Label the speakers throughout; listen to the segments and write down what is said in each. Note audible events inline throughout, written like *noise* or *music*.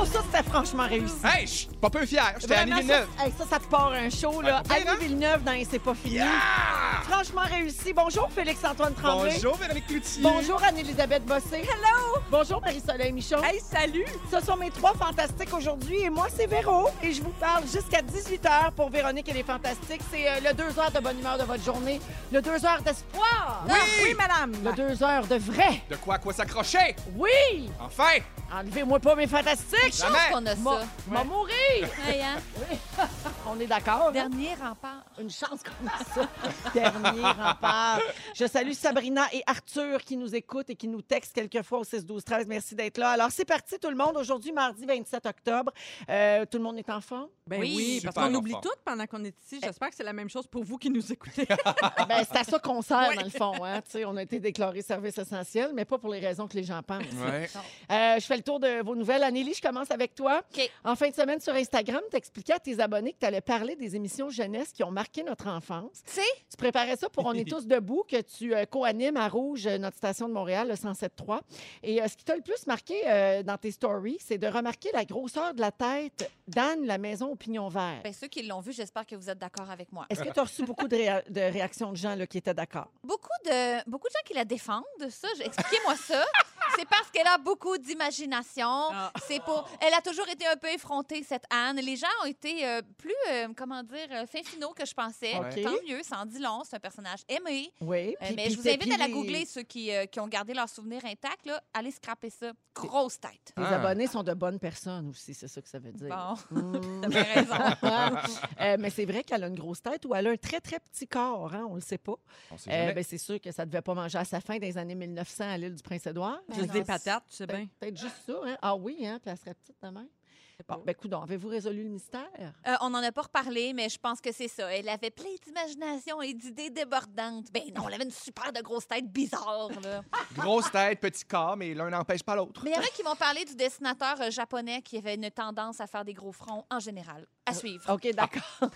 Speaker 1: Oh, ça, c'était franchement réussi.
Speaker 2: Hey, je suis pas peu fier. J'étais à
Speaker 1: Vraiment,
Speaker 2: Annie
Speaker 1: ça,
Speaker 2: Villeneuve.
Speaker 1: hey, ça, ça te part un show, là.
Speaker 2: Ouais,
Speaker 1: Annie
Speaker 2: hein?
Speaker 1: Villeneuve, dans C'est pas fini. Franchement réussi. Bonjour, Félix-Antoine Tremblay.
Speaker 2: Bonjour, Véronique Cloutier.
Speaker 1: Bonjour, Anne-Elisabeth Bossé. Hello! Bonjour, Marie-Soleil Michon.
Speaker 3: Hey, salut!
Speaker 1: Ce sont mes trois fantastiques aujourd'hui et moi, c'est Véro. Et je vous parle jusqu'à 18h pour Véronique et les Fantastiques. C'est euh, le 2 h de bonne humeur de votre journée, le 2 h d'espoir,
Speaker 3: Oui, madame!
Speaker 1: le 2 h de vrai.
Speaker 2: De quoi à quoi s'accrocher?
Speaker 1: Oui!
Speaker 2: Enfin!
Speaker 1: Enlevez-moi pas mes Fantastiques!
Speaker 2: Jamais.
Speaker 3: qu'on a
Speaker 1: M'a
Speaker 3: ça. *laughs*
Speaker 1: m'a mourir!
Speaker 3: Hey, hein?
Speaker 1: *laughs* On est d'accord? hein?
Speaker 3: Dernier rempart.
Speaker 1: Une chance qu'on a ça. *laughs* Dernier rempart. Je salue Sabrina et Arthur qui nous écoutent et qui nous textent quelquefois au 6 12 13 Merci d'être là. Alors, c'est parti tout le monde. Aujourd'hui, mardi 27 octobre. Euh, tout le monde est en forme?
Speaker 4: Ben
Speaker 3: Oui. Ben
Speaker 4: oui,
Speaker 2: Super
Speaker 4: parce qu'on
Speaker 2: enfant.
Speaker 4: oublie tout pendant qu'on est ici. J'espère que c'est la même chose pour vous qui nous écoutez.
Speaker 1: Ben, c'est à ça qu'on *laughs* sert, dans le fond. Hein? Tu sais, on a été déclaré service essentiel, mais pas pour les raisons que les gens pensent.
Speaker 2: Ouais.
Speaker 1: Euh, je fais le tour de vos nouvelles. Anélie, je commence avec toi.
Speaker 3: OK.
Speaker 1: En fin de semaine, sur Instagram, tu expliquais à tes abonnés que tu allais parler des émissions jeunesse qui ont marqué notre enfance.
Speaker 3: Tu sais?
Speaker 1: Tu préparais ça pour On
Speaker 3: *laughs*
Speaker 1: est tous debout, que tu euh, co-animes à Rouge, euh, notre station de Montréal, le 107.3. Et euh, ce qui t'a le plus marqué euh, dans tes stories, c'est de remarquer la grosseur de la tête d'Anne, la maison au pignon vert.
Speaker 3: Ben, ceux qui l'ont vu, j'espère que vous êtes d'accord avec moi.
Speaker 1: Est-ce que tu as reçu beaucoup de, réa- de réactions de gens là, qui étaient d'accord?
Speaker 3: Beaucoup de, beaucoup de gens qui la défendent, ça. je- Expliquez-moi
Speaker 4: *laughs*
Speaker 3: ça. C'est parce qu'elle a beaucoup d'imagination.
Speaker 4: Ah.
Speaker 3: C'est pour. Elle a toujours été un peu effrontée, cette Anne. Les gens ont été euh, plus, euh, comment dire, euh, fin finaux que je pensais.
Speaker 1: OK.
Speaker 3: Tant mieux, sans dit long. C'est un personnage aimé.
Speaker 1: Oui.
Speaker 3: Euh,
Speaker 1: puis-
Speaker 3: mais
Speaker 1: puis
Speaker 3: je vous
Speaker 1: t'es-
Speaker 3: invite à la
Speaker 1: puis
Speaker 3: googler, ceux qui, euh, qui ont gardé leurs souvenirs intacts. Là. Allez scraper ça. Grosse tête.
Speaker 1: Les
Speaker 2: Ah.
Speaker 1: abonnés sont de bonnes personnes aussi, c'est ça que ça veut dire.
Speaker 3: Bon,
Speaker 1: Mm.
Speaker 3: t'as bien raison.
Speaker 1: Euh, mais c'est vrai qu'elle a une grosse tête ou elle a un très, très petit corps, hein, on le sait pas.
Speaker 2: On sait
Speaker 1: Euh,
Speaker 2: jamais.
Speaker 1: ben, c'est sûr que ça devait pas manger à sa faim dans les années 1900 à l'île du Prince-Édouard.
Speaker 3: Ben
Speaker 4: Juste
Speaker 3: non,
Speaker 4: des patates, tu sais
Speaker 1: Peut-
Speaker 4: bien.
Speaker 1: Peut-être juste ça, hein? Ah oui, hein? Puis elle serait petite de même. Bon, ben coudonc, avez-vous résolu le mystère?
Speaker 3: Euh, on n'en a pas reparlé, mais je pense que c'est ça. Elle avait plein d'imagination et d'idées débordantes. Ben non, elle avait une super de grosse tête bizarre,
Speaker 1: *laughs*
Speaker 3: là.
Speaker 1: ah,
Speaker 2: Grosse tête, petit corps, mais l'un n'empêche pas l'autre.
Speaker 3: Mais il y en a qui m'ont parlé du dessinateur euh, japonais qui avait une tendance à faire des gros fronts en général.
Speaker 1: Euh,
Speaker 3: À suivre.
Speaker 1: OK, d'accord.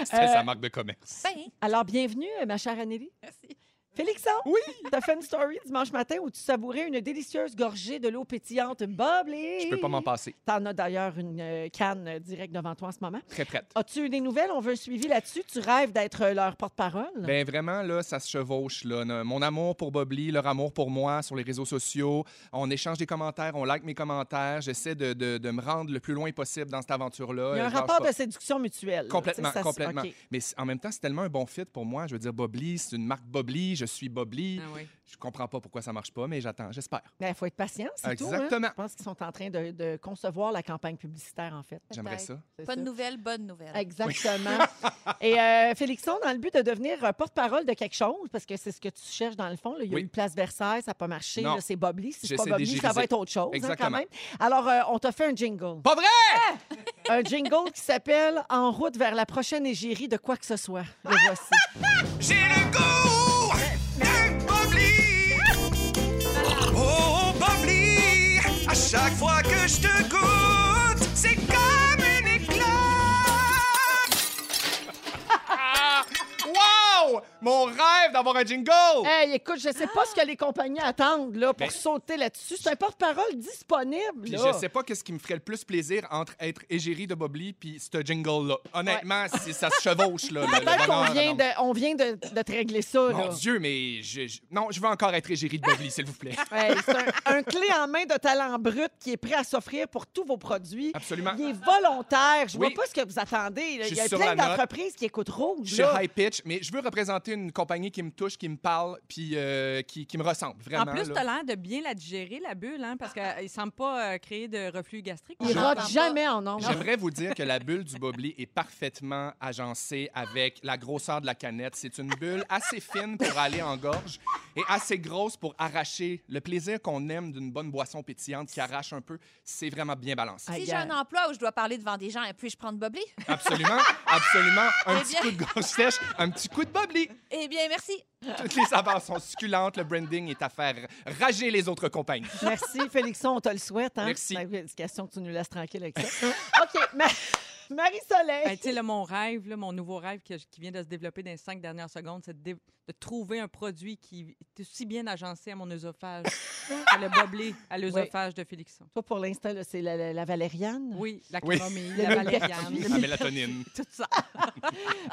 Speaker 2: C'était sa marque de commerce.
Speaker 3: Ben,
Speaker 1: Alors, bienvenue, euh, ma chère Anneli.
Speaker 3: merci.
Speaker 1: Félixon,
Speaker 2: Oui!
Speaker 1: t'as fait une story dimanche matin où tu savourais une délicieuse gorgée de l'eau pétillante Bob
Speaker 2: Je peux pas m'en passer.
Speaker 1: T'en as d'ailleurs une euh, canne euh, direct devant toi en ce moment.
Speaker 2: Très prête.
Speaker 1: As-tu eu des nouvelles? On veut un suivi là-dessus. Tu rêves d'être euh, leur porte-parole?
Speaker 2: Ben vraiment, là, ça se chevauche. Là. Ne- Mon amour pour Bob Lee, leur amour pour moi sur les réseaux sociaux. On échange des commentaires, on like mes commentaires. J'essaie de, de- de me rendre le plus loin possible dans cette aventure-là.
Speaker 1: Il y a un
Speaker 2: Je lâche
Speaker 1: rapport
Speaker 2: pas.
Speaker 1: de séduction mutuelle. là. Tu
Speaker 2: Complètement,
Speaker 1: sais, ça se-
Speaker 2: complètement.
Speaker 1: OK.
Speaker 2: Mais c- en même temps, c'est tellement un bon fit pour moi. Je veux dire, Bob Lee, c'est une marque Bob Lee. Je suis Bob Lee.
Speaker 4: Ah oui.
Speaker 2: Je comprends pas pourquoi ça marche pas, mais j'attends, j'espère.
Speaker 1: Mais il Ben, faut être patient, c'est tout. hein.
Speaker 2: Exactement.
Speaker 1: Je pense qu'ils sont en train de, de concevoir la campagne publicitaire, en fait.
Speaker 2: J'aimerais
Speaker 3: Peut-être.
Speaker 2: ça.
Speaker 1: C'est
Speaker 3: Bonne
Speaker 1: ça.
Speaker 3: nouvelle, bonne nouvelle.
Speaker 1: Exactement.
Speaker 2: *laughs*
Speaker 1: Et euh, Félixon, dans le but de devenir euh, porte-parole de quelque chose, parce que c'est ce que tu cherches dans le fond, là, il y a
Speaker 2: Oui.
Speaker 1: eu Place Versailles, ça n'a pas marché,
Speaker 2: Non.
Speaker 1: là, c'est Bobli. Si c'est pas
Speaker 2: J'essaie
Speaker 1: Bobli, ça va
Speaker 2: d'égiriser.
Speaker 1: être autre chose, hein, quand
Speaker 2: Exactement.
Speaker 1: même. Alors, euh, on t'a fait un jingle.
Speaker 2: Pas vrai!
Speaker 4: Ah!
Speaker 1: Un jingle qui s'appelle En route vers la prochaine égérie de quoi que ce soit. Le voici.
Speaker 5: J'ai le goût de Bobli. Oh, Bobli, à chaque fois que je te goûte, c'est comme un
Speaker 2: *laughs*
Speaker 5: éclat.
Speaker 2: Wow! Mon rêve d'avoir un jingle!
Speaker 1: Hey, écoute, je sais pas ce que les compagnies attendent là, pour
Speaker 2: Ah! Ben-
Speaker 1: sauter là-dessus. C'est un porte-parole disponible.
Speaker 2: Puis
Speaker 1: là.
Speaker 2: je sais pas qu'est-ce qui me ferait le plus plaisir entre être égérie de Bob Lee puis ce jingle-là. Honnêtement, si ça se chevauche, là. le- le
Speaker 1: Peut-être qu'on
Speaker 2: bonheur,
Speaker 1: vient,
Speaker 2: la norme.
Speaker 1: de, on vient de, de te régler ça.
Speaker 2: Mon
Speaker 1: là.
Speaker 2: Dieu, mais je, je- non, je veux encore être égérie de Bob Lee, s'il vous
Speaker 4: *laughs*
Speaker 2: plaît.
Speaker 1: Hey, c'est un, un clé en main de talent brut qui est prêt à s'offrir pour tous vos produits.
Speaker 2: Absolument.
Speaker 1: Il est volontaire. Je
Speaker 2: Oui.
Speaker 1: vois pas ce que vous attendez. là.
Speaker 2: Je
Speaker 1: Il y a
Speaker 2: suis sur
Speaker 1: plein
Speaker 2: la note.
Speaker 1: d'entreprises qui écoutent rouge.
Speaker 2: Je suis
Speaker 1: là.
Speaker 2: high pitch, mais je veux représenter une compagnie qui me touche, qui me parle, puis euh, qui, qui me ressemble, vraiment.
Speaker 4: en plus,
Speaker 2: là.
Speaker 4: t'as l'air de bien la digérer, la bulle, hein, parce qu'il ne semble pas euh, créer de reflux gastrique.
Speaker 1: Il
Speaker 2: Je-
Speaker 1: rote jamais en nombre.
Speaker 2: J'aimerais vous dire que la bulle du Bobli est parfaitement agencée avec la grosseur de la canette. C'est une bulle assez fine pour aller en gorge et assez grosse pour arracher le plaisir qu'on aime d'une bonne boisson pétillante qui arrache un peu. C'est vraiment bien balancé.
Speaker 1: Aïe,
Speaker 3: Si j'ai un
Speaker 1: aïe.
Speaker 3: emploi où je dois parler devant des gens, puis-je prendre
Speaker 1: *laughs*
Speaker 3: Boblé?
Speaker 2: Absolument, absolument. Un
Speaker 3: Eh
Speaker 2: petit
Speaker 3: bien-
Speaker 2: coup de gorge sèche, un petit coup de Bobli.
Speaker 3: Eh bien, merci.
Speaker 2: Toutes les saveurs sont succulentes. Le branding est à faire rager les autres compagnies.
Speaker 1: Merci, Félixon, on te le souhaite. Hein?
Speaker 2: Merci.
Speaker 1: C'est une question que tu nous laisses tranquille avec
Speaker 2: *laughs*
Speaker 1: ça. OK, Ma-
Speaker 4: Ben,
Speaker 1: Marie-Soleil.
Speaker 4: tu sais, là, mon rêve, là, mon nouveau rêve que- qui vient de se développer dans les cinq dernières secondes, c'est de, dé- de trouver un produit qui est aussi bien agencé à mon *laughs* œsophage, à le boblé à l'œsophage de Félixon.
Speaker 1: Toi, pour l'instant, là, c'est la, la- la valériane.
Speaker 4: Oui, la
Speaker 2: Oui.
Speaker 4: camomille,
Speaker 1: Le
Speaker 4: la
Speaker 1: Milberti.
Speaker 2: La
Speaker 4: valériane,
Speaker 2: mélatonine.
Speaker 4: tout ça.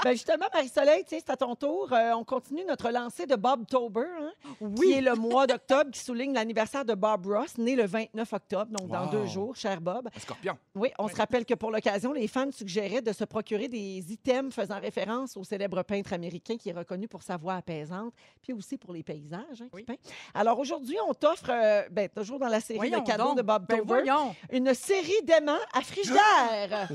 Speaker 1: Ben justement, Marie-Soleil, tu sais, c'est à ton tour. Euh, on continue notre lancée de Bob Tober, hein, qui est le mois d'octobre, qui souligne l'anniversaire de Bob Ross, né le 29 octobre, donc dans
Speaker 2: Wow.
Speaker 1: deux jours, cher Bob.
Speaker 2: Un scorpion.
Speaker 1: Oui, on se rappelle que pour l'occasion, les fans suggéraient de se procurer des items faisant référence au célèbre peintre américain qui est reconnu pour sa voix apaisante, puis aussi pour les paysages hein, qu'il
Speaker 4: Oui.
Speaker 1: peint. Alors aujourd'hui, on t'offre, euh, ben, toujours dans la série Le cadeau
Speaker 4: donc.
Speaker 1: de Bob
Speaker 4: Ben,
Speaker 1: Tober,
Speaker 4: voyons.
Speaker 1: une série d'aimants à frigidaire.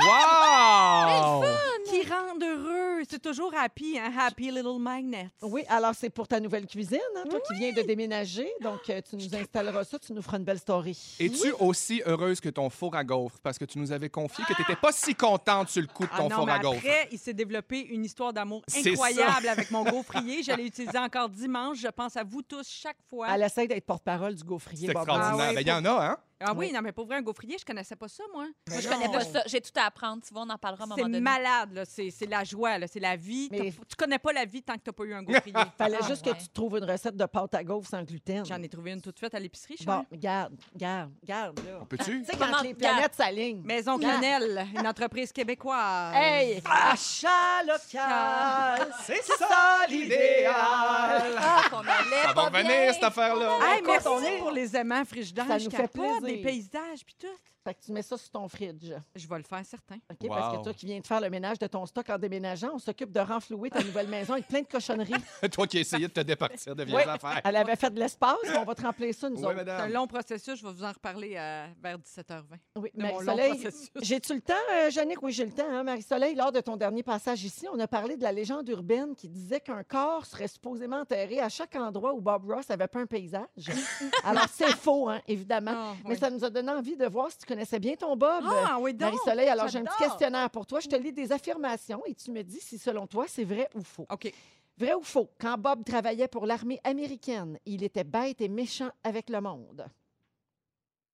Speaker 2: Wow!
Speaker 4: Qui rendent heureux. C'est toujours happy, hein? Happy little magnet.
Speaker 1: Oui, alors c'est pour ta nouvelle cuisine, hein, toi qui viens de déménager. Donc, euh, tu nous installeras ça, tu nous feras une belle story.
Speaker 2: Es-tu aussi heureuse que ton four à gaufres? Parce que tu nous avais confié que tu n'étais pas si contente sur le coup de
Speaker 4: Ah
Speaker 2: ton
Speaker 4: non,
Speaker 2: four
Speaker 4: mais
Speaker 2: à gaufres.
Speaker 4: après, il s'est développé une histoire d'amour
Speaker 2: C'est
Speaker 4: incroyable
Speaker 2: *laughs*
Speaker 4: avec mon gaufrier. Je l'ai utilisé encore dimanche. Je pense à vous tous chaque fois.
Speaker 1: Elle essaie d'être porte-parole du gaufrier.
Speaker 2: C'est
Speaker 1: Bob.
Speaker 2: extraordinaire.
Speaker 4: Ah ouais,
Speaker 2: Ben, il y en a, hein?
Speaker 4: Ah oui,
Speaker 1: Oui.
Speaker 4: non, mais pour vrai, un gaufrier, je connaissais pas ça, moi.
Speaker 3: Moi, je connais pas ça. J'ai tout à apprendre. Tu vois, on en parlera à un moment
Speaker 4: C'est
Speaker 3: donné.
Speaker 4: malade, là. C'est c'est la joie, là. C'est la vie.
Speaker 1: Mais-
Speaker 4: T'as- Tu connais pas la vie tant que t'as pas eu un gaufrier.
Speaker 1: *laughs* Ah, fallait
Speaker 3: Ah,
Speaker 1: juste
Speaker 3: ouais.
Speaker 1: que tu trouves une recette de pâte à gaufres sans gluten.
Speaker 4: J'en ai trouvé une toute faite à l'épicerie,
Speaker 1: Bon,
Speaker 4: Charles.
Speaker 1: garde, garde, garde, là.
Speaker 2: On peut-tu?
Speaker 1: Tu sais,
Speaker 3: Comment-
Speaker 1: quand les planètes s'alignent.
Speaker 4: Maison Clanel, une entreprise québécoise.
Speaker 1: Hey! Achat Ah, local!
Speaker 2: C'est ça l'idéal!
Speaker 3: Ah, qu'on allait
Speaker 2: Ça va
Speaker 3: pas bien.
Speaker 2: revenir, cette affaire-là.
Speaker 4: Hey,
Speaker 1: Quand
Speaker 4: merci
Speaker 1: on est-
Speaker 4: pour les aimants frigidaires.
Speaker 1: Ça
Speaker 4: je
Speaker 1: nous fait
Speaker 4: capote,
Speaker 1: plaisir.
Speaker 4: Des paysages, puis tout.
Speaker 1: Fait que tu mets ça sur ton fridge.
Speaker 4: Je vais le faire, certain.
Speaker 1: OK? Parce
Speaker 2: Wow.
Speaker 1: que toi qui viens de faire le ménage de ton stock en déménageant, on s'occupe de renflouer ta nouvelle maison avec plein de
Speaker 2: *laughs*
Speaker 1: cochonneries.
Speaker 2: Toi qui essayais de te départir de vieilles
Speaker 1: Oui.
Speaker 2: affaires.
Speaker 1: Elle avait fait de l'espace, mais on va te remplir ça, Ah, nous
Speaker 2: Oui,
Speaker 1: autres.
Speaker 4: C'est un
Speaker 2: madame.
Speaker 4: long processus. Je vais vous en reparler euh, vers 17h20.
Speaker 1: Oui,
Speaker 4: De mon long
Speaker 1: Marie-Soleil,
Speaker 4: processus.
Speaker 1: j'ai-tu le temps, euh, Jannick? Oui, j'ai le temps. Hein, Marie-Soleil, lors de ton dernier passage ici, on a parlé de la légende urbaine qui disait qu'un corps serait supposément enterré à chaque endroit où Bob Ross avait peint un paysage.
Speaker 4: *laughs*
Speaker 1: Alors, c'est faux, hein, évidemment.
Speaker 4: Ah,
Speaker 1: Mais
Speaker 4: oui.
Speaker 1: ça ben, nous a donné envie de voir si tu connaissais bien ton Bob.
Speaker 4: Ah, oui, donc.
Speaker 1: Marie-Soleil, alors j'ai un petit
Speaker 4: j'adore.
Speaker 1: questionnaire pour toi. Je te lis des affirmations et tu me dis si, selon toi, c'est vrai ou faux.
Speaker 4: OK.
Speaker 1: Vrai ou faux? Quand Bob travaillait pour l'armée américaine, il était bête et méchant avec le monde.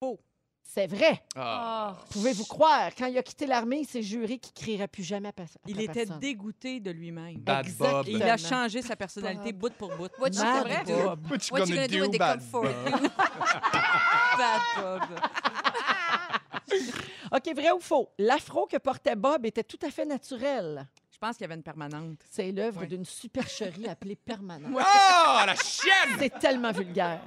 Speaker 4: Faux.
Speaker 1: C'est vrai.
Speaker 2: Ah.
Speaker 3: Ah.
Speaker 1: Pouvez-vous croire, quand il a quitté l'armée, il s'est juré qu'il crierait plus jamais à pe- après
Speaker 4: Il était
Speaker 1: personne.
Speaker 4: dégoûté de lui-même.
Speaker 2: Bad Bob.
Speaker 4: Et il a
Speaker 1: Exactement.
Speaker 4: changé sa personnalité bout pour bout.
Speaker 3: What you-
Speaker 1: Mad
Speaker 3: C'est vrai?
Speaker 1: Bob.
Speaker 2: What you
Speaker 3: What you
Speaker 2: gonna
Speaker 3: gonna do when
Speaker 2: do,
Speaker 3: they
Speaker 2: bad
Speaker 3: come for
Speaker 2: Bob?
Speaker 3: you?
Speaker 4: Bad Bob.
Speaker 1: OK, vrai ou faux? L'afro que portait Bob était tout à fait naturel.
Speaker 4: Je pense qu'il y avait une permanente.
Speaker 1: C'est l'œuvre
Speaker 4: Ouais.
Speaker 1: d'une supercherie
Speaker 4: *laughs*
Speaker 1: appelée permanente.
Speaker 2: Oh, la chienne!
Speaker 1: C'est tellement vulgaire.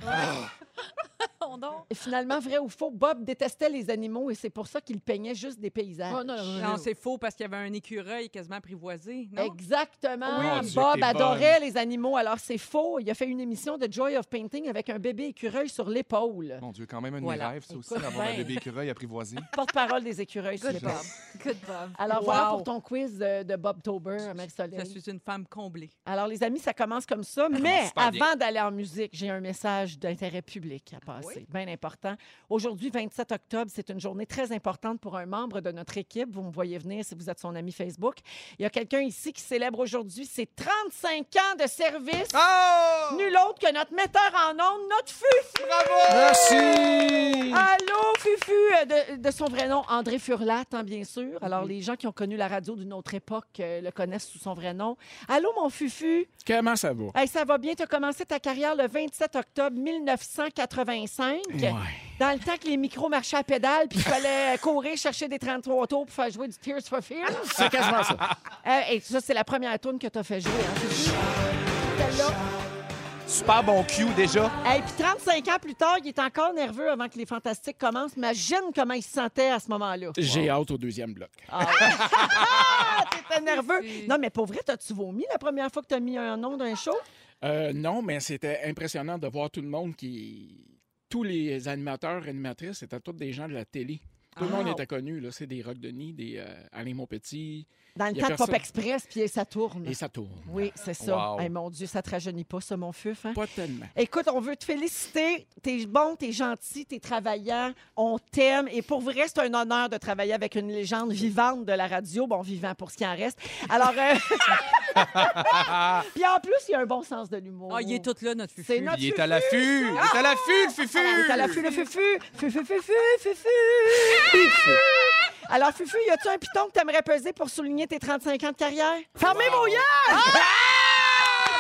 Speaker 3: On donc.
Speaker 1: Et finalement, vrai ou faux, Bob détestait les animaux et c'est pour ça qu'il peignait juste des paysages.
Speaker 4: Oh, Non, c'est faux parce qu'il y avait un écureuil quasiment apprivoisé. Non?
Speaker 1: Exactement.
Speaker 2: Mon Dieu,
Speaker 1: Bob
Speaker 2: t'es
Speaker 1: adorait les animaux, alors c'est faux. Il a fait une émission de Joy of Painting avec un bébé écureuil sur l'épaule.
Speaker 2: Mon Dieu, quand même un de mes
Speaker 1: Voilà.
Speaker 2: rêves, ça aussi,
Speaker 1: Écoute,
Speaker 2: d'avoir un
Speaker 1: ben.
Speaker 2: bébé écureuil apprivoisé.
Speaker 1: Porte-parole des écureuils sur
Speaker 3: Good
Speaker 1: l'épaule.
Speaker 3: Bob. Good Bob.
Speaker 1: Alors voilà
Speaker 4: Wow.
Speaker 1: pour ton quiz euh, de, Bob Tober, Marie-Soleil.
Speaker 4: Je suis Ah, une femme comblée.
Speaker 1: Alors, les amis, ça commence comme ça.
Speaker 2: commence
Speaker 1: Mais
Speaker 2: super bien.
Speaker 1: avant d'aller en musique, j'ai un message d'intérêt public à passer, bien important. Aujourd'hui, 27 octobre, c'est une journée très importante pour un membre de notre équipe. Vous me voyez venir si vous êtes son ami Facebook. Il y a quelqu'un ici qui célèbre aujourd'hui ses 35 ans de service.
Speaker 4: Ah!
Speaker 2: Oh!
Speaker 1: Nul autre que notre metteur en ondes, notre Fufu.
Speaker 2: Merci!
Speaker 1: Ah! Allô, Fufu, euh, de, de son vrai nom, André Furlat, hein, bien sûr. Alors,
Speaker 6: Mhm.
Speaker 1: les gens qui ont connu la radio d'une autre époque euh, le connaissent sous son vrai nom. Allô, mon Fufu.
Speaker 6: Comment ça va?
Speaker 1: Hey, ça va bien, tu as commencé ta carrière le 27 octobre 1985,
Speaker 6: Ouais.
Speaker 1: dans le temps que les micros marchaient à pédale, puis il fallait euh, courir chercher des 33 tours pour faire jouer du Tears for Fears.
Speaker 6: C'est quasiment ça.
Speaker 1: Euh, et ça, c'est la première tune que tu as fait jouer. hein, c'est sûr. Celle-là.
Speaker 2: Super bon cue déjà.
Speaker 1: Et puis 35 ans plus tard, il est encore nerveux avant que les fantastiques commencent. Imagine comment il se sentait à ce moment-là.
Speaker 6: J'ai hâte au deuxième bloc.
Speaker 1: Ah, *laughs* t'étais nerveux. Non, mais pour vrai, t'as-tu vomi la première fois que t'as mis un nom d'un show?
Speaker 6: Euh, non, mais c'était impressionnant de voir tout le monde qui. Tous les animateurs, animatrices, c'était tous des gens de la télé. Tout le monde
Speaker 1: Ah.
Speaker 6: était connu. là. C'est des Rock Denis, des euh, Alain Monpetit,
Speaker 1: Dans le
Speaker 6: Il y a
Speaker 1: temps de Pop
Speaker 6: personne.
Speaker 1: Express, puis ça tourne.
Speaker 6: et ça tourne.
Speaker 1: Oui, c'est ça.
Speaker 2: Wow.
Speaker 1: Hey, mon Dieu, ça te rajeunit pas, ça, mon fuf. Hein?
Speaker 6: Pas tellement.
Speaker 1: Écoute, on veut te féliciter. T'es bon, t'es gentil, t'es travaillant. On t'aime. Et pour vrai, c'est un honneur de travailler avec une légende vivante de la radio. Bon, vivant pour ce qui en reste. Alors, euh, *laughs* puis en plus, il a un bon sens de l'humour.
Speaker 4: Ah, il est tout là, notre fufu.
Speaker 1: Oh. C'est notre
Speaker 2: Il est
Speaker 1: fufu.
Speaker 2: à l'affût! Il est à l'affût, le fufu!
Speaker 1: Alors, t'as la fu- le fufu. Fufu, fufu, fufu. Alors, Fufu, y a-tu un piton que t'aimerais peser pour souligner tes 35 ans de carrière? Fermez mon gueule!
Speaker 4: Ah!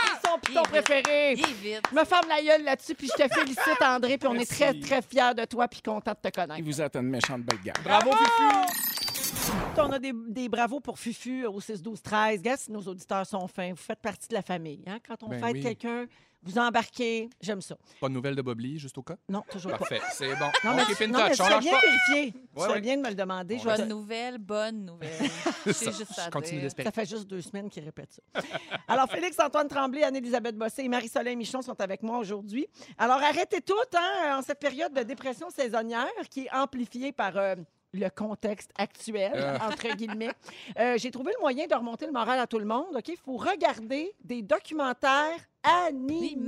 Speaker 1: C'est son piton
Speaker 3: Il est vite.
Speaker 1: préféré.
Speaker 3: Il est vite.
Speaker 1: Je me ferme la gueule là-dessus, puis je te félicite, André, puis on est très, très fiers de toi, puis contents de te
Speaker 6: Ils
Speaker 1: connaître.
Speaker 6: vous attendent une méchante belle gamme.
Speaker 2: Bravo, fufu!
Speaker 1: On a des, des bravos pour Fufu au 6-12-13. Gars, si nos auditeurs sont fins, vous faites partie de la famille. hein. Quand on
Speaker 2: Ben
Speaker 1: fête
Speaker 2: oui.
Speaker 1: quelqu'un, vous embarquez. J'aime ça.
Speaker 2: Pas de nouvelles de Bobli, juste au cas?
Speaker 1: Non, toujours pas.
Speaker 2: Parfait, c'est bon.
Speaker 1: Non, mais,
Speaker 2: OK,
Speaker 1: tu-
Speaker 2: pin
Speaker 1: non, mais
Speaker 2: touch,
Speaker 1: tu
Speaker 2: on
Speaker 1: fais
Speaker 2: lâche
Speaker 1: bien
Speaker 2: pas.
Speaker 1: vérifier. Tu
Speaker 2: Ouais,
Speaker 1: fais
Speaker 2: ouais.
Speaker 1: bien de me le demander. Je vais te-
Speaker 3: Bonne nouvelle, bonne
Speaker 2: *laughs*
Speaker 3: nouvelle.
Speaker 2: Ça,
Speaker 3: C'est juste ça. à
Speaker 2: Continue
Speaker 3: dire.
Speaker 2: d'espérer.
Speaker 1: Ça fait juste deux semaines qu'il répète ça. *laughs* Alors, Félix-Antoine Tremblay, Anne-Élisabeth Bossé et Marie-Soleil Michon sont avec moi aujourd'hui. Alors, arrêtez tout hein, en cette période de dépression saisonnière qui est amplifiée par... euh, le contexte actuel,
Speaker 2: Euh.
Speaker 1: *laughs* entre guillemets. Euh, J'ai trouvé le moyen de remonter le moral à tout le monde. OK? Il faut regarder des documentaires animaux.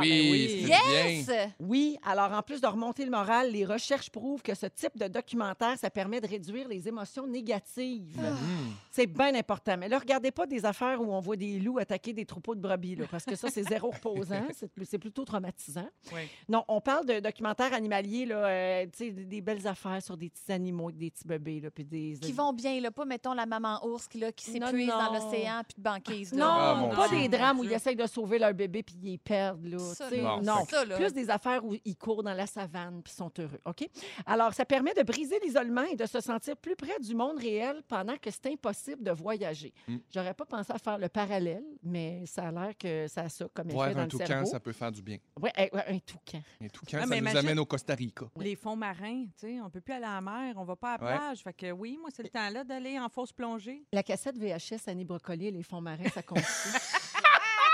Speaker 3: Malien!
Speaker 2: ben oui,
Speaker 4: Ah,
Speaker 2: c'est bien.
Speaker 3: Yes!
Speaker 1: Oui, alors en plus de remonter le moral, les recherches prouvent que ce type de documentaire, ça permet de réduire les émotions négatives.
Speaker 2: Hmm.
Speaker 1: C'est bien important. Mais là, regardez pas des affaires où on voit des loups attaquer des troupeaux de brebis, là, parce que ça, c'est zéro reposant. C'est c'est plutôt traumatisant.
Speaker 4: Oui.
Speaker 1: Non, on parle de documentaires animaliers, là, euh, tu sais, des des belles affaires sur des petits animaux, avec des petits bébés, là, puis des...
Speaker 3: Qui vont bien, là. Pas, mettons, la maman ours qui, là, qui
Speaker 1: Non,
Speaker 3: s'épuise dans
Speaker 1: non.
Speaker 3: l'océan puis de banquise,
Speaker 1: Non,
Speaker 3: là.
Speaker 2: Ah, mon
Speaker 1: pas
Speaker 4: Dieu.
Speaker 1: des drames où
Speaker 4: Mon
Speaker 1: ils
Speaker 4: Dieu.
Speaker 1: essayent de sauver leur bébé puis ils les perdent, là.
Speaker 3: Ça,
Speaker 1: tu sais.
Speaker 2: là.
Speaker 1: non,
Speaker 3: Ça, là.
Speaker 1: plus des affaires où ils courent dans la savane puis sont heureux, OK? Alors, ça permet de briser l'isolement et de se sentir plus près du monde réel pendant que c'est impossible de voyager.
Speaker 2: Mm.
Speaker 1: J'aurais pas pensé à faire le parallèle, mais ça a l'air que ça a ça comme effet
Speaker 2: Voir
Speaker 1: dans
Speaker 2: un
Speaker 1: le
Speaker 2: toucan,
Speaker 1: cerveau.
Speaker 2: ça peut faire du bien.
Speaker 1: Ouais, un- ouais, un toucan.
Speaker 2: Un toucan,
Speaker 4: Ah,
Speaker 2: ça
Speaker 4: mais
Speaker 2: nous
Speaker 4: imagine-
Speaker 2: amène au Costa Rica.
Speaker 4: Les fonds marins, tu sais, on peut plus aller à la mer, on va pas à la
Speaker 2: Ouais.
Speaker 4: plage. Fait que oui, moi, c'est le temps-là d'aller en fausse plongée.
Speaker 1: La cassette VHS, Annie Brocoli et les fonds marins, ça *laughs* compte. ça compte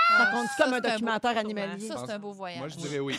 Speaker 3: Ça,
Speaker 1: comme un
Speaker 3: c'est un beau
Speaker 1: documentaire
Speaker 4: tournant.
Speaker 1: animalier.
Speaker 3: Ça, c'est un beau voyage.
Speaker 2: Moi, je dirais oui.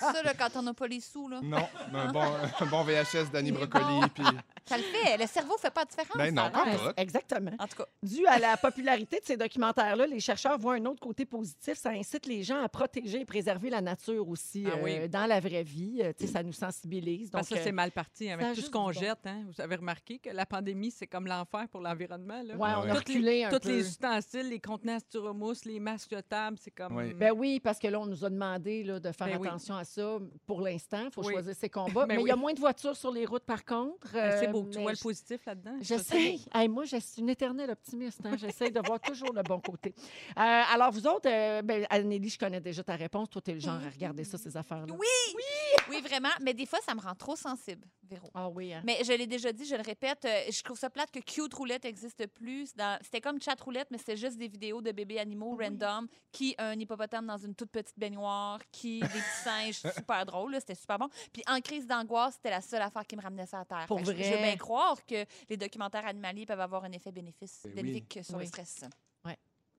Speaker 3: Ça, là, quand on n'a pas les sous, là.
Speaker 2: Non, mais un bon, un bon VHS d'Annie
Speaker 3: Mais
Speaker 2: Brocoli.
Speaker 3: bon.
Speaker 2: Puis...
Speaker 3: Ça le fait. Le cerveau fait pas de différence.
Speaker 2: Ben non,
Speaker 3: ça a
Speaker 2: pas
Speaker 3: l'air.
Speaker 1: Ouais,
Speaker 2: tout.
Speaker 1: Ah, Exactement.
Speaker 3: En tout cas,
Speaker 1: Dû à la popularité de ces documentaires-là, les chercheurs voient un autre côté positif. Ça incite les gens à protéger et préserver la nature aussi
Speaker 4: Ah oui.
Speaker 1: euh, dans la vraie vie. Euh, tu sais, ça nous sensibilise. Donc,
Speaker 4: Parce que ça,
Speaker 1: euh,
Speaker 4: c'est mal parti
Speaker 1: ça a
Speaker 4: avec tout ce
Speaker 1: juste
Speaker 4: qu'on
Speaker 1: du bon.
Speaker 4: jette. Hein. Vous avez remarqué que la pandémie, c'est comme l'enfer pour l'environnement. Là.
Speaker 1: ouais, on a
Speaker 2: Ouais.
Speaker 1: reculé un
Speaker 4: Tous
Speaker 1: peu.
Speaker 4: les ustensiles, les contenants styromousse, les masques de table, c'est comme...
Speaker 2: Oui.
Speaker 1: Ben oui, parce que là, on nous a demandé là, de faire
Speaker 4: Ben oui.
Speaker 1: attention à ça. Pour l'instant, il faut
Speaker 4: Oui.
Speaker 1: choisir ses combats.
Speaker 4: *laughs* Ben
Speaker 1: mais il y a
Speaker 4: oui.
Speaker 1: moins de voitures sur les routes, par contre.
Speaker 4: Ben, c'est
Speaker 1: Euh,
Speaker 4: beau. Tu
Speaker 1: mais
Speaker 4: vois le
Speaker 1: je-
Speaker 4: positif là-dedans?
Speaker 1: Je
Speaker 4: Ça, c'est
Speaker 1: sais. Hey, moi, je suis une éternelle optimiste. hein. J'essaie de voir toujours le bon côté. Euh, alors, vous autres, euh, ben, Anneli, je connais déjà ta réponse. Toi, t'es le genre à regarder ça, ces affaires-là.
Speaker 3: Oui! oui, vraiment. Mais des fois, ça me rend trop sensible, Véro.
Speaker 1: Ah oui, hein?
Speaker 3: Mais je l'ai déjà dit, je le répète, euh, je trouve ça plate que Cute Roulette n'existe plus. C'est dans- C'était comme Chat Roulette, mais c'était juste des vidéos de bébés animaux random, qui un hippopotame dans une toute petite baignoire, qui des petits singes, super drôle, là, c'était super bon. Puis en crise d'angoisse, c'était la seule affaire qui me ramenait ça à terre.
Speaker 1: Pour
Speaker 3: Fait que je- Je,
Speaker 1: vrai.
Speaker 3: veux bien croire que les documentaires animaliers peuvent avoir un effet bénéfice bénéfique sur
Speaker 1: Oui.
Speaker 3: le stress.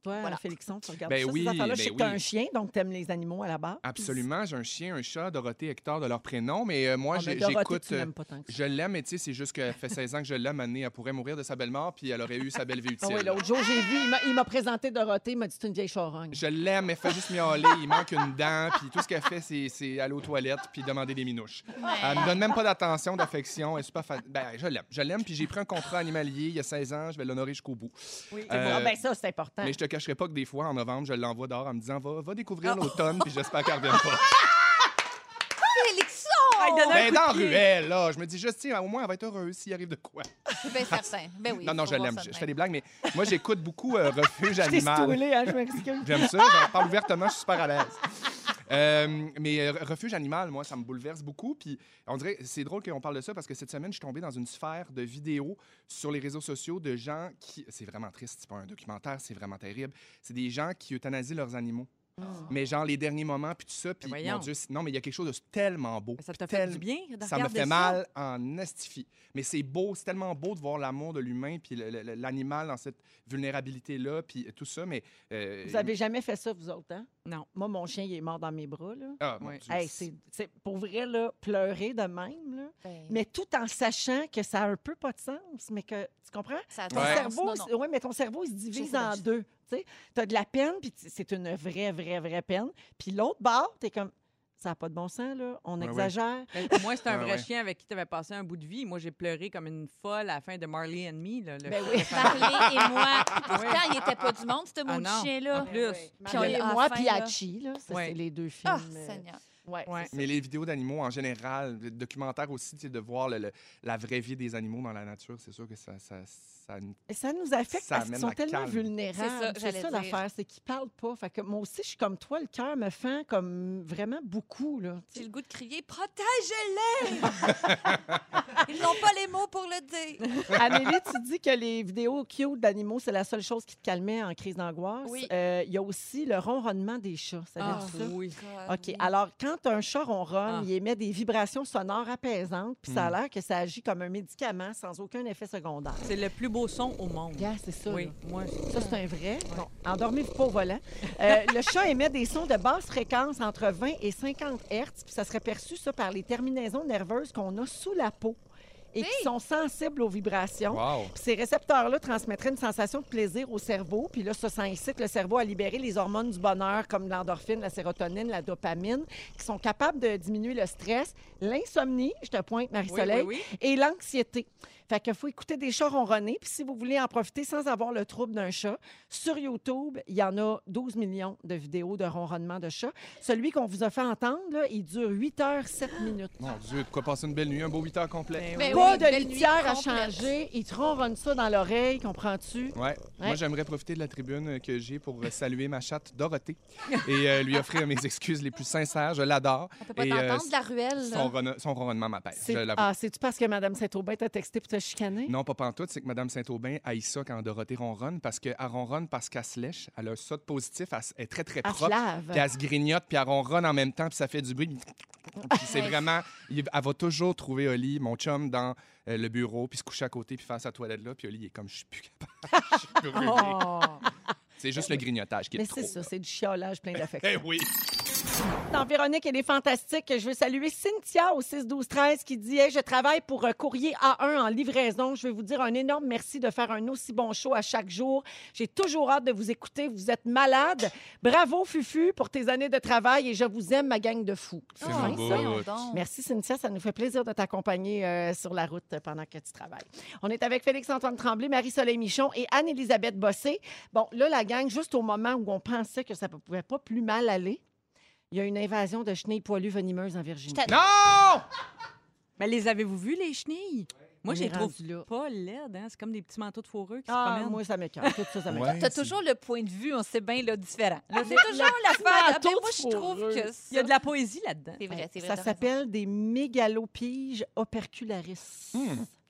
Speaker 1: Toi,
Speaker 3: Voilà.
Speaker 1: Félixon, tu regardes
Speaker 2: Ben
Speaker 1: ça,
Speaker 2: oui,
Speaker 1: ces affaires-là. Je
Speaker 2: ben
Speaker 1: sais que t'as
Speaker 2: oui.
Speaker 1: un chien, donc t'aimes les animaux à la base.
Speaker 2: Absolument, j'ai un chien, un chat, Dorothée, Hector, de leur prénom, mais euh, moi,
Speaker 1: Ah, mais
Speaker 2: j'ai-
Speaker 1: Dorothée,
Speaker 2: j'écoute...
Speaker 1: tu
Speaker 2: euh,
Speaker 1: n'aimes pas tant que ça.
Speaker 2: Je l'aime, mais tu sais, c'est juste que fait 16 ans que je l'aime, Année, elle pourrait mourir de sa belle mort, puis elle aurait eu sa belle vie
Speaker 1: Ah
Speaker 2: utile.
Speaker 1: oui, l'autre jour, j'ai vu, il m'a- il m'a présenté Dorothée, il m'a dit c'est une vieille charogne.
Speaker 2: Je l'aime, mais fait juste miauler, il manque une dent, puis tout ce qu'elle fait, c'est- c'est aller aux toilettes, puis demander des minouches. Elle me donne même pas d'attention, d'affection, elle est super fa- Ben, je l'aime, je l'aime, puis j'ai pris un contrat animalier il y a 16 ans, je vais l'honorer jusqu'au bout.
Speaker 1: Oui,
Speaker 2: Euh,
Speaker 1: ah, ben ça, c'est important.
Speaker 2: Mais je te cacherai pas que des fois, en novembre, je l'envoie dehors en me disant va, va
Speaker 1: Ah.
Speaker 2: découvrir l'automne, puis j'espère
Speaker 1: *laughs*
Speaker 2: qu'elle revient pas.
Speaker 3: Félixon!
Speaker 4: Hey, donne-le un
Speaker 2: Ben,
Speaker 4: coup de
Speaker 2: dans
Speaker 4: pied.
Speaker 2: ruelle, là. Je me dis juste, tiens, au moins, elle va être heureuse s'il arrive de quoi.
Speaker 3: Ben, certain. Ben oui.
Speaker 2: non, non,
Speaker 3: faut
Speaker 2: je
Speaker 3: voir
Speaker 2: l'aime.
Speaker 3: ça de
Speaker 2: Je, je
Speaker 3: même.
Speaker 2: fais des blagues, mais moi, j'écoute
Speaker 3: *laughs*
Speaker 2: beaucoup euh, Refuge
Speaker 1: Je t'ai
Speaker 2: Animal.
Speaker 1: stoulé, hein, je
Speaker 2: *laughs*
Speaker 1: m'excuse.
Speaker 2: J'aime ça, j'en parle ouvertement, je suis super à l'aise. Euh, mais euh, refuge animal, moi, ça me bouleverse beaucoup. Puis on dirait, c'est drôle qu'on parle de ça parce que cette semaine, je suis tombé dans une sphère de vidéos sur les réseaux sociaux de gens qui. C'est vraiment triste, c'est pas un documentaire, c'est vraiment terrible. C'est des gens qui euthanasient leurs animaux.
Speaker 3: Oh.
Speaker 2: mais genre les derniers moments, puis tout ça.
Speaker 3: Ben
Speaker 2: Puis,
Speaker 4: voyons.
Speaker 2: mon Dieu, c'est- non, mais il y a quelque chose de tellement beau.
Speaker 4: Ça
Speaker 2: puis
Speaker 4: t'a fait
Speaker 2: tel-
Speaker 4: du bien de
Speaker 2: ça me
Speaker 4: regarder
Speaker 2: fait mal en estifie. Mais c'est beau, c'est tellement beau de voir l'amour de l'humain, puis le- le- le- l'animal dans cette vulnérabilité-là, puis tout ça, mais... euh,
Speaker 1: Vous avez jamais fait ça, vous autres, hein?
Speaker 4: Non.
Speaker 1: Moi, mon chien, il est mort dans mes bras, là.
Speaker 2: Ah, mon
Speaker 4: Ouais.
Speaker 2: Dieu,
Speaker 1: Hey, c'est, c'est- pour vrai, là, pleurer de même, là.
Speaker 3: Ben,
Speaker 1: Mais tout en sachant que ça a un peu pas de sens, mais que, tu comprends?
Speaker 3: ça a
Speaker 1: Ton
Speaker 3: du sens.
Speaker 1: cerveau,
Speaker 3: Non, non.
Speaker 1: il- ouais, mais ton cerveau, il se divise
Speaker 3: sais,
Speaker 1: en
Speaker 3: je-
Speaker 1: deux. Tu as de la peine, puis t- c'est une vraie, vraie, vraie peine. Puis l'autre bord, tu es comme, ça n'a pas de bon sens, là, on
Speaker 2: Ouais, ouais.
Speaker 1: exagère.
Speaker 2: *laughs*
Speaker 4: Ben, pour moi, c'est un
Speaker 2: Ouais,
Speaker 4: vrai
Speaker 2: ouais.
Speaker 4: chien avec qui tu avais passé un bout de vie. Moi, j'ai pleuré comme une folle à la fin de Marley and Me. Là, le
Speaker 1: Ben
Speaker 4: film
Speaker 1: oui.
Speaker 4: de famille.
Speaker 3: Parler et moi. Puis
Speaker 4: Ah
Speaker 3: Pourtant, il n'était pas du monde, ce mot de
Speaker 4: non. Ah,
Speaker 3: chien-là.
Speaker 4: En
Speaker 1: Ben
Speaker 4: plus.
Speaker 3: Puis on
Speaker 1: Marie
Speaker 3: l'a
Speaker 1: et moi,
Speaker 3: enfin,
Speaker 1: Ah, puis
Speaker 3: là.
Speaker 1: Hachi, là, ça,
Speaker 4: Ouais.
Speaker 1: c'est les deux films.
Speaker 3: Ah,
Speaker 1: euh,
Speaker 3: Seigneur.
Speaker 1: ouais,
Speaker 4: Ouais.
Speaker 1: c'est ça.
Speaker 2: Mais les vidéos d'animaux en général, le documentaire aussi, tu sais, de voir le- le- la vraie vie des animaux dans la nature, c'est sûr que ça, ça, ça-
Speaker 1: Et ça nous affecte
Speaker 2: Ça
Speaker 1: parce qu'ils
Speaker 2: amène
Speaker 1: sont
Speaker 2: la
Speaker 1: tellement
Speaker 2: calme.
Speaker 3: C'est ça,
Speaker 1: vulnérables. C'est
Speaker 3: j'allais
Speaker 1: ça
Speaker 3: dire.
Speaker 1: l'affaire, c'est qu'ils parlent pas. Fait que moi aussi, je suis comme toi, le cœur me fend comme vraiment beaucoup. Là, tu
Speaker 3: J'ai
Speaker 1: sais.
Speaker 3: le goût de crier Protégez-les! *laughs* Ils n'ont pas les mots pour le dire.
Speaker 1: *laughs* Amélie, tu dis que les vidéos cute d'animaux, c'est la seule chose qui te calmait en crise d'angoisse.
Speaker 3: Oui.
Speaker 1: Euh, Il y a aussi le ronronnement des chats.
Speaker 4: Ah,
Speaker 1: Savais-tu ça?
Speaker 4: oui.
Speaker 3: God,
Speaker 1: OK.
Speaker 3: oui.
Speaker 1: Alors, quand un chat ronronne,
Speaker 4: Ah.
Speaker 1: il émet des vibrations sonores apaisantes, puis ça a
Speaker 2: Mm.
Speaker 1: l'air que ça agit comme un médicament sans aucun effet secondaire.
Speaker 4: C'est le plus beau son au monde.
Speaker 1: Gars, c'est ça.
Speaker 4: Oui,
Speaker 1: là.
Speaker 4: moi, je-
Speaker 1: Ça, c'est un vrai. Bon, endormez-vous pas au volant. Euh, *laughs* le chat émet des sons de basse fréquence entre 20 et 50 Hertz, puis ça serait perçu, ça, par les terminaisons nerveuses qu'on a sous la peau et qui sont sensibles aux vibrations.
Speaker 2: Wow!
Speaker 1: Puis ces récepteurs-là transmettraient une sensation de plaisir au cerveau. Puis là, ça, ça incite le cerveau à libérer les hormones du bonheur comme l'endorphine, la sérotonine, la dopamine, qui sont capables de diminuer le stress, l'insomnie, je te pointe,
Speaker 4: oui,
Speaker 1: Marie-Soleil,
Speaker 4: oui,
Speaker 1: et l'anxiété. Fait que faut écouter des chats ronronner. Puis si vous voulez en profiter sans avoir le trouble d'un chat, sur YouTube, il y en a 12 millions de vidéos de ronronnement de chats. Celui qu'on vous a fait entendre, là, il dure 8 heures 7 minutes.
Speaker 2: Mon Dieu, de quoi passer une belle nuit, un beau 8 heures complet.
Speaker 4: Ben
Speaker 3: Ben
Speaker 1: Pas
Speaker 3: oui,
Speaker 1: de
Speaker 3: belle nuit
Speaker 1: litière à
Speaker 3: complète.
Speaker 1: changer. Il te ronronne ça dans l'oreille, comprends-tu?
Speaker 2: Ouais. Moi, j'aimerais profiter de la tribune euh, que j'ai pour euh, saluer ma chatte Dorothée et euh, lui offrir mes excuses les plus sincères. Je l'adore.
Speaker 3: On peut pas
Speaker 2: Et, euh,
Speaker 3: t'entendre de la ruelle. là.
Speaker 2: Son, ron- son ronronnement m'appelle. Je
Speaker 1: C'est-
Speaker 2: l'avoue.
Speaker 1: Ah, c'est-tu parce que Mme Saint-Aubin t'a texté pour te chicaner?
Speaker 2: Non, pas pantoute, c'est que Mme Saint-Aubin haït ça quand Dorothée ronronne parce qu'elle ronronne parce qu'elle se lèche. Elle a un saut de positif, elle s- elle est très, très
Speaker 1: Elle se
Speaker 2: propre.
Speaker 1: lave.
Speaker 2: Puis elle se grignote, puis elle ronronne en même temps, puis ça fait du bruit. Puis c'est
Speaker 3: Ouais.
Speaker 2: vraiment... il- Elle va toujours trouver Oli, mon chum, dans euh, le bureau, puis se coucher à côté, puis faire sa toilette là. Puis Oli, il est comme, je suis plus capable, *laughs* je suis brûlé. C'est juste le grignotage qui est
Speaker 1: Mais
Speaker 2: trop.
Speaker 1: c'est ça,
Speaker 2: là.
Speaker 1: c'est du chiolage plein d'affection.
Speaker 2: *laughs* Eh oui!
Speaker 1: Dans Véronique, elle est fantastique. Je veux saluer Cynthia au 6-12-13 qui dit Hey, Je travaille pour euh, courrier A1 en livraison. Je veux vous dire un énorme merci de faire un aussi bon show à chaque jour. J'ai toujours hâte de vous écouter. Vous êtes malade. Bravo, Fufu, pour tes années de travail et je vous aime, ma gang de fous.
Speaker 2: C'est
Speaker 3: Ah,
Speaker 2: mon
Speaker 1: Fin,
Speaker 3: oui,
Speaker 2: beau.
Speaker 1: ça?
Speaker 3: voyons donc.
Speaker 1: Merci, Cynthia. Ça nous fait plaisir de t'accompagner euh, sur la route pendant que tu travailles. On est avec Félix-Antoine Tremblay, Marie-Soleil Michon et Anne-Élisabeth Bossé. Bon, là, la gang, juste au moment où on pensait que ça ne pouvait pas plus mal aller, il y a une invasion de chenilles poilues venimeuses en Virginie.
Speaker 3: J'étais-
Speaker 2: Non!
Speaker 4: Mais les avez-vous vus, les chenilles? Moi,
Speaker 1: On est
Speaker 4: je les trouve
Speaker 1: rendu là.
Speaker 4: pas laides. Hein? C'est comme des petits manteaux de fourreux qui se
Speaker 1: Ah,
Speaker 4: promènent.
Speaker 1: moi, ça m'écoeure. Tout ça, ça m'écoeure.
Speaker 3: T'as toujours le point de vue, on sait bien, là, différent. Là, C'est
Speaker 4: Le-
Speaker 3: Ah, toujours la fin.
Speaker 1: manteau
Speaker 3: moi, je
Speaker 1: fourreux.
Speaker 3: trouve que ça...
Speaker 4: Il y a de la poésie là-dedans.
Speaker 3: C'est vrai, c'est vrai.
Speaker 1: Ça
Speaker 3: t'as raison.
Speaker 1: s'appelle des mégalopiges opercularis.
Speaker 2: Hmm.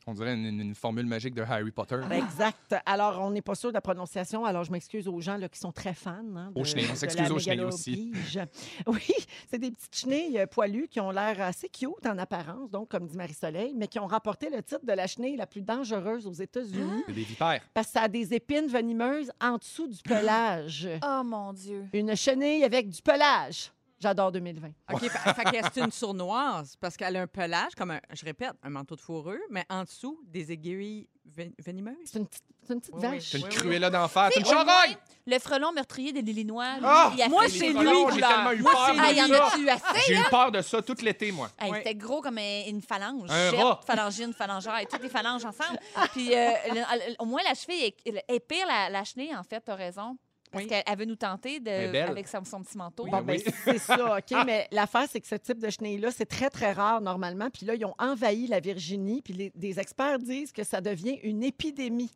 Speaker 2: On dirait une, une formule magique de Harry Potter.
Speaker 1: Exact. Alors, on n'est pas sûr de la prononciation. Alors, je m'excuse aux gens là, qui sont très fans. Hein, de,
Speaker 2: Aux chenilles. On
Speaker 1: de
Speaker 2: s'excuse
Speaker 1: la
Speaker 2: aux chenilles aussi.
Speaker 1: mégalopige. *laughs* Oui, c'est des petites chenilles euh, poilues qui ont l'air assez cute en apparence, donc, comme dit Marie-Soleil, mais qui ont remporté le titre de la chenille la plus dangereuse aux États-Unis
Speaker 2: C'est des vipères.
Speaker 1: parce que ça a des épines venimeuses en dessous
Speaker 2: Ah!
Speaker 1: du pelage.
Speaker 3: Oh mon Dieu.
Speaker 1: Une chenille avec du pelage. J'adore 2020.
Speaker 4: OK, fa- fait que c'est une sournoise parce qu'elle a un pelage, comme un, je répète, un manteau de fourreux, mais en dessous, des aiguilles ven- venimeuses.
Speaker 1: C'est une petite, c'est une petite
Speaker 4: Oui, oui.
Speaker 1: vache.
Speaker 2: T'as une
Speaker 4: Oui, oui.
Speaker 2: cruella d'enfer. T'as une
Speaker 3: Au moins,
Speaker 2: charogne!
Speaker 3: Le frelon meurtrier de l'Illinois, lui,
Speaker 2: Ah!
Speaker 3: il a
Speaker 4: Moi,
Speaker 3: fait
Speaker 4: c'est
Speaker 3: les
Speaker 4: lui.
Speaker 3: frelons
Speaker 2: J'ai
Speaker 3: couleurs.
Speaker 2: tellement eu
Speaker 4: Moi,
Speaker 2: peur
Speaker 4: c'est
Speaker 3: Ah, il y
Speaker 2: de
Speaker 3: en
Speaker 2: ça.
Speaker 3: a-tu assez?
Speaker 2: J'ai eu peur de ça tout l'été, moi.
Speaker 3: Hey,
Speaker 4: Ouais.
Speaker 3: C'était gros comme euh, une phalange.
Speaker 2: Un
Speaker 3: Jette,
Speaker 2: rat.
Speaker 3: Phalangine, phalangère, et toutes les phalanges
Speaker 2: *laughs*
Speaker 3: ensemble. Puis euh, le- le- au moins, la cheville est, elle est pire, la, la chenille, en fait, t'as raison. Parce
Speaker 4: Oui.
Speaker 3: qu'elle veut nous tenter de,
Speaker 2: Elle est belle.
Speaker 3: avec son, son petit manteau.
Speaker 1: Bon,
Speaker 2: Oui,
Speaker 1: ben,
Speaker 2: *laughs*
Speaker 1: c'est ça, OK. Mais l'affaire, c'est que ce type de chenille-là, c'est très, très rare normalement. Puis là, ils ont envahi la Virginie. Puis les- des experts disent que ça devient une épidémie.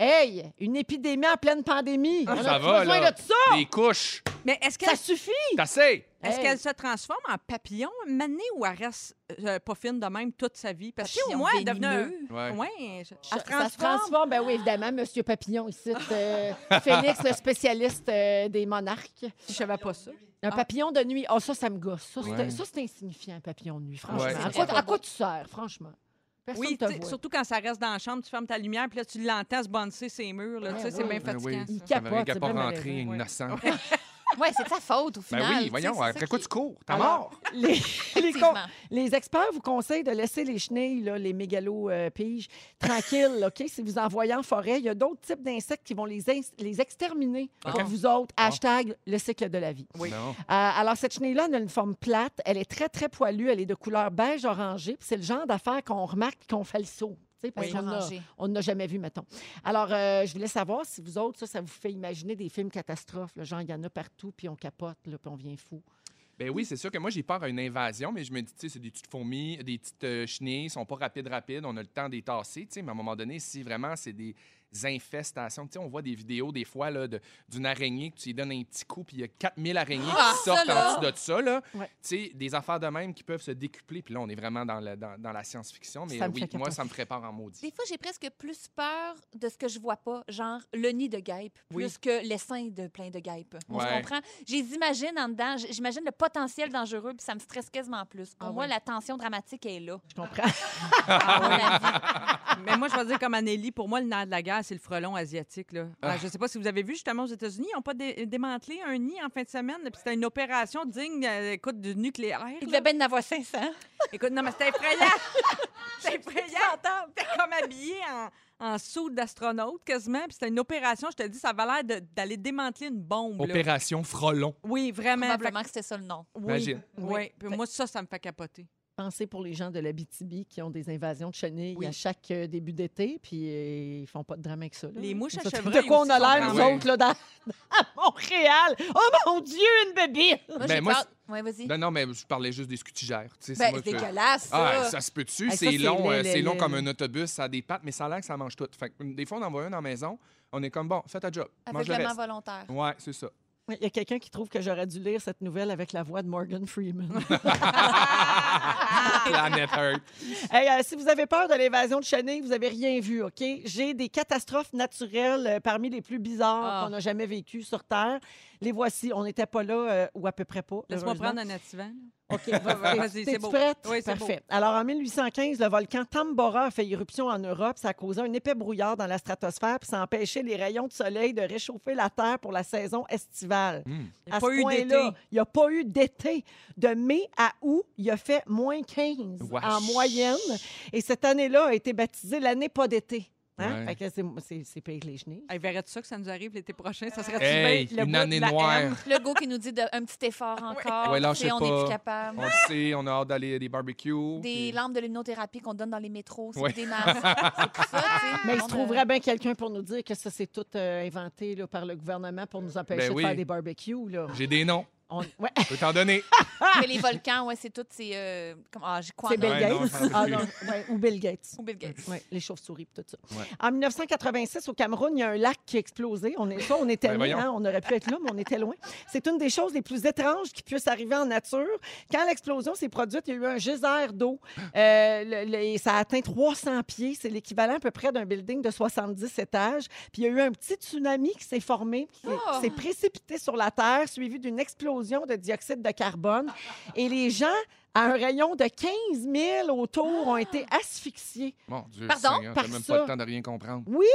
Speaker 1: Hey, une épidémie en pleine pandémie. On
Speaker 2: Ah, Ça
Speaker 1: a
Speaker 2: va,
Speaker 1: besoin
Speaker 2: là.
Speaker 1: de ça.
Speaker 2: Les couches,
Speaker 4: Mais est-ce
Speaker 1: Ça
Speaker 4: qu'elle
Speaker 1: suffit.
Speaker 2: t'assez!
Speaker 4: est-ce
Speaker 1: Hey.
Speaker 4: qu'elle se transforme en papillon manée ou elle reste euh, pas fine de même toute sa vie? Parce que si au moins elle devenait un-
Speaker 2: Ouais.
Speaker 4: Ouais, je-
Speaker 1: Ça
Speaker 4: elle se
Speaker 1: se transforme. Ben oui, évidemment, Monsieur Papillon ici.
Speaker 4: *laughs*
Speaker 1: euh, Félix, le spécialiste euh, des monarques.
Speaker 4: Je savais pas ça.
Speaker 1: Un
Speaker 4: Ah.
Speaker 1: papillon de nuit. Oh, ça, ça me gosse. Ça, c'est
Speaker 2: Ouais.
Speaker 1: ça, c'est insignifiant, un papillon de nuit, franchement.
Speaker 2: Ouais.
Speaker 1: À, quoi, à quoi tu sers, franchement? Personne
Speaker 4: Oui,
Speaker 1: te
Speaker 4: tu sais,
Speaker 1: voit.
Speaker 4: surtout quand ça reste dans la chambre, tu fermes ta lumière, puis là, tu l'entends se boncer ses murs. Là, tu sais,
Speaker 1: Ouais,
Speaker 4: c'est
Speaker 1: oui.
Speaker 4: bien
Speaker 2: Ben oui.
Speaker 4: fatigant.
Speaker 1: Il
Speaker 4: ça.
Speaker 2: Ça m'a
Speaker 1: capote.
Speaker 2: qu'à
Speaker 1: c'est
Speaker 2: pas
Speaker 1: bien
Speaker 2: rentrer
Speaker 4: malaisant, ouais.
Speaker 2: innocent.
Speaker 3: Ouais, c'est de sa faute au final.
Speaker 2: Ben
Speaker 3: tu
Speaker 2: oui,
Speaker 3: sais,
Speaker 2: voyons,
Speaker 3: c'est ça
Speaker 2: après quoi
Speaker 3: qui-
Speaker 2: tu cours? T'as
Speaker 1: Alors,
Speaker 2: mort?
Speaker 1: *laughs* Les, les, con-
Speaker 3: Effectivement.
Speaker 1: les experts vous conseillent de laisser les chenilles, là, les mégalo-piges, euh, tranquilles. OK? Si vous en voyez en forêt, il y a d'autres types d'insectes qui vont les, ins- les exterminer
Speaker 2: OK.
Speaker 1: pour vous autres. Hashtag le cycle de la vie.
Speaker 4: Oui.
Speaker 2: Non.
Speaker 1: Euh, alors, cette chenille-là, elle a une forme plate. Elle est très, très poilue. Elle est de couleur beige orangé. Puis c'est le genre d'affaire qu'on remarque puis qu'on fait le saut. tu sais, Parce
Speaker 3: Oui,
Speaker 1: qu'on a-
Speaker 3: orangé.
Speaker 1: on n'a jamais vu, mettons. Alors, euh, je voulais savoir si vous autres, ça, ça vous fait imaginer des films catastrophes. là, genre, il y en a partout, puis on capote, là, puis on vient fou.
Speaker 2: Ben oui, c'est sûr que moi, j'ai peur à une invasion, mais je me dis, tu sais, c'est des petites fourmis, des petites euh, chenilles, ils sont pas rapides, rapides, on a le temps d'y tasser, tu sais, mais à un moment donné, si vraiment c'est des infestations, tu sais, on voit des vidéos des fois là, de- d'une araignée, que tu lui donnes un petit coup, puis il y a 4000 araignées
Speaker 3: Ah,
Speaker 2: qui
Speaker 3: ça,
Speaker 2: sortent
Speaker 3: là!
Speaker 2: en dessous de ça, là.
Speaker 1: Ouais.
Speaker 2: Tu sais, des affaires de même qui peuvent se décupler, puis là, on est vraiment dans la, dans, dans la science-fiction, mais
Speaker 1: Ça me
Speaker 2: oui,
Speaker 1: fait
Speaker 2: moi,
Speaker 1: capoter.
Speaker 2: ça me prépare en maudit.
Speaker 3: Des fois, j'ai presque plus peur de ce que je vois pas, genre le nid de guêpe,
Speaker 2: Oui.
Speaker 3: plus que les seins de plein de guêpes. On se
Speaker 2: Ouais.
Speaker 3: comprend? J'imagine en dedans, j- j'imagine le potentiel dangereux, puis ça me stresse quasiment plus. Pour
Speaker 1: Ah
Speaker 3: moi,
Speaker 1: ouais.
Speaker 3: la tension dramatique est là.
Speaker 1: Je
Speaker 3: *laughs*
Speaker 1: comprends.
Speaker 3: à mon avis.
Speaker 4: Mais moi, je vais dire comme Anneli, pour moi, le nerf de la guerre, c'est le frelon asiatique. Là.
Speaker 2: Ah.
Speaker 4: Ah, Je ne sais pas si vous avez vu, justement, aux États-unis, ils n'ont pas dé- démantelé un nid en fin de semaine. Puis c'était une opération digne, euh, écoute, du nucléaire.
Speaker 3: *laughs* Il
Speaker 4: là.
Speaker 3: devait bien en avoir hein? 500.
Speaker 4: Écoute, non, mais c'était effrayant. *laughs* c'était effrayant. C'était comme habillé en, en soude d'astronaute, quasiment. Puis c'était une opération, je te dis, ça valait l'air de- d'aller démanteler une bombe. là.
Speaker 2: Opération Frelon,
Speaker 4: Oui, vraiment.
Speaker 3: Probablement que c'était ça le nom.
Speaker 4: Fait que- oui.
Speaker 2: imagine.
Speaker 4: Oui. Puis moi, ça, ça me fait capoter.
Speaker 1: Pensez pour les gens de la BTB qui ont des invasions de chenilles
Speaker 4: Oui.
Speaker 1: à chaque euh, début d'été, puis euh, ils font pas de drame avec ça. là.
Speaker 4: Les mouches à
Speaker 1: Ça,
Speaker 4: chevreuil
Speaker 1: De quoi on a
Speaker 4: aussi sont
Speaker 1: l'air, nous
Speaker 2: grandes.
Speaker 1: autres, là, dans, *laughs* à Montréal? Oh mon Dieu, une bébé!
Speaker 3: Moi,
Speaker 2: Ben,
Speaker 3: j'ai
Speaker 2: moi,
Speaker 3: peur. Ouais, vas-y.
Speaker 2: Non, non, mais je parlais juste des scutigères, tu sais. c'est
Speaker 3: Ben,
Speaker 2: moi
Speaker 3: c'est
Speaker 2: que-
Speaker 3: dégueulasse,
Speaker 2: Ah,
Speaker 3: ça.
Speaker 2: ça se peut-tu?
Speaker 1: Hey, ça,
Speaker 2: c'est
Speaker 1: c'est
Speaker 2: long,
Speaker 1: laid,
Speaker 2: euh,
Speaker 1: laid,
Speaker 2: c'est long
Speaker 1: laid.
Speaker 2: comme un autobus, ça a des pattes, mais ça a l'air que ça mange tout. Fait que, des fois, on envoie un dans la maison, on est comme, bon, fais ta job,
Speaker 3: Avec
Speaker 2: mange le
Speaker 3: la main
Speaker 2: reste.
Speaker 3: volontaire.
Speaker 2: Ouais, c'est ça.
Speaker 1: Il y a quelqu'un qui trouve que j'aurais dû lire cette nouvelle avec la voix de Morgan Freeman.
Speaker 3: Ah.
Speaker 2: Planet Earth.
Speaker 1: *laughs*
Speaker 3: *laughs*
Speaker 1: Hey, euh, si vous avez peur de l'évasion de chenilles, vous n'avez rien vu, OK? J'ai des catastrophes naturelles euh, parmi les plus bizarres
Speaker 4: Ah.
Speaker 1: qu'on a jamais vécues sur Terre. Les voici. On n'était pas là, euh, ou à peu près pas.
Speaker 4: Laisse-moi
Speaker 1: heureusement.
Speaker 4: prendre un activant.
Speaker 1: OK,
Speaker 4: vas- vas-y,
Speaker 1: T'es-
Speaker 4: c'est
Speaker 1: t'es-tu
Speaker 4: beau.
Speaker 1: prête?
Speaker 4: Oui, c'est
Speaker 1: Parfait. Alors, en 1815, le volcan Tambora a fait irruption en Europe. Ça a causé un épais brouillard dans la stratosphère, puis ça a empêché les rayons de soleil de réchauffer la Terre pour la saison estivale.
Speaker 4: Il y a
Speaker 1: À
Speaker 4: pas
Speaker 1: ce
Speaker 4: eu
Speaker 1: point-là,
Speaker 4: d'été.
Speaker 1: il n'y a pas eu d'été. De mai à août, il a fait moins 15
Speaker 2: Wesh.
Speaker 1: en moyenne. Et cette année-là a été baptisée l'année pas d'été. Hein?
Speaker 2: Ouais.
Speaker 1: Fait que c'est- c'est- c'est pire que les chenilles.
Speaker 4: Hey, verrais-tu ça que ça nous arrive l'été prochain? Ça serait-tu
Speaker 3: ben,
Speaker 2: Hey,
Speaker 4: bien le
Speaker 2: une
Speaker 4: bout de
Speaker 2: année
Speaker 4: la
Speaker 2: noire.
Speaker 4: M?
Speaker 3: Le go qui nous dit de- un petit effort encore.
Speaker 2: Ouais,
Speaker 3: tu
Speaker 2: lâchez
Speaker 3: sais, on n'est
Speaker 2: pas.
Speaker 3: plus capable.
Speaker 2: On le sait, on a hâte d'aller à des barbecues.
Speaker 3: Des
Speaker 2: puis-
Speaker 3: lampes de luminothérapie qu'on donne dans les métros, c'est
Speaker 2: Ouais.
Speaker 3: des masques. C'est pour ça, tu sais. euh,
Speaker 1: Mais il
Speaker 3: On
Speaker 1: se
Speaker 3: a-
Speaker 1: trouverait bien quelqu'un pour nous dire que ça, c'est tout euh, inventé là, par le gouvernement pour nous empêcher
Speaker 2: Ben oui.
Speaker 1: de faire des barbecues. Là.
Speaker 2: J'ai des noms.
Speaker 1: On- ouais.
Speaker 2: Je peux
Speaker 3: *laughs*
Speaker 2: t'en donner.
Speaker 3: Mais les volcans, ouais, c'est tout. C'est. euh, comme- ah, je crois
Speaker 1: C'est
Speaker 3: en
Speaker 1: Bill
Speaker 3: eux.
Speaker 2: Ouais, non,
Speaker 1: Gates.
Speaker 2: j'en peux
Speaker 1: Ah
Speaker 2: plus.
Speaker 1: non, ouais, ou Bill Gates.
Speaker 3: Ou Bill Gates.
Speaker 1: Ouais, les chauves-souris et tout ça.
Speaker 2: Ouais.
Speaker 1: En 1986, au Cameroun, il y a un lac qui a explosé. On est, ça, on était
Speaker 2: Ben
Speaker 1: loin.
Speaker 2: voyons.
Speaker 1: hein, on aurait pu être là, mais on était loin. C'est une des choses les plus étranges qui puissent arriver en nature. Quand l'explosion s'est produite, il y a eu un geyser d'eau. Euh, le- le- et ça a atteint 300 pieds. C'est l'équivalent à peu près d'un building de 70 étages. Puis il y a eu un petit tsunami qui s'est formé, qui
Speaker 2: Ah!
Speaker 3: Oh!
Speaker 1: s'est précipité sur la Terre, suivi d'une explosion de dioxyde de carbone. Et les gens, à un rayon de 15 000 autour, ont été asphyxiés.
Speaker 2: Mon Dieu,
Speaker 3: Pardon?
Speaker 2: Seigneur,
Speaker 1: Par
Speaker 2: t'as même
Speaker 1: ça.
Speaker 2: pas le temps de rien comprendre.
Speaker 1: Oui.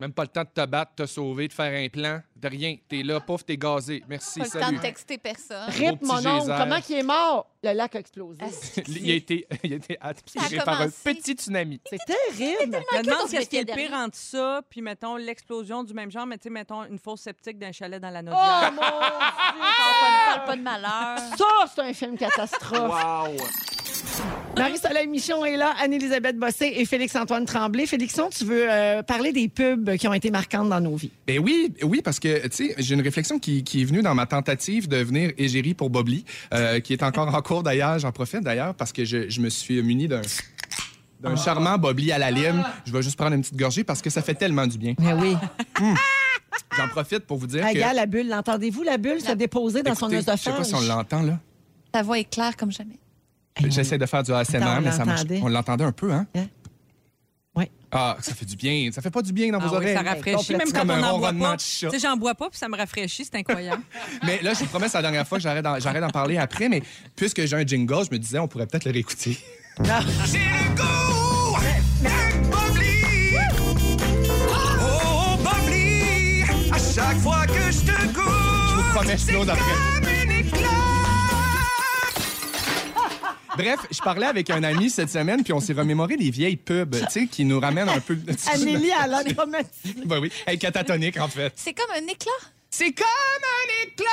Speaker 2: Même pas le temps de te battre, de te sauver, de faire un plan, de rien. T'es là, pouf, t'es gazé. Merci,
Speaker 3: Pas le temps
Speaker 2: salut. *laughs*
Speaker 3: de texter
Speaker 1: *laughs*
Speaker 3: personne.
Speaker 2: Gros
Speaker 1: Rip,
Speaker 2: petit
Speaker 1: mon oncle,
Speaker 2: geyser.
Speaker 1: comment qu'il est mort? Le lac a explosé.
Speaker 2: Ah, il, a été, *laughs* il a été aspiré
Speaker 3: Ça a
Speaker 2: par un
Speaker 3: commencé.
Speaker 2: petit tsunami.
Speaker 1: C'est terrible.
Speaker 4: Je me
Speaker 3: dans
Speaker 4: demande
Speaker 3: ce
Speaker 4: qu'est-ce qui est le
Speaker 3: week-end
Speaker 4: pire
Speaker 3: dernier.
Speaker 4: entre ça, puis mettons l'explosion du même genre, mais tu sais, mettons une fosse septique d'un chalet dans
Speaker 1: *laughs*
Speaker 4: la
Speaker 1: Oh
Speaker 4: Naudière.
Speaker 1: mon
Speaker 3: On
Speaker 1: Dieu!
Speaker 3: parle pas de malheur.
Speaker 1: Ça, c'est un film catastrophe.
Speaker 2: Wow!
Speaker 1: Marie-Soleil Michon est là, Anne-Élisabeth Bossé et Félix-Antoine Tremblay. Félixon, tu veux euh, parler des pubs qui ont été marquantes dans nos vies.
Speaker 2: Ben oui, oui, parce que, tu sais, j'ai une réflexion qui, qui est venue dans ma tentative de venir égérie pour Bobli, euh, qui est encore en cours d'ailleurs. J'en profite d'ailleurs parce que je, je me suis muni d'un
Speaker 1: Ah.
Speaker 2: d'un charmant bobli à la lime. Je vais juste prendre une petite gorgée parce que ça fait tellement du bien.
Speaker 1: Mais oui.
Speaker 2: J'en profite pour vous dire que...
Speaker 1: Ah, Regarde la bulle. L'entendez-vous, la bulle se déposer dans son
Speaker 2: Écoutez, je
Speaker 1: œsophage?
Speaker 2: sais pas si on l'entend, là.
Speaker 3: Ta voix est claire comme jamais.
Speaker 2: J'essaie de faire du ASMR,
Speaker 1: Attends, on
Speaker 2: mais ça marche.
Speaker 1: l'entendait.
Speaker 2: On l'entendait un peu, hein?
Speaker 1: Hein? Oui.
Speaker 2: Ah, ça fait du bien. Ça fait pas du bien dans
Speaker 4: Ah
Speaker 2: vos
Speaker 4: oui,
Speaker 2: oreilles.
Speaker 4: ça rafraîchit,
Speaker 2: complètement.
Speaker 4: même quand
Speaker 2: Comme
Speaker 4: on
Speaker 2: un
Speaker 4: n'en boit
Speaker 2: ronronnement
Speaker 4: pas.
Speaker 2: de
Speaker 4: Tu
Speaker 2: chat.
Speaker 4: sais, j'en bois pas, puis ça me rafraîchit, c'est incroyable.
Speaker 2: Mais là, je vous promets, c'est la dernière fois que j'arrête d'en- j'arrête d'en parler après, mais puisque j'ai un jingle, je me disais, on pourrait peut-être le réécouter. *laughs*
Speaker 5: J'ai le goût d'un bubbly. Oh, bubbly. À chaque fois que je te goûte,
Speaker 2: vous promets, je
Speaker 5: c'est
Speaker 2: close après.
Speaker 5: comme un éclat.
Speaker 2: Bref, je parlais avec un ami cette semaine, puis on s'est remémoré des vieilles pubs, tu sais, qui nous ramènent un peu...
Speaker 1: Amélie à l'andromatique.
Speaker 2: *laughs* Ben oui, elle est catatonique, en fait.
Speaker 3: C'est comme un éclat.
Speaker 2: C'est comme un éclat!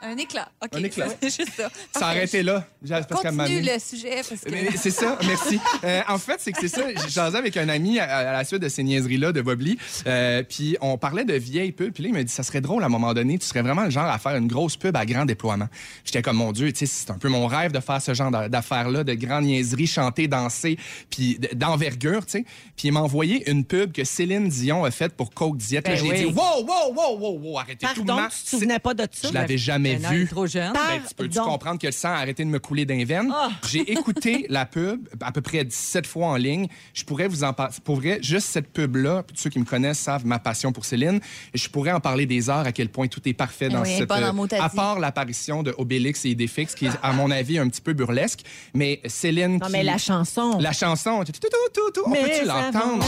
Speaker 3: Un éclat. OK.
Speaker 2: Un éclat.
Speaker 3: *laughs* C'est juste ça.
Speaker 2: Ça a arrêté là. Parce qu'elle m'a
Speaker 3: Continue
Speaker 2: mis-
Speaker 3: le sujet. Parce que...
Speaker 2: Mais C'est ça, merci. Euh, en fait, c'est que c'est ça. J'ai jasé avec un ami à, à la suite de ces niaiseries-là de Bobli. Euh, puis on parlait de vieilles pubs. Puis là, il m'a dit ça serait drôle à un moment donné. Tu serais vraiment le genre à faire une grosse pub à grand déploiement. J'étais comme, mon Dieu, tu sais, c'est un peu mon rêve de faire ce genre d'a- d'affaires-là, de grandes niaiseries, chanter, danser, puis d- d'envergure, tu sais. Puis il m'a envoyé une pub que Céline Dion a faite pour Coke Diet. Là,
Speaker 4: Ben
Speaker 2: J'ai
Speaker 4: oui.
Speaker 2: dit, wow, wow, wow, wow, wow, arrêtez tout le
Speaker 1: Pardon,
Speaker 2: monde.
Speaker 1: tu te souvenais pas de ça?
Speaker 2: Je l'avais jamais
Speaker 4: Ben non, il est
Speaker 2: vu.
Speaker 4: trop jeune.
Speaker 1: Ah,
Speaker 2: Ben, tu peux-tu
Speaker 1: Pardon.
Speaker 2: comprendre que le sang a arrêté de me couler d'un veine?
Speaker 1: Ah.
Speaker 2: *laughs* J'ai écouté la pub à peu près 17 fois en ligne. Je pourrais vous en parler. Pour vrai, juste cette pub-là, puis ceux qui me connaissent savent ma passion pour Céline. Je pourrais en parler des heures à quel point tout est parfait dans
Speaker 3: Oui,
Speaker 2: cette. euh,
Speaker 3: bon, en mot, t'as
Speaker 2: à
Speaker 3: dit.
Speaker 2: part l'apparition de Obélix et Idéfix, qui est, à mon avis, un petit peu burlesque. Mais Céline.
Speaker 1: Non,
Speaker 2: qui-
Speaker 1: mais la chanson.
Speaker 2: La chanson. Tout, tout, tout, tout, On
Speaker 1: Mais
Speaker 2: peut-tu
Speaker 1: ça va.
Speaker 2: l'entendre?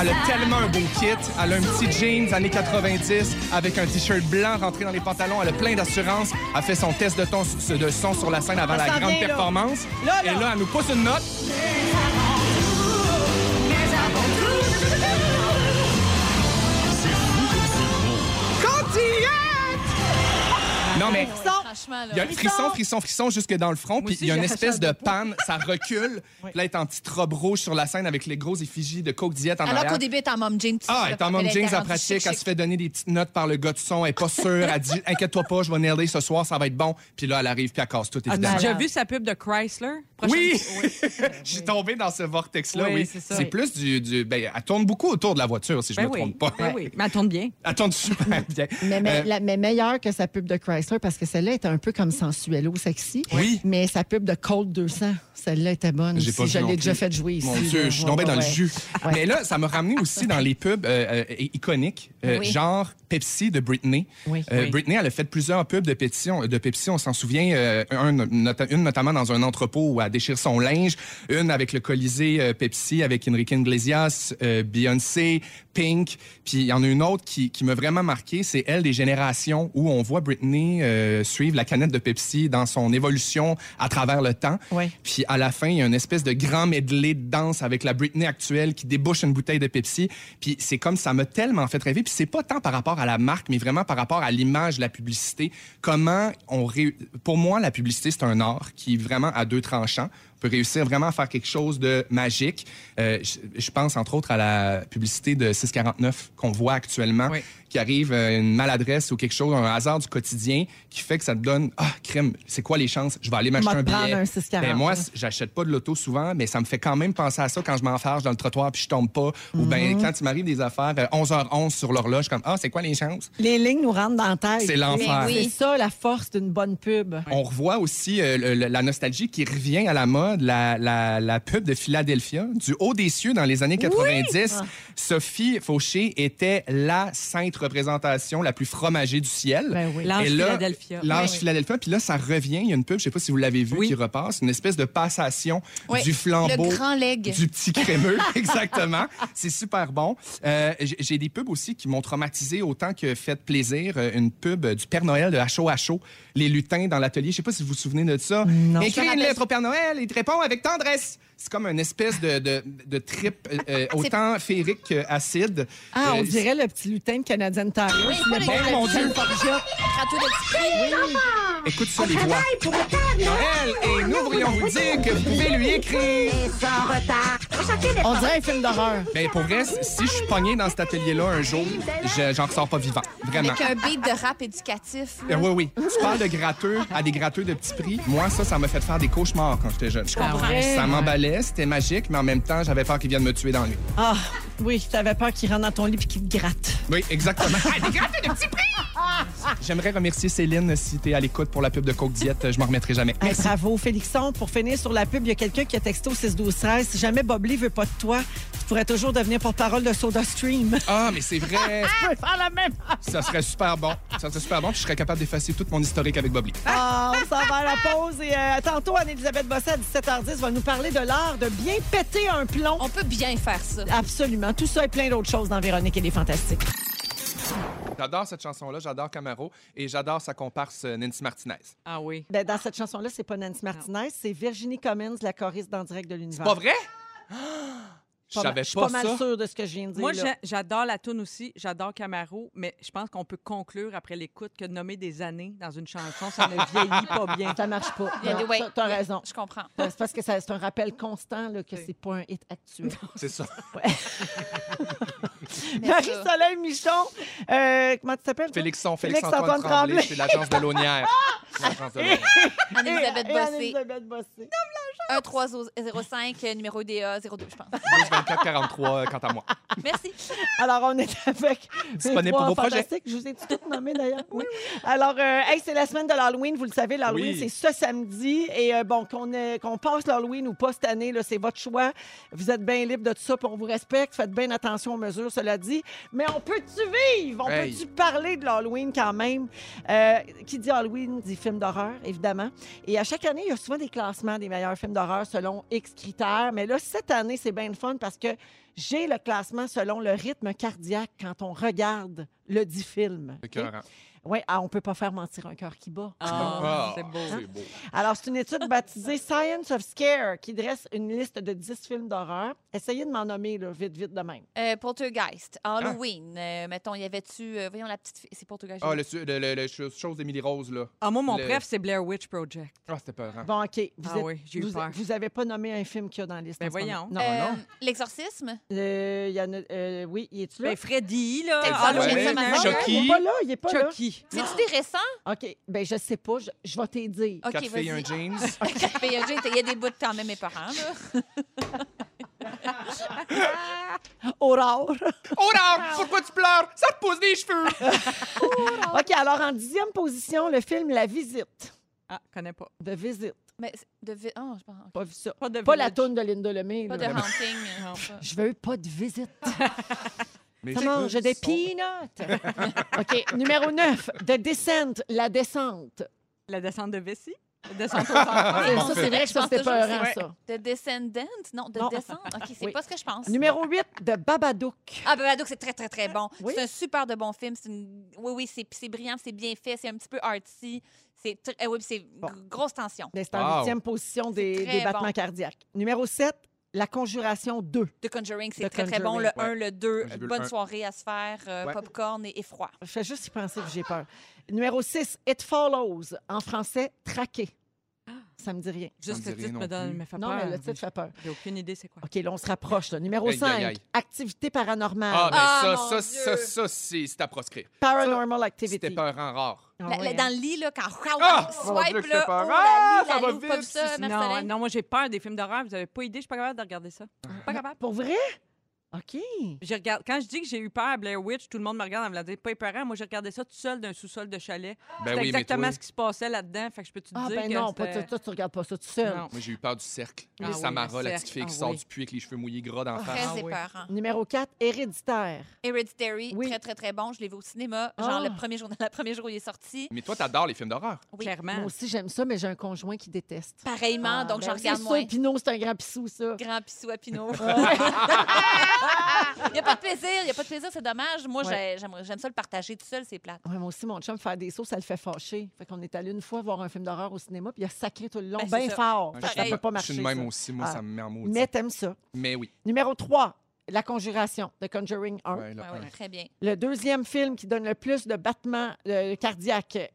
Speaker 2: Elle a tellement un beau kit. Elle a un petit jeans années 90 avec un t-shirt blanc rentré dans les pantalons. Elle a plein d'assurance. Elle fait son test de, ton, de son sur la scène avant
Speaker 1: Ça
Speaker 2: la
Speaker 1: s'en
Speaker 2: grande
Speaker 1: vient, là.
Speaker 2: performance.
Speaker 1: Là, là.
Speaker 2: Et là, elle nous pousse une note. Non, mais
Speaker 3: Franchement,
Speaker 2: il y a
Speaker 3: là.
Speaker 2: un frisson, frisson, frisson jusque dans le front, puis
Speaker 4: aussi,
Speaker 2: il y a une
Speaker 4: j'ai
Speaker 2: espèce
Speaker 4: acheté un
Speaker 2: de panne, ça
Speaker 1: *laughs*
Speaker 2: recule. Puis là, elle est en petite robe rouge sur la scène avec les grosses effigies de Coke Diet en
Speaker 3: Alors
Speaker 2: arrière.
Speaker 3: qu'au début, t'es en mom jean. tu
Speaker 2: Ah,
Speaker 3: sais,
Speaker 2: elle est en
Speaker 3: elle
Speaker 2: mom
Speaker 3: était
Speaker 2: jeans en
Speaker 3: rendue
Speaker 2: pratique.
Speaker 3: chic,
Speaker 2: Elle
Speaker 3: chic.
Speaker 2: se fait donner des petites notes par le gars de son. Elle est pas sûre. Elle dit Inquiète-toi pas, je vais nailer ce soir, ça va être bon. Puis là, elle arrive, puis elle casse tout,
Speaker 4: As-tu
Speaker 2: évidemment.
Speaker 4: déjà vu sa pub de Chrysler? Ah, ben, Prochaine-
Speaker 2: Oui! *laughs* Je suis tombé dans ce vortex-là,
Speaker 4: Oui,
Speaker 2: oui.
Speaker 4: c'est ça.
Speaker 2: C'est
Speaker 4: Oui.
Speaker 2: plus du. du- ben, elle tourne beaucoup autour de la voiture, si je
Speaker 4: Ben
Speaker 2: me
Speaker 4: oui.
Speaker 2: trompe pas.
Speaker 4: Ben oui. Mais elle tourne bien.
Speaker 2: Elle tourne super bien.
Speaker 1: Mais, mais-
Speaker 2: Euh,
Speaker 1: la- mais meilleure que sa pub de Chrysler, parce que celle-là était un peu comme sensuelle ou sexy.
Speaker 2: Oui.
Speaker 1: Mais sa pub de Cold 200, celle-là était bonne.
Speaker 2: J'ai
Speaker 1: aussi.
Speaker 2: pas vu
Speaker 1: je
Speaker 2: non
Speaker 1: l'ai
Speaker 2: plus.
Speaker 1: déjà fait jouer ici.
Speaker 2: Mon Dieu,
Speaker 1: là.
Speaker 2: je suis
Speaker 1: Ouais,
Speaker 2: tombé
Speaker 1: ouais,
Speaker 2: dans le
Speaker 1: ouais.
Speaker 2: jus.
Speaker 1: Ouais.
Speaker 2: Mais là, ça m'a ramené aussi dans les pubs euh, euh, iconiques, euh,
Speaker 3: Oui.
Speaker 2: genre Pepsi de Britney.
Speaker 1: Oui.
Speaker 2: Euh,
Speaker 1: Oui.
Speaker 2: Britney, elle a fait plusieurs pubs de Pepsi. On, de Pepsi, on s'en souvient, euh, un, nota- une notamment dans un entrepôt où elle déchire son linge, une avec le Colisée euh, Pepsi, avec Enrique Iglesias, euh, Beyoncé, Pink. Puis il y en a une autre qui, qui m'a vraiment marqué, c'est elle des générations où on voit Britney euh, suivre la canette de Pepsi dans son évolution à travers le temps.
Speaker 1: Ouais.
Speaker 2: Puis à la fin, il y a une espèce de grand medley de danse avec la Britney actuelle qui débouche une bouteille de Pepsi. Puis c'est comme ça m'a tellement fait rêver. Puis c'est pas tant par rapport à la marque, mais vraiment par rapport à l'image, la publicité. Comment on ré... Pour moi, la publicité, c'est un art qui est vraiment à deux tranchants. On peut réussir vraiment à faire quelque chose de magique. Euh, je, je pense entre autres à la publicité de 649 qu'on voit actuellement,
Speaker 4: Oui.
Speaker 2: qui arrive euh, une maladresse ou quelque chose, un hasard du quotidien, qui fait que ça te donne ah crème. C'est quoi les chances Je vais aller m'acheter
Speaker 1: Moi,
Speaker 2: un
Speaker 1: de prendre
Speaker 2: billet.
Speaker 1: un 649.
Speaker 2: Ben, moi, c- j'achète pas de l'auto souvent, mais ça me fait quand même penser à ça quand je m'enfarge dans le trottoir puis je tombe pas. Ou ben
Speaker 3: Mhm.
Speaker 2: quand il m'arrive des affaires, euh, 11h11 sur l'horloge, comme ah c'est quoi les chances
Speaker 1: Les lignes nous rentrent dans la tête.
Speaker 2: C'est l'enfer.
Speaker 3: Mais oui.
Speaker 1: C'est ça la force d'une bonne pub.
Speaker 2: On revoit aussi euh, le- le- la nostalgie qui revient à la mode, la, la- la pub de Philadelphia, du haut des cieux dans les années 90.
Speaker 3: Ah.
Speaker 2: Sophie Fauché était la sainte représentation la plus fromagée du ciel.
Speaker 1: Ben oui.
Speaker 4: L'ange
Speaker 2: Et là,
Speaker 4: Philadelphia.
Speaker 2: L'ange
Speaker 4: Oui.
Speaker 2: Philadelphia. Puis là, ça revient. Il y a une pub, je sais pas si vous l'avez vu,
Speaker 4: Oui.
Speaker 2: qui repasse. Une espèce de passation
Speaker 3: Oui,
Speaker 2: du flambeau.
Speaker 3: Le grand leg.
Speaker 2: Du
Speaker 3: *laughs*
Speaker 2: petit crémeux, exactement. C'est super bon. Euh, j- J'ai des pubs aussi qui m'ont traumatisé autant que fait plaisir. Euh, Une pub euh, du Père Noël de H.O. H.O. Les lutins dans l'atelier. Je sais pas si vous vous souvenez de ça.
Speaker 1: Non.
Speaker 2: Écris
Speaker 3: Je me
Speaker 2: une
Speaker 3: rappelle.
Speaker 2: lettre au Père Noël, il te répond avec tendresse. C'est comme une espèce de, de, de trip euh,
Speaker 3: Ah,
Speaker 2: euh, autant féerique qu'acide.
Speaker 1: Ah, on
Speaker 2: Euh,
Speaker 1: dirait le petit lutin de Canadian Tire.
Speaker 3: Oui, c'est pas les
Speaker 2: Bon,
Speaker 3: grands
Speaker 2: mon
Speaker 3: legs.
Speaker 2: Dieu,
Speaker 3: Râteau de petit prix.
Speaker 2: Écoute ça, les voix. Noël, et nous voulions vous dire que vous pouvez lui écrire.
Speaker 1: On dirait un film d'horreur.
Speaker 2: Ben, pour vrai, si je suis pogné dans cet atelier-là un jour, je- j'en ressors pas vivant. Vraiment.
Speaker 3: Avec un beat de rap éducatif.
Speaker 2: Ben oui, oui. Tu parles de gratteux à des gratteux de petits prix. Moi, ça, ça m'a fait faire des cauchemars quand j'étais jeune. Ça m'emballait, c'était magique, mais en même temps, j'avais peur qu'ils viennent me tuer dans le nuit.
Speaker 1: Ah, oui, t'avais peur qu'il rentre dans ton lit puis qu'il te gratte.
Speaker 2: Oui, exactement. Ah, des gratteux de petits prix! J'aimerais remercier Céline si t'es à l'écoute pour la pub de Coke Diète. Je m'en remettrai jamais.
Speaker 1: Hey, bravo, Félixon. Pour finir sur la pub, il y a quelqu'un qui a texté au 6 12 13 Si jamais Bob Lee veut pas de toi, tu pourrais toujours devenir porte-parole de Soda Stream.
Speaker 2: Ah, mais c'est vrai!
Speaker 1: faire la même.
Speaker 2: Ça serait super bon. Ça serait super bon, puis je serais capable d'effacer tout mon historique avec Bobby.
Speaker 1: *laughs* Ah, on s'en va à la pause. Et euh, tantôt, Anne-Elisabeth Bossé, à 17h10, va nous parler de l'art de bien péter un plomb.
Speaker 3: On peut bien faire ça.
Speaker 1: Absolument. Tout ça et plein d'autres choses dans Véronique et les Fantastiques.
Speaker 2: J'adore cette chanson-là, j'adore Camaro et j'adore sa comparse euh, Nancy Martinez.
Speaker 4: Ah oui.
Speaker 1: Ben, dans cette chanson-là, c'est pas Nancy Martinez, c'est Virginie Cummins, la choriste d'En direct de l'univers.
Speaker 2: Pas vrai? Ah! Je
Speaker 1: Pas mal-
Speaker 2: savais
Speaker 1: Je suis
Speaker 2: pas
Speaker 1: pas mal
Speaker 2: ça.
Speaker 1: sûre de ce que je viens de dire.
Speaker 4: Moi,
Speaker 1: là.
Speaker 4: j'a- j'adore la toune aussi, j'adore Camaro, mais je pense qu'on peut conclure après l'écoute que nommer des années dans une chanson, ça ne vieillit pas bien.
Speaker 1: Ça marche pas.
Speaker 3: Il y a des-
Speaker 1: Non,
Speaker 3: ouais,
Speaker 1: t'as- T'as
Speaker 3: il y a-
Speaker 1: raison.
Speaker 3: Je comprends.
Speaker 1: C'est parce que ça- c'est un rappel constant là, que
Speaker 4: Oui.
Speaker 1: c'est pas un hit actuel.
Speaker 2: C'est ça.
Speaker 3: Mais ça-
Speaker 1: Marie-Soleil Michon, euh, comment tu
Speaker 2: *laughs*
Speaker 1: t'appelles? toi?
Speaker 2: Félixon,
Speaker 1: Félix
Speaker 2: Félix-Antoine
Speaker 1: Antoine
Speaker 2: Tremblay,
Speaker 1: Tremblay.
Speaker 2: c'est l'agence de
Speaker 4: *laughs*
Speaker 2: l'Aunière. C'est l'agence de l'Aunière.
Speaker 3: Anne-Elisabeth
Speaker 1: Et- et
Speaker 3: Bossé,
Speaker 1: Anne-Elisabeth Bossé.
Speaker 3: E 1305, numéro DA 02, je pense.
Speaker 2: 24-43, quant
Speaker 4: *laughs*
Speaker 2: à moi.
Speaker 3: Merci.
Speaker 1: Alors, on est avec.
Speaker 2: *laughs* Disponible
Speaker 1: les
Speaker 2: pour
Speaker 1: trois
Speaker 2: vos projets.
Speaker 1: fantastiques. Je vous ai tout nommé d'ailleurs. Oui. Alors, euh, hey, c'est la semaine de l'Halloween. Vous le savez, l'Halloween,
Speaker 2: Oui.
Speaker 1: c'est ce samedi. Et euh, bon, qu'on ait- qu'on passe l'Halloween ou pas cette année, là, c'est votre choix. Vous êtes bien libre de tout ça. puis on vous respecte. Faites bien attention aux mesures, cela dit. Mais on peut-tu vivre? On
Speaker 2: Hey.
Speaker 1: peut-tu parler de l'Halloween quand même? Euh, qui dit Halloween dit film d'horreur, évidemment. Et à chaque année, il y a souvent des classements des meilleurs films d'horreur selon X critères. Mais là, cette année, c'est bien le fun parce que j'ai le classement selon le rythme cardiaque quand on regarde le dit film.
Speaker 2: C'est écœurant.
Speaker 1: Oui, ah, on peut pas faire mentir un cœur qui bat.
Speaker 4: Ah, c'est beau.
Speaker 2: C'est beau.
Speaker 1: Alors, c'est une étude baptisée *laughs* Science of Scare qui dresse une liste de 10 films d'horreur. Essayez de m'en nommer là, vite, vite de même.
Speaker 3: Euh, Poltergeist, Halloween, euh, mettons, il y avait-tu. euh, voyons la petite fille. C'est Poltergeist.
Speaker 2: Ah, le, su- le, le- le cho- chose d'Émilie Rose, là.
Speaker 4: Ah, moi, mon
Speaker 2: Le-
Speaker 4: préf, c'est Blair Witch Project.
Speaker 2: Ah, c'était peurant.
Speaker 1: Bon, OK. Vous
Speaker 4: Ah
Speaker 1: êtes-
Speaker 4: oui, j'ai eu
Speaker 1: vous,
Speaker 4: peur.
Speaker 1: vous avez pas nommé un film qu'il y a dans la liste.
Speaker 4: Ben
Speaker 1: en ce moment.
Speaker 4: voyons.
Speaker 1: Non.
Speaker 3: Euh,
Speaker 2: non.
Speaker 3: L'exorcisme.
Speaker 1: Euh, il y en a- euh, oui, il est-tu là?
Speaker 4: Ben, Freddy, là.
Speaker 3: Texas
Speaker 4: Halloween,
Speaker 3: Chainsaw
Speaker 4: hein.
Speaker 3: Massacre.
Speaker 2: Chucky.
Speaker 1: Il est pas là, il est pas
Speaker 4: Chucky.
Speaker 3: C'est-tu des récents?
Speaker 1: là. OK, ben je sais pas, je, je vais t'aider. dire.
Speaker 3: Ok,
Speaker 2: Quatre filles, un
Speaker 3: vas-y.
Speaker 2: jeans.
Speaker 3: *laughs* Quatre filles, un jean. Il y a des bouts quand même, mes parents, là.
Speaker 1: Aurore.
Speaker 2: Oh là! Pourquoi tu pleures? Ça te pousse des cheveux!
Speaker 1: OK, alors en dixième position, le film La Visite.
Speaker 4: Ah, connais pas.
Speaker 1: De Visite.
Speaker 3: Mais c'est de. vi- Oh, je pense. ok.
Speaker 1: Pas vu ça.
Speaker 4: Pas de
Speaker 1: Pas la
Speaker 4: Village.
Speaker 1: toune de Linda Lemay.
Speaker 3: Pas
Speaker 1: là.
Speaker 3: de hunting. euh,
Speaker 4: Non.
Speaker 3: pas-
Speaker 1: Je veux pas de visite.
Speaker 2: Mais
Speaker 1: Ça
Speaker 2: je-
Speaker 1: mange des peanuts. *laughs* OK, numéro 9, The Descent, La Descente.
Speaker 4: La descente de Vessie. La descente aux enfers.
Speaker 1: Euh, ça, c'est vrai que
Speaker 3: Ah, Je
Speaker 1: ça,
Speaker 3: pense
Speaker 1: c'était
Speaker 3: toujours
Speaker 1: peurant,
Speaker 3: que c'est-
Speaker 1: ça.
Speaker 3: De Descendant? Non, de
Speaker 1: Non.
Speaker 3: Descente. OK, c'est
Speaker 1: Oui.
Speaker 3: pas ce que je pense.
Speaker 1: Numéro 8, The Babadook.
Speaker 3: Ah, ben, donc c'est très, très, très bon.
Speaker 1: Oui.
Speaker 3: C'est un super de bon film. C'est une- Oui, oui, c'est c'est brillant, c'est bien fait, c'est un petit peu artsy. C'est tr- eh oui, puis c'est gr- grosse tension.
Speaker 1: Mais C'est en
Speaker 2: Wow.
Speaker 1: huitième position des,
Speaker 3: C'est très
Speaker 1: des battements
Speaker 3: bon.
Speaker 1: cardiaques. Numéro 7, La Conjuration 2.
Speaker 3: The Conjuring, c'est
Speaker 1: The
Speaker 3: très, très bon. Le
Speaker 1: Conjuring,
Speaker 2: ouais.
Speaker 3: 1, le 2,
Speaker 2: Moi, j'ai vu le
Speaker 3: bonne
Speaker 2: un.
Speaker 3: soirée à se faire, euh,
Speaker 2: Ouais.
Speaker 3: popcorn et, et froid.
Speaker 1: Je fais juste y penser que j'ai peur. Numéro 6, It Follows. En français, traqué. Ça me dit rien.
Speaker 4: Juste
Speaker 2: Ça me
Speaker 4: le
Speaker 2: dit rien
Speaker 4: titre
Speaker 2: non
Speaker 4: me donne,
Speaker 2: plus.
Speaker 4: me fait
Speaker 1: Non,
Speaker 4: peur.
Speaker 1: mais le titre fait peur.
Speaker 4: J'ai aucune idée c'est quoi.
Speaker 1: OK, là, on se rapproche. là. Numéro
Speaker 2: Aïe,
Speaker 1: 5,
Speaker 2: aïe, aïe.
Speaker 1: Activité paranormale.
Speaker 2: Ah, mais
Speaker 3: Ah,
Speaker 2: ça,
Speaker 3: mon
Speaker 2: ça, ça, ça,
Speaker 3: Dieu.
Speaker 2: c'est c'est à proscrire.
Speaker 1: Paranormal
Speaker 2: C'était
Speaker 1: Activity.
Speaker 2: peurant rare.
Speaker 1: Ah,
Speaker 3: La-
Speaker 1: ouais,
Speaker 3: la-
Speaker 1: hein.
Speaker 3: dans le lit, là, quand
Speaker 2: Ah!
Speaker 3: on
Speaker 2: Mon Dieu,
Speaker 3: swipe,
Speaker 2: que
Speaker 3: là,
Speaker 2: c'est peur.
Speaker 3: oh, la
Speaker 2: Ah,
Speaker 3: lit,
Speaker 2: ça
Speaker 3: la
Speaker 2: va
Speaker 3: loupe, pas
Speaker 2: vite.
Speaker 3: vu ça, hein?
Speaker 4: Non,
Speaker 3: Marcelin?
Speaker 4: non, moi, j'ai peur des films d'horreur. Vous avez pas idée. Je suis pas capable de regarder ça. Pas capable.
Speaker 1: Pour vrai? OK.
Speaker 4: Je regarde, quand je dis que j'ai eu peur à Blair Witch, tout le monde me regarde en me la disant pas épeurant. Moi, j'ai regardé ça tout seul d'un sous-sol de chalet.
Speaker 2: Ben
Speaker 4: C'était
Speaker 2: oui, mais
Speaker 4: exactement
Speaker 2: toi-
Speaker 4: ce qui se passait là-dedans. Fait que je peux te
Speaker 1: Ah,
Speaker 4: dire
Speaker 1: ben
Speaker 4: que
Speaker 1: non, pas
Speaker 4: c'était-
Speaker 1: toi, toi, tu regardes pas ça tout seul.
Speaker 4: Non.
Speaker 2: Moi, j'ai eu peur du cercle.
Speaker 4: Ah
Speaker 2: Les
Speaker 4: oui,
Speaker 2: Samara,
Speaker 4: le
Speaker 2: la
Speaker 4: cercle.
Speaker 2: petite fille qui
Speaker 4: Ah
Speaker 2: sort
Speaker 4: oui.
Speaker 2: du puits avec les cheveux mouillés gras d'en
Speaker 3: Très,
Speaker 2: face.
Speaker 4: Ah
Speaker 3: c'est
Speaker 4: oui.
Speaker 3: peurant.
Speaker 1: Numéro 4, Héréditaire.
Speaker 3: Hereditary,
Speaker 1: Oui.
Speaker 3: très, très, très bon. Je l'ai vu au cinéma.
Speaker 1: Ah.
Speaker 3: Genre, le premier jour, *laughs* le premier jour où il est sorti.
Speaker 2: Mais toi, t'adores les films d'horreur.
Speaker 3: Oui.
Speaker 4: Clairement.
Speaker 1: Moi aussi, j'aime ça, mais j'ai un conjoint qui déteste.
Speaker 3: Pareillement,
Speaker 1: Ah,
Speaker 3: donc
Speaker 1: ben
Speaker 3: j'en
Speaker 1: oui,
Speaker 3: regarde
Speaker 1: c'est
Speaker 3: moins.
Speaker 1: sûr, Pinot, c'est un grand pissou, ça.
Speaker 3: Grand pissou à Pinot. *laughs*
Speaker 1: *laughs*
Speaker 3: Il n'y a pas de plaisir, il n'y a pas de plaisir, c'est dommage. Moi,
Speaker 1: Ouais.
Speaker 3: j'ai- j'aimerais- j'aime ça le partager tout seul, c'est plate.
Speaker 1: Ouais, moi aussi, mon chum, faire des sauces, ça le fait fâcher. Fait qu'on est allé une fois voir un film d'horreur au cinéma, puis il a sacré tout le long,
Speaker 3: Ben,
Speaker 1: bien
Speaker 3: c'est ça.
Speaker 1: fort. Fait que ça
Speaker 3: Pareil.
Speaker 1: peut pas
Speaker 2: Je
Speaker 1: marcher.
Speaker 2: suis de même
Speaker 1: ça.
Speaker 2: aussi. Moi,
Speaker 1: Ah.
Speaker 2: ça me met en maudit.
Speaker 1: Mais t'aimes ça.
Speaker 2: Mais oui.
Speaker 1: Numéro 3, La Conjuration, The Conjuring 1.
Speaker 2: Ouais, là,
Speaker 3: Ouais, ouais, Très bien.
Speaker 1: Le deuxième film qui donne le plus de battements euh, cardiaques,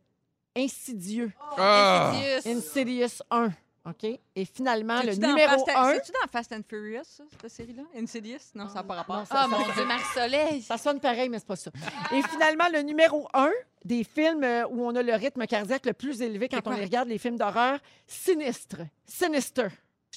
Speaker 1: Insidieux.
Speaker 2: Ah!
Speaker 1: Insidious 1. OK? Et finalement, hein, le
Speaker 4: C'est-tu dans
Speaker 1: numéro
Speaker 4: Fast and-
Speaker 1: 1.
Speaker 4: C'est-tu dans Fast and Furious, ça, cette série-là? Insidious? Non, ça n'a pas rapport.
Speaker 1: non,
Speaker 3: Ah, mon Dieu, Marc-Soleil!
Speaker 1: Ça sonne pareil, mais c'est pas ça. Et finalement, le numéro 1 des films euh, où on a le rythme cardiaque le plus élevé quand
Speaker 4: C'est
Speaker 1: on
Speaker 4: quoi?
Speaker 1: les regarde, les films d'horreur, Sinistre. Sinister.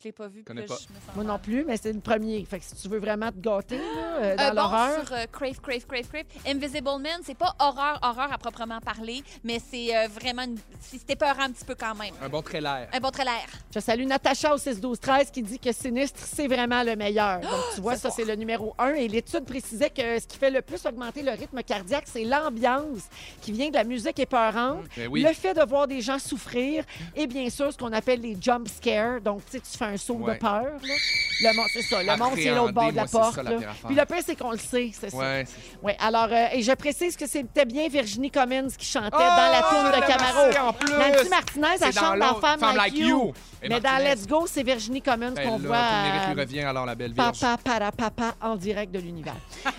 Speaker 3: Je l'ai pas vu. puis
Speaker 2: Connais
Speaker 3: là,
Speaker 2: pas.
Speaker 3: je me sens
Speaker 1: Moi non
Speaker 3: mal.
Speaker 1: plus, mais c'est le premier. Fait que si tu veux vraiment te gâter là, euh, dans
Speaker 3: Euh,
Speaker 1: l'horreur.
Speaker 3: bon, sur euh, Crave, Crave, Crave, Crave. Invisible Man, c'est pas horreur, horreur à proprement parler, mais c'est euh, vraiment... une- si- C'était peur un petit peu quand même.
Speaker 2: Un bon trailer.
Speaker 3: Un bon trailer.
Speaker 1: Je salue Natacha au 6-12-13 qui dit que Sinistre, c'est vraiment le meilleur. Donc, *gasps* tu vois, ça, c'est le numéro un. Et l'étude précisait que ce qui fait le plus augmenter le rythme cardiaque, c'est l'ambiance qui vient de la musique épeurante,
Speaker 2: Ben oui.
Speaker 1: le fait de voir des gens souffrir et bien sûr, ce qu'on appelle les jump scares. Donc, tu sais, tu fais un saut
Speaker 2: Ouais.
Speaker 1: de peur. là. Le monde, c'est ça. Le monde, c'est l'autre bord de la
Speaker 2: Appréhender, moi, c'est
Speaker 1: porte.
Speaker 2: ça, la
Speaker 1: là.
Speaker 2: pire affaire.
Speaker 1: Puis le pire, c'est qu'on le sait, c'est ça.
Speaker 2: Ouais, c'est
Speaker 1: Oui, alors, euh, et je précise que c'était bien Virginie Commons qui chantait
Speaker 2: Oh,
Speaker 1: dans la tour de Camaro.
Speaker 2: Ah, En plus.
Speaker 1: Nancy Martinez, elle
Speaker 2: C'est dans
Speaker 1: chante dans
Speaker 2: l'autre,
Speaker 1: Femme, Like You.
Speaker 2: Et
Speaker 1: Mais dans
Speaker 2: Martinez.
Speaker 1: Let's Go, c'est Virginie Commons
Speaker 2: Ben
Speaker 1: qu'on
Speaker 2: là,
Speaker 1: voit.
Speaker 2: ton mérite
Speaker 1: à-
Speaker 2: lui revient alors, la belle vierge.
Speaker 1: Papa, para, papa, en direct de l'univers.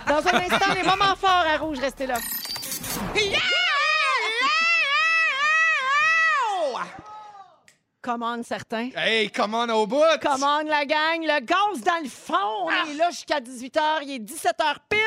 Speaker 1: Dans un instant, les moments forts à rouge, restez là. Come on, certains.
Speaker 2: Hey, come on au bout!
Speaker 1: Come on, la gang. Le gosse dans le fond. On est là jusqu'à 18h. Il est 17h pile.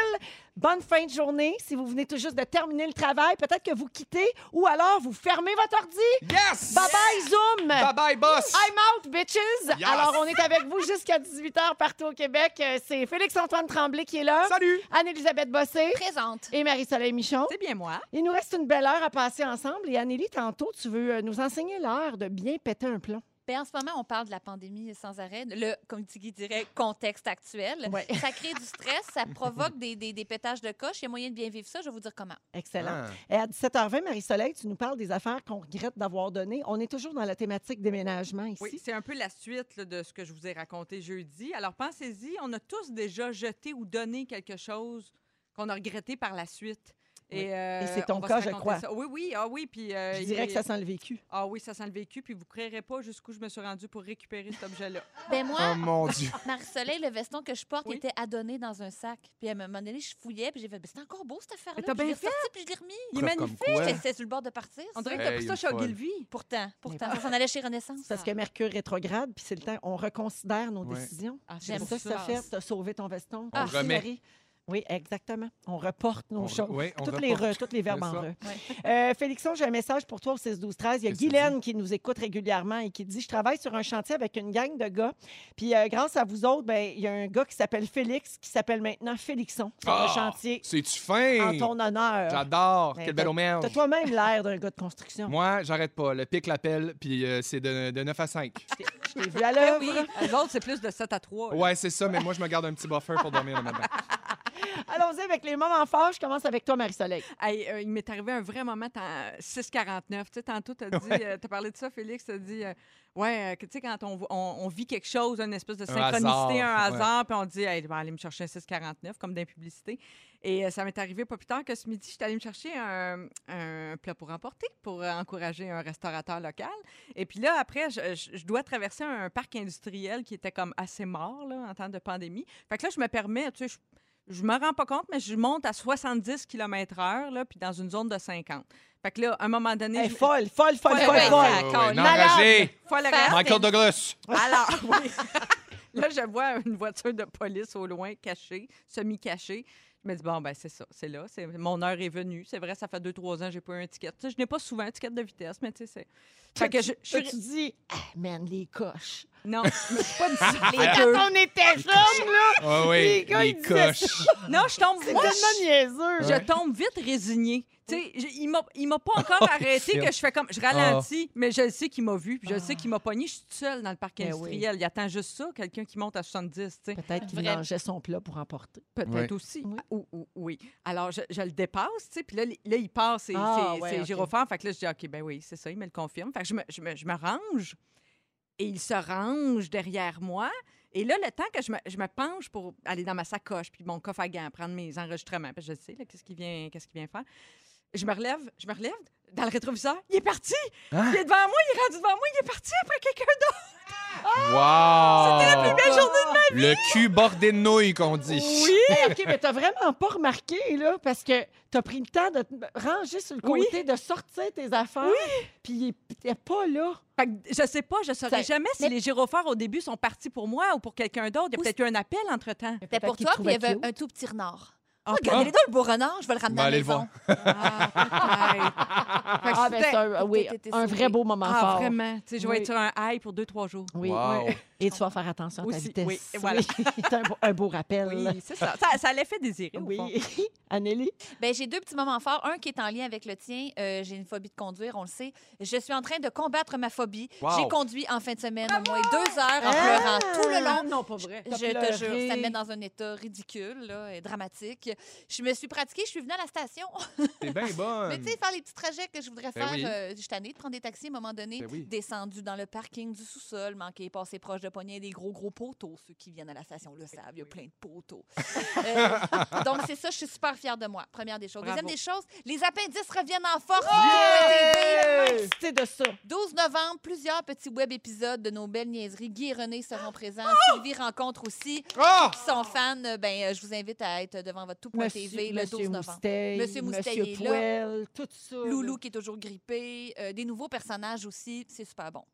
Speaker 1: Bonne fin de journée. Si vous venez tout juste de terminer le travail, peut-être que vous quittez ou alors vous fermez votre ordi.
Speaker 2: Yes!
Speaker 1: Bye bye, Zoom.
Speaker 2: Bye bye, boss!
Speaker 1: I'm out, bitches!
Speaker 2: Yes.
Speaker 1: Alors, on est avec vous jusqu'à 18h partout au Québec. Euh, C'est Félix-Antoine Tremblay qui est là,
Speaker 2: Salut!
Speaker 1: Anne-Elisabeth Bossé
Speaker 3: Présente.
Speaker 1: et Marie-Soleil Michon.
Speaker 4: C'est bien moi.
Speaker 1: Il nous reste une belle heure à passer ensemble. Et Anneli, tantôt, tu veux euh, nous enseigner l'heure de bien péter un plomb.
Speaker 3: Ben, en ce moment, on parle de la pandémie sans arrêt, le, comme tu dirais, contexte actuel.
Speaker 1: Ouais.
Speaker 3: Ça crée du stress, ça provoque des, des, des pétages de coche. Il y a moyen de bien vivre ça, je vais vous dire comment.
Speaker 1: Excellent.
Speaker 2: Ah.
Speaker 1: Et à 17h20, Marie-Soleil, tu nous parles des affaires qu'on regrette d'avoir données. On est toujours dans la thématique déménagement ici.
Speaker 4: Oui, c'est un peu la suite là, de ce que je vous ai raconté jeudi. Alors, pensez-y, on a tous déjà jeté ou donné quelque chose qu'on a regretté par la suite.
Speaker 1: Oui.
Speaker 4: euh,
Speaker 1: Et c'est ton
Speaker 4: on va
Speaker 1: cas,
Speaker 4: se
Speaker 1: je
Speaker 4: raconter
Speaker 1: crois.
Speaker 4: ça. Oui, oui, ah oui. Puis, euh,
Speaker 1: Je
Speaker 4: il
Speaker 1: dirais
Speaker 4: est-
Speaker 1: que ça sent le vécu.
Speaker 4: Ah oui, ça sent le vécu, puis vous ne créerez pas jusqu'où je me suis rendue pour récupérer cet objet-là.
Speaker 3: Ben moi,
Speaker 2: Oh mon
Speaker 1: *laughs*
Speaker 2: Dieu!
Speaker 3: Marie-Soleil, le veston que je porte
Speaker 4: Hum. Oui.
Speaker 3: était adonné dans un sac. Puis à un moment donné, je fouillais, puis j'ai fait, Ben, c'est encore beau cette affaire-là.
Speaker 4: Mais t'as
Speaker 3: Puis je l'ai
Speaker 4: bien fait.
Speaker 3: ressorti, puis je l'ai remis.
Speaker 4: Il est
Speaker 2: Preuve
Speaker 4: magnifique.
Speaker 2: comme quoi.
Speaker 3: J'étais j'étais sur le bord de partir. ça.
Speaker 4: On dirait que tu as
Speaker 2: Hey,
Speaker 4: pris
Speaker 2: une
Speaker 4: ça chez
Speaker 2: folle.
Speaker 4: Ogilvy.
Speaker 3: Pourtant, pourtant, ça s'en allait chez Renaissance.
Speaker 1: C'est parce que Mercure rétrograde, puis c'est le temps. On reconsidère nos
Speaker 2: Ouais.
Speaker 1: décisions.
Speaker 4: Ah, c'est
Speaker 3: J'aime
Speaker 1: J'aime
Speaker 4: pour
Speaker 1: ça que ça fait,
Speaker 4: Ah,
Speaker 1: t'as sauvé ton veston.
Speaker 3: Ah,
Speaker 1: Merci,
Speaker 2: remet.
Speaker 1: Marie. Oui, exactement. On reporte nos
Speaker 2: On-
Speaker 1: choses.
Speaker 2: ouais, on
Speaker 1: Toutes les
Speaker 2: reporte.
Speaker 1: re, toutes les verbes
Speaker 2: C'est
Speaker 1: en
Speaker 2: ça.
Speaker 1: re. Euh, Félixon, j'ai un message pour toi au 6 12 13. Il y a
Speaker 2: Qu'est-ce que tu
Speaker 1: Guylaine qui nous écoute régulièrement et qui dit je travaille sur un chantier avec une gang de gars. Puis euh, grâce à vous autres, ben il y a un gars qui s'appelle Félix qui s'appelle maintenant Félixon sur
Speaker 2: Ah!
Speaker 1: le chantier
Speaker 2: C'est-tu
Speaker 1: en
Speaker 2: fin?
Speaker 1: ton honneur.
Speaker 2: J'adore!
Speaker 1: Ben,
Speaker 2: Quelle belle hommage!
Speaker 1: T'as toi-même l'air d'un gars de construction.
Speaker 2: Moi, j'arrête pas. Le pic l'appel, puis euh, c'est de, de 9 à 5.
Speaker 1: Je t'ai vu à
Speaker 4: Ben
Speaker 1: l'œuvre.
Speaker 4: oui, eux autres, c'est plus de 7 à 3. là.
Speaker 2: Ouais, c'est ça, mais moi, je me garde un petit buffer pour dormir le matin.
Speaker 1: Allons-y avec les moments forts. Je commence avec toi, Marie-Soleil.
Speaker 4: Hey, euh, il m'est arrivé un vrai moment, tant- 6,49. Tu sais, tantôt, tu as, parlé de ça, Félix, tu as dit, euh, ouais, euh, que, tu sais, quand on, vo- on- on vit quelque chose, une espèce de
Speaker 2: Un
Speaker 4: synchronicité, un
Speaker 2: hasard,
Speaker 4: hasard, puis on dit, hey, je vais aller me chercher un 6,49, comme dans les publicités. Et euh, ça m'est arrivé pas plus tard que ce midi, je suis allée me chercher un, un plat pour emporter pour euh, encourager un restaurateur local. Et puis là, après, je, je- je dois traverser un parc industriel qui était comme assez mort là, en temps de pandémie. Fait que là, je me permets, tu sais, je je me rends pas compte, mais je monte à 70 km/h, là, puis dans une zone de 50. Fait que là, à un moment donné.
Speaker 1: Hey,
Speaker 4: je-
Speaker 1: Eh, folle, folle, folle,
Speaker 4: Ouais,
Speaker 1: folle,
Speaker 4: ouais,
Speaker 1: folle.
Speaker 4: ouais. D'accord,
Speaker 2: Oh, non,
Speaker 1: malade.
Speaker 2: enragé.
Speaker 4: Folle
Speaker 3: Fast
Speaker 4: raide.
Speaker 2: Michael Douglas!
Speaker 4: Alors, oui. là, je vois une voiture de police au loin, cachée, semi-cachée. Je me dis, bon, ben c'est ça, c'est là, c'est mon heure est venue. C'est vrai, ça fait deux, trois ans que j'ai pas eu un ticket. Tu sais, je n'ai pas souvent un ticket de vitesse, mais tu sais, c'est. Fait que je, je
Speaker 1: Tu
Speaker 4: suis.
Speaker 1: dis, ah, man, les coches.
Speaker 4: Non, je me suis
Speaker 1: *laughs*
Speaker 4: pas dit.
Speaker 1: Et quand on était jeunes, là,
Speaker 2: Ah oui,
Speaker 1: Les gars,
Speaker 2: les
Speaker 1: ils disaient
Speaker 2: coches!
Speaker 4: Non, je tombe.
Speaker 1: c'est
Speaker 4: moi,
Speaker 1: tellement
Speaker 4: je-
Speaker 1: niaiseux.
Speaker 4: je tombe vite résignée. Tu sais, je- il m'a- il m'a
Speaker 1: *laughs*
Speaker 4: pas
Speaker 1: Oh,
Speaker 4: encore arrêté que je fais comme je
Speaker 1: Ah.
Speaker 4: ralentis, mais je le sais qu'il m'a vu, puis je le sais qu'il m'a pogné. Je suis toute seule dans le parc
Speaker 1: Ben oui.
Speaker 4: industriel. Il attend juste ça, quelqu'un qui monte à 70, tu sais.
Speaker 1: Peut-être qu'il
Speaker 3: Vrai.
Speaker 1: mangeait son plat pour emporter.
Speaker 4: Peut-être
Speaker 2: Oui.
Speaker 4: aussi.
Speaker 1: Oui.
Speaker 4: Ah, ou- ou- oui. Alors, je, je le dépasse, tu sais, puis là, li- là, il passe ses,
Speaker 1: Ah,
Speaker 4: ses-
Speaker 1: ouais,
Speaker 4: ses
Speaker 1: ok.
Speaker 4: gyrophares. Fait que là, je dis, OK, ben oui, c'est ça, il me le confirme. Fait que je me, je me- je me range et il se range derrière moi. Et là, le temps que je me, je me penche pour aller dans ma sacoche, puis mon coffre à gants, prendre mes enregistrements, parce que je sais, là, qu'est-ce qu'il vient, qu'est-ce qu'il vient faire. Je me relève, je me relève. Dans le rétroviseur, il est parti! Il est devant moi, il est rendu devant moi, il est parti après quelqu'un d'autre! C'était la
Speaker 2: Wow!
Speaker 4: plus belle journée!
Speaker 2: Le cul bordé de nouilles, qu'on dit.
Speaker 1: Oui, OK, mais t'as vraiment pas remarqué, là, parce que t'as pris le temps de te ranger sur le
Speaker 4: Oui.
Speaker 1: côté, de sortir tes affaires, puis il était pas là.
Speaker 4: Fait que je sais pas, je
Speaker 1: Ça-
Speaker 4: saurais jamais si les gyrophares au début sont partis pour moi ou pour quelqu'un d'autre. Il y a
Speaker 3: Ou
Speaker 4: peut-être eu un appel entre-temps.
Speaker 3: C'était pour
Speaker 1: qu'il
Speaker 3: toi, puis
Speaker 1: trouvait
Speaker 3: il y avait
Speaker 1: cute.
Speaker 3: un tout petit renard.
Speaker 4: Ah,
Speaker 3: Regardez-le dans le beau renard, je vais le ramener
Speaker 2: Ben,
Speaker 3: à la
Speaker 2: allez le
Speaker 3: maison.
Speaker 4: Ah, peut-être. Fait que
Speaker 1: Ah, ben
Speaker 4: c'était-
Speaker 1: c'est un, oui,
Speaker 3: t'étais
Speaker 1: un
Speaker 3: sauvée.
Speaker 1: vrai beau moment
Speaker 4: Ah,
Speaker 1: fort.
Speaker 4: vraiment. Tu sais, je vais
Speaker 1: Oui.
Speaker 4: être sur un high pour deux, trois jours.
Speaker 1: Oui,
Speaker 2: Wow.
Speaker 1: oui. Et tu vas faire attention à ta
Speaker 4: Aussi,
Speaker 1: vitesse.
Speaker 4: oui, et voilà.
Speaker 1: *laughs* C'est un, beau- un beau rappel.
Speaker 4: Oui, c'est ça. Ça, ça l'a fait désirer. au
Speaker 1: Oui.
Speaker 4: fond.
Speaker 1: *laughs* Anneli?
Speaker 3: Ben, j'ai deux petits moments forts. Un qui est en lien avec le tien. Euh, j'ai une phobie de conduire, on le sait. Je suis en train de combattre ma phobie.
Speaker 2: Wow.
Speaker 3: J'ai conduit en fin de semaine au moins deux heures en pleurant
Speaker 1: Ah!
Speaker 3: tout le long.
Speaker 1: Non, pas vrai.
Speaker 3: Je te jure, ça me met dans un état ridicule là, et dramatique. Je me suis pratiquée, je suis venue à la station.
Speaker 2: T'es bien
Speaker 3: Mais
Speaker 2: bonne.
Speaker 3: tu sais, faire les petits trajets que je voudrais
Speaker 2: Ben
Speaker 3: faire,
Speaker 2: oui.
Speaker 3: euh, je suis tannée de prendre des taxis à un moment donné,
Speaker 2: Ben oui.
Speaker 3: descendu dans le parking du sous-sol, manquer, passer proche de poignet des gros, gros poteaux. Ceux qui viennent à la station le savent, il y a plein de poteaux. Euh, donc, c'est ça, je suis super fière de moi, première des choses.
Speaker 4: Bravo.
Speaker 3: Deuxième des choses, les appendices reviennent en force.
Speaker 1: C'était de ça.
Speaker 3: 12 novembre, plusieurs petits web épisodes de nos belles niaiseries. Guy et René seront présents. Sylvie rencontre aussi.
Speaker 2: Ah!
Speaker 3: Qui sont fans, euh, ben, euh, je vous invite à être devant votre tout.tv le 12 novembre.
Speaker 1: Mousteille,
Speaker 3: Monsieur Mousteille est là.
Speaker 1: Poêle, tout ça. là.
Speaker 3: Loulou qui est toujours grippé, euh, des nouveaux personnages aussi, c'est super bon.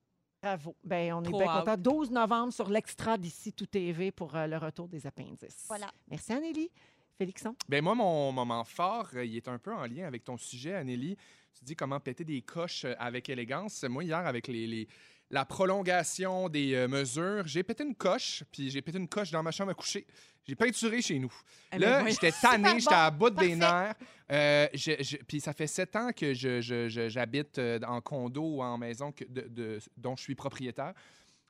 Speaker 1: Bravo. Ben, on est
Speaker 4: Trop
Speaker 1: bien
Speaker 4: hâte.
Speaker 1: content. 12 novembre sur l'extra d'ici tout TV pour euh, le retour des appendices.
Speaker 3: Voilà.
Speaker 1: Merci Anneli. Félixon.
Speaker 2: Ben moi, mon moment fort, euh, il est un peu en lien avec ton sujet, Anneli. Tu dis comment péter des coches euh, avec élégance. Moi, hier, avec les, les- la prolongation des euh, mesures, j'ai pété une coche, puis j'ai pété une coche dans ma chambre à coucher. J'ai peinturé chez nous.
Speaker 4: Eh ben,
Speaker 2: Là,
Speaker 4: voyons.
Speaker 2: j'étais tanné,
Speaker 3: *laughs* Super bon.
Speaker 2: j'étais à bout
Speaker 3: Parfait.
Speaker 2: des nerfs. Euh, je- je- puis ça fait sept ans que je- je- je- j'habite euh, en condo ou en maison que- de- de- dont je suis propriétaire.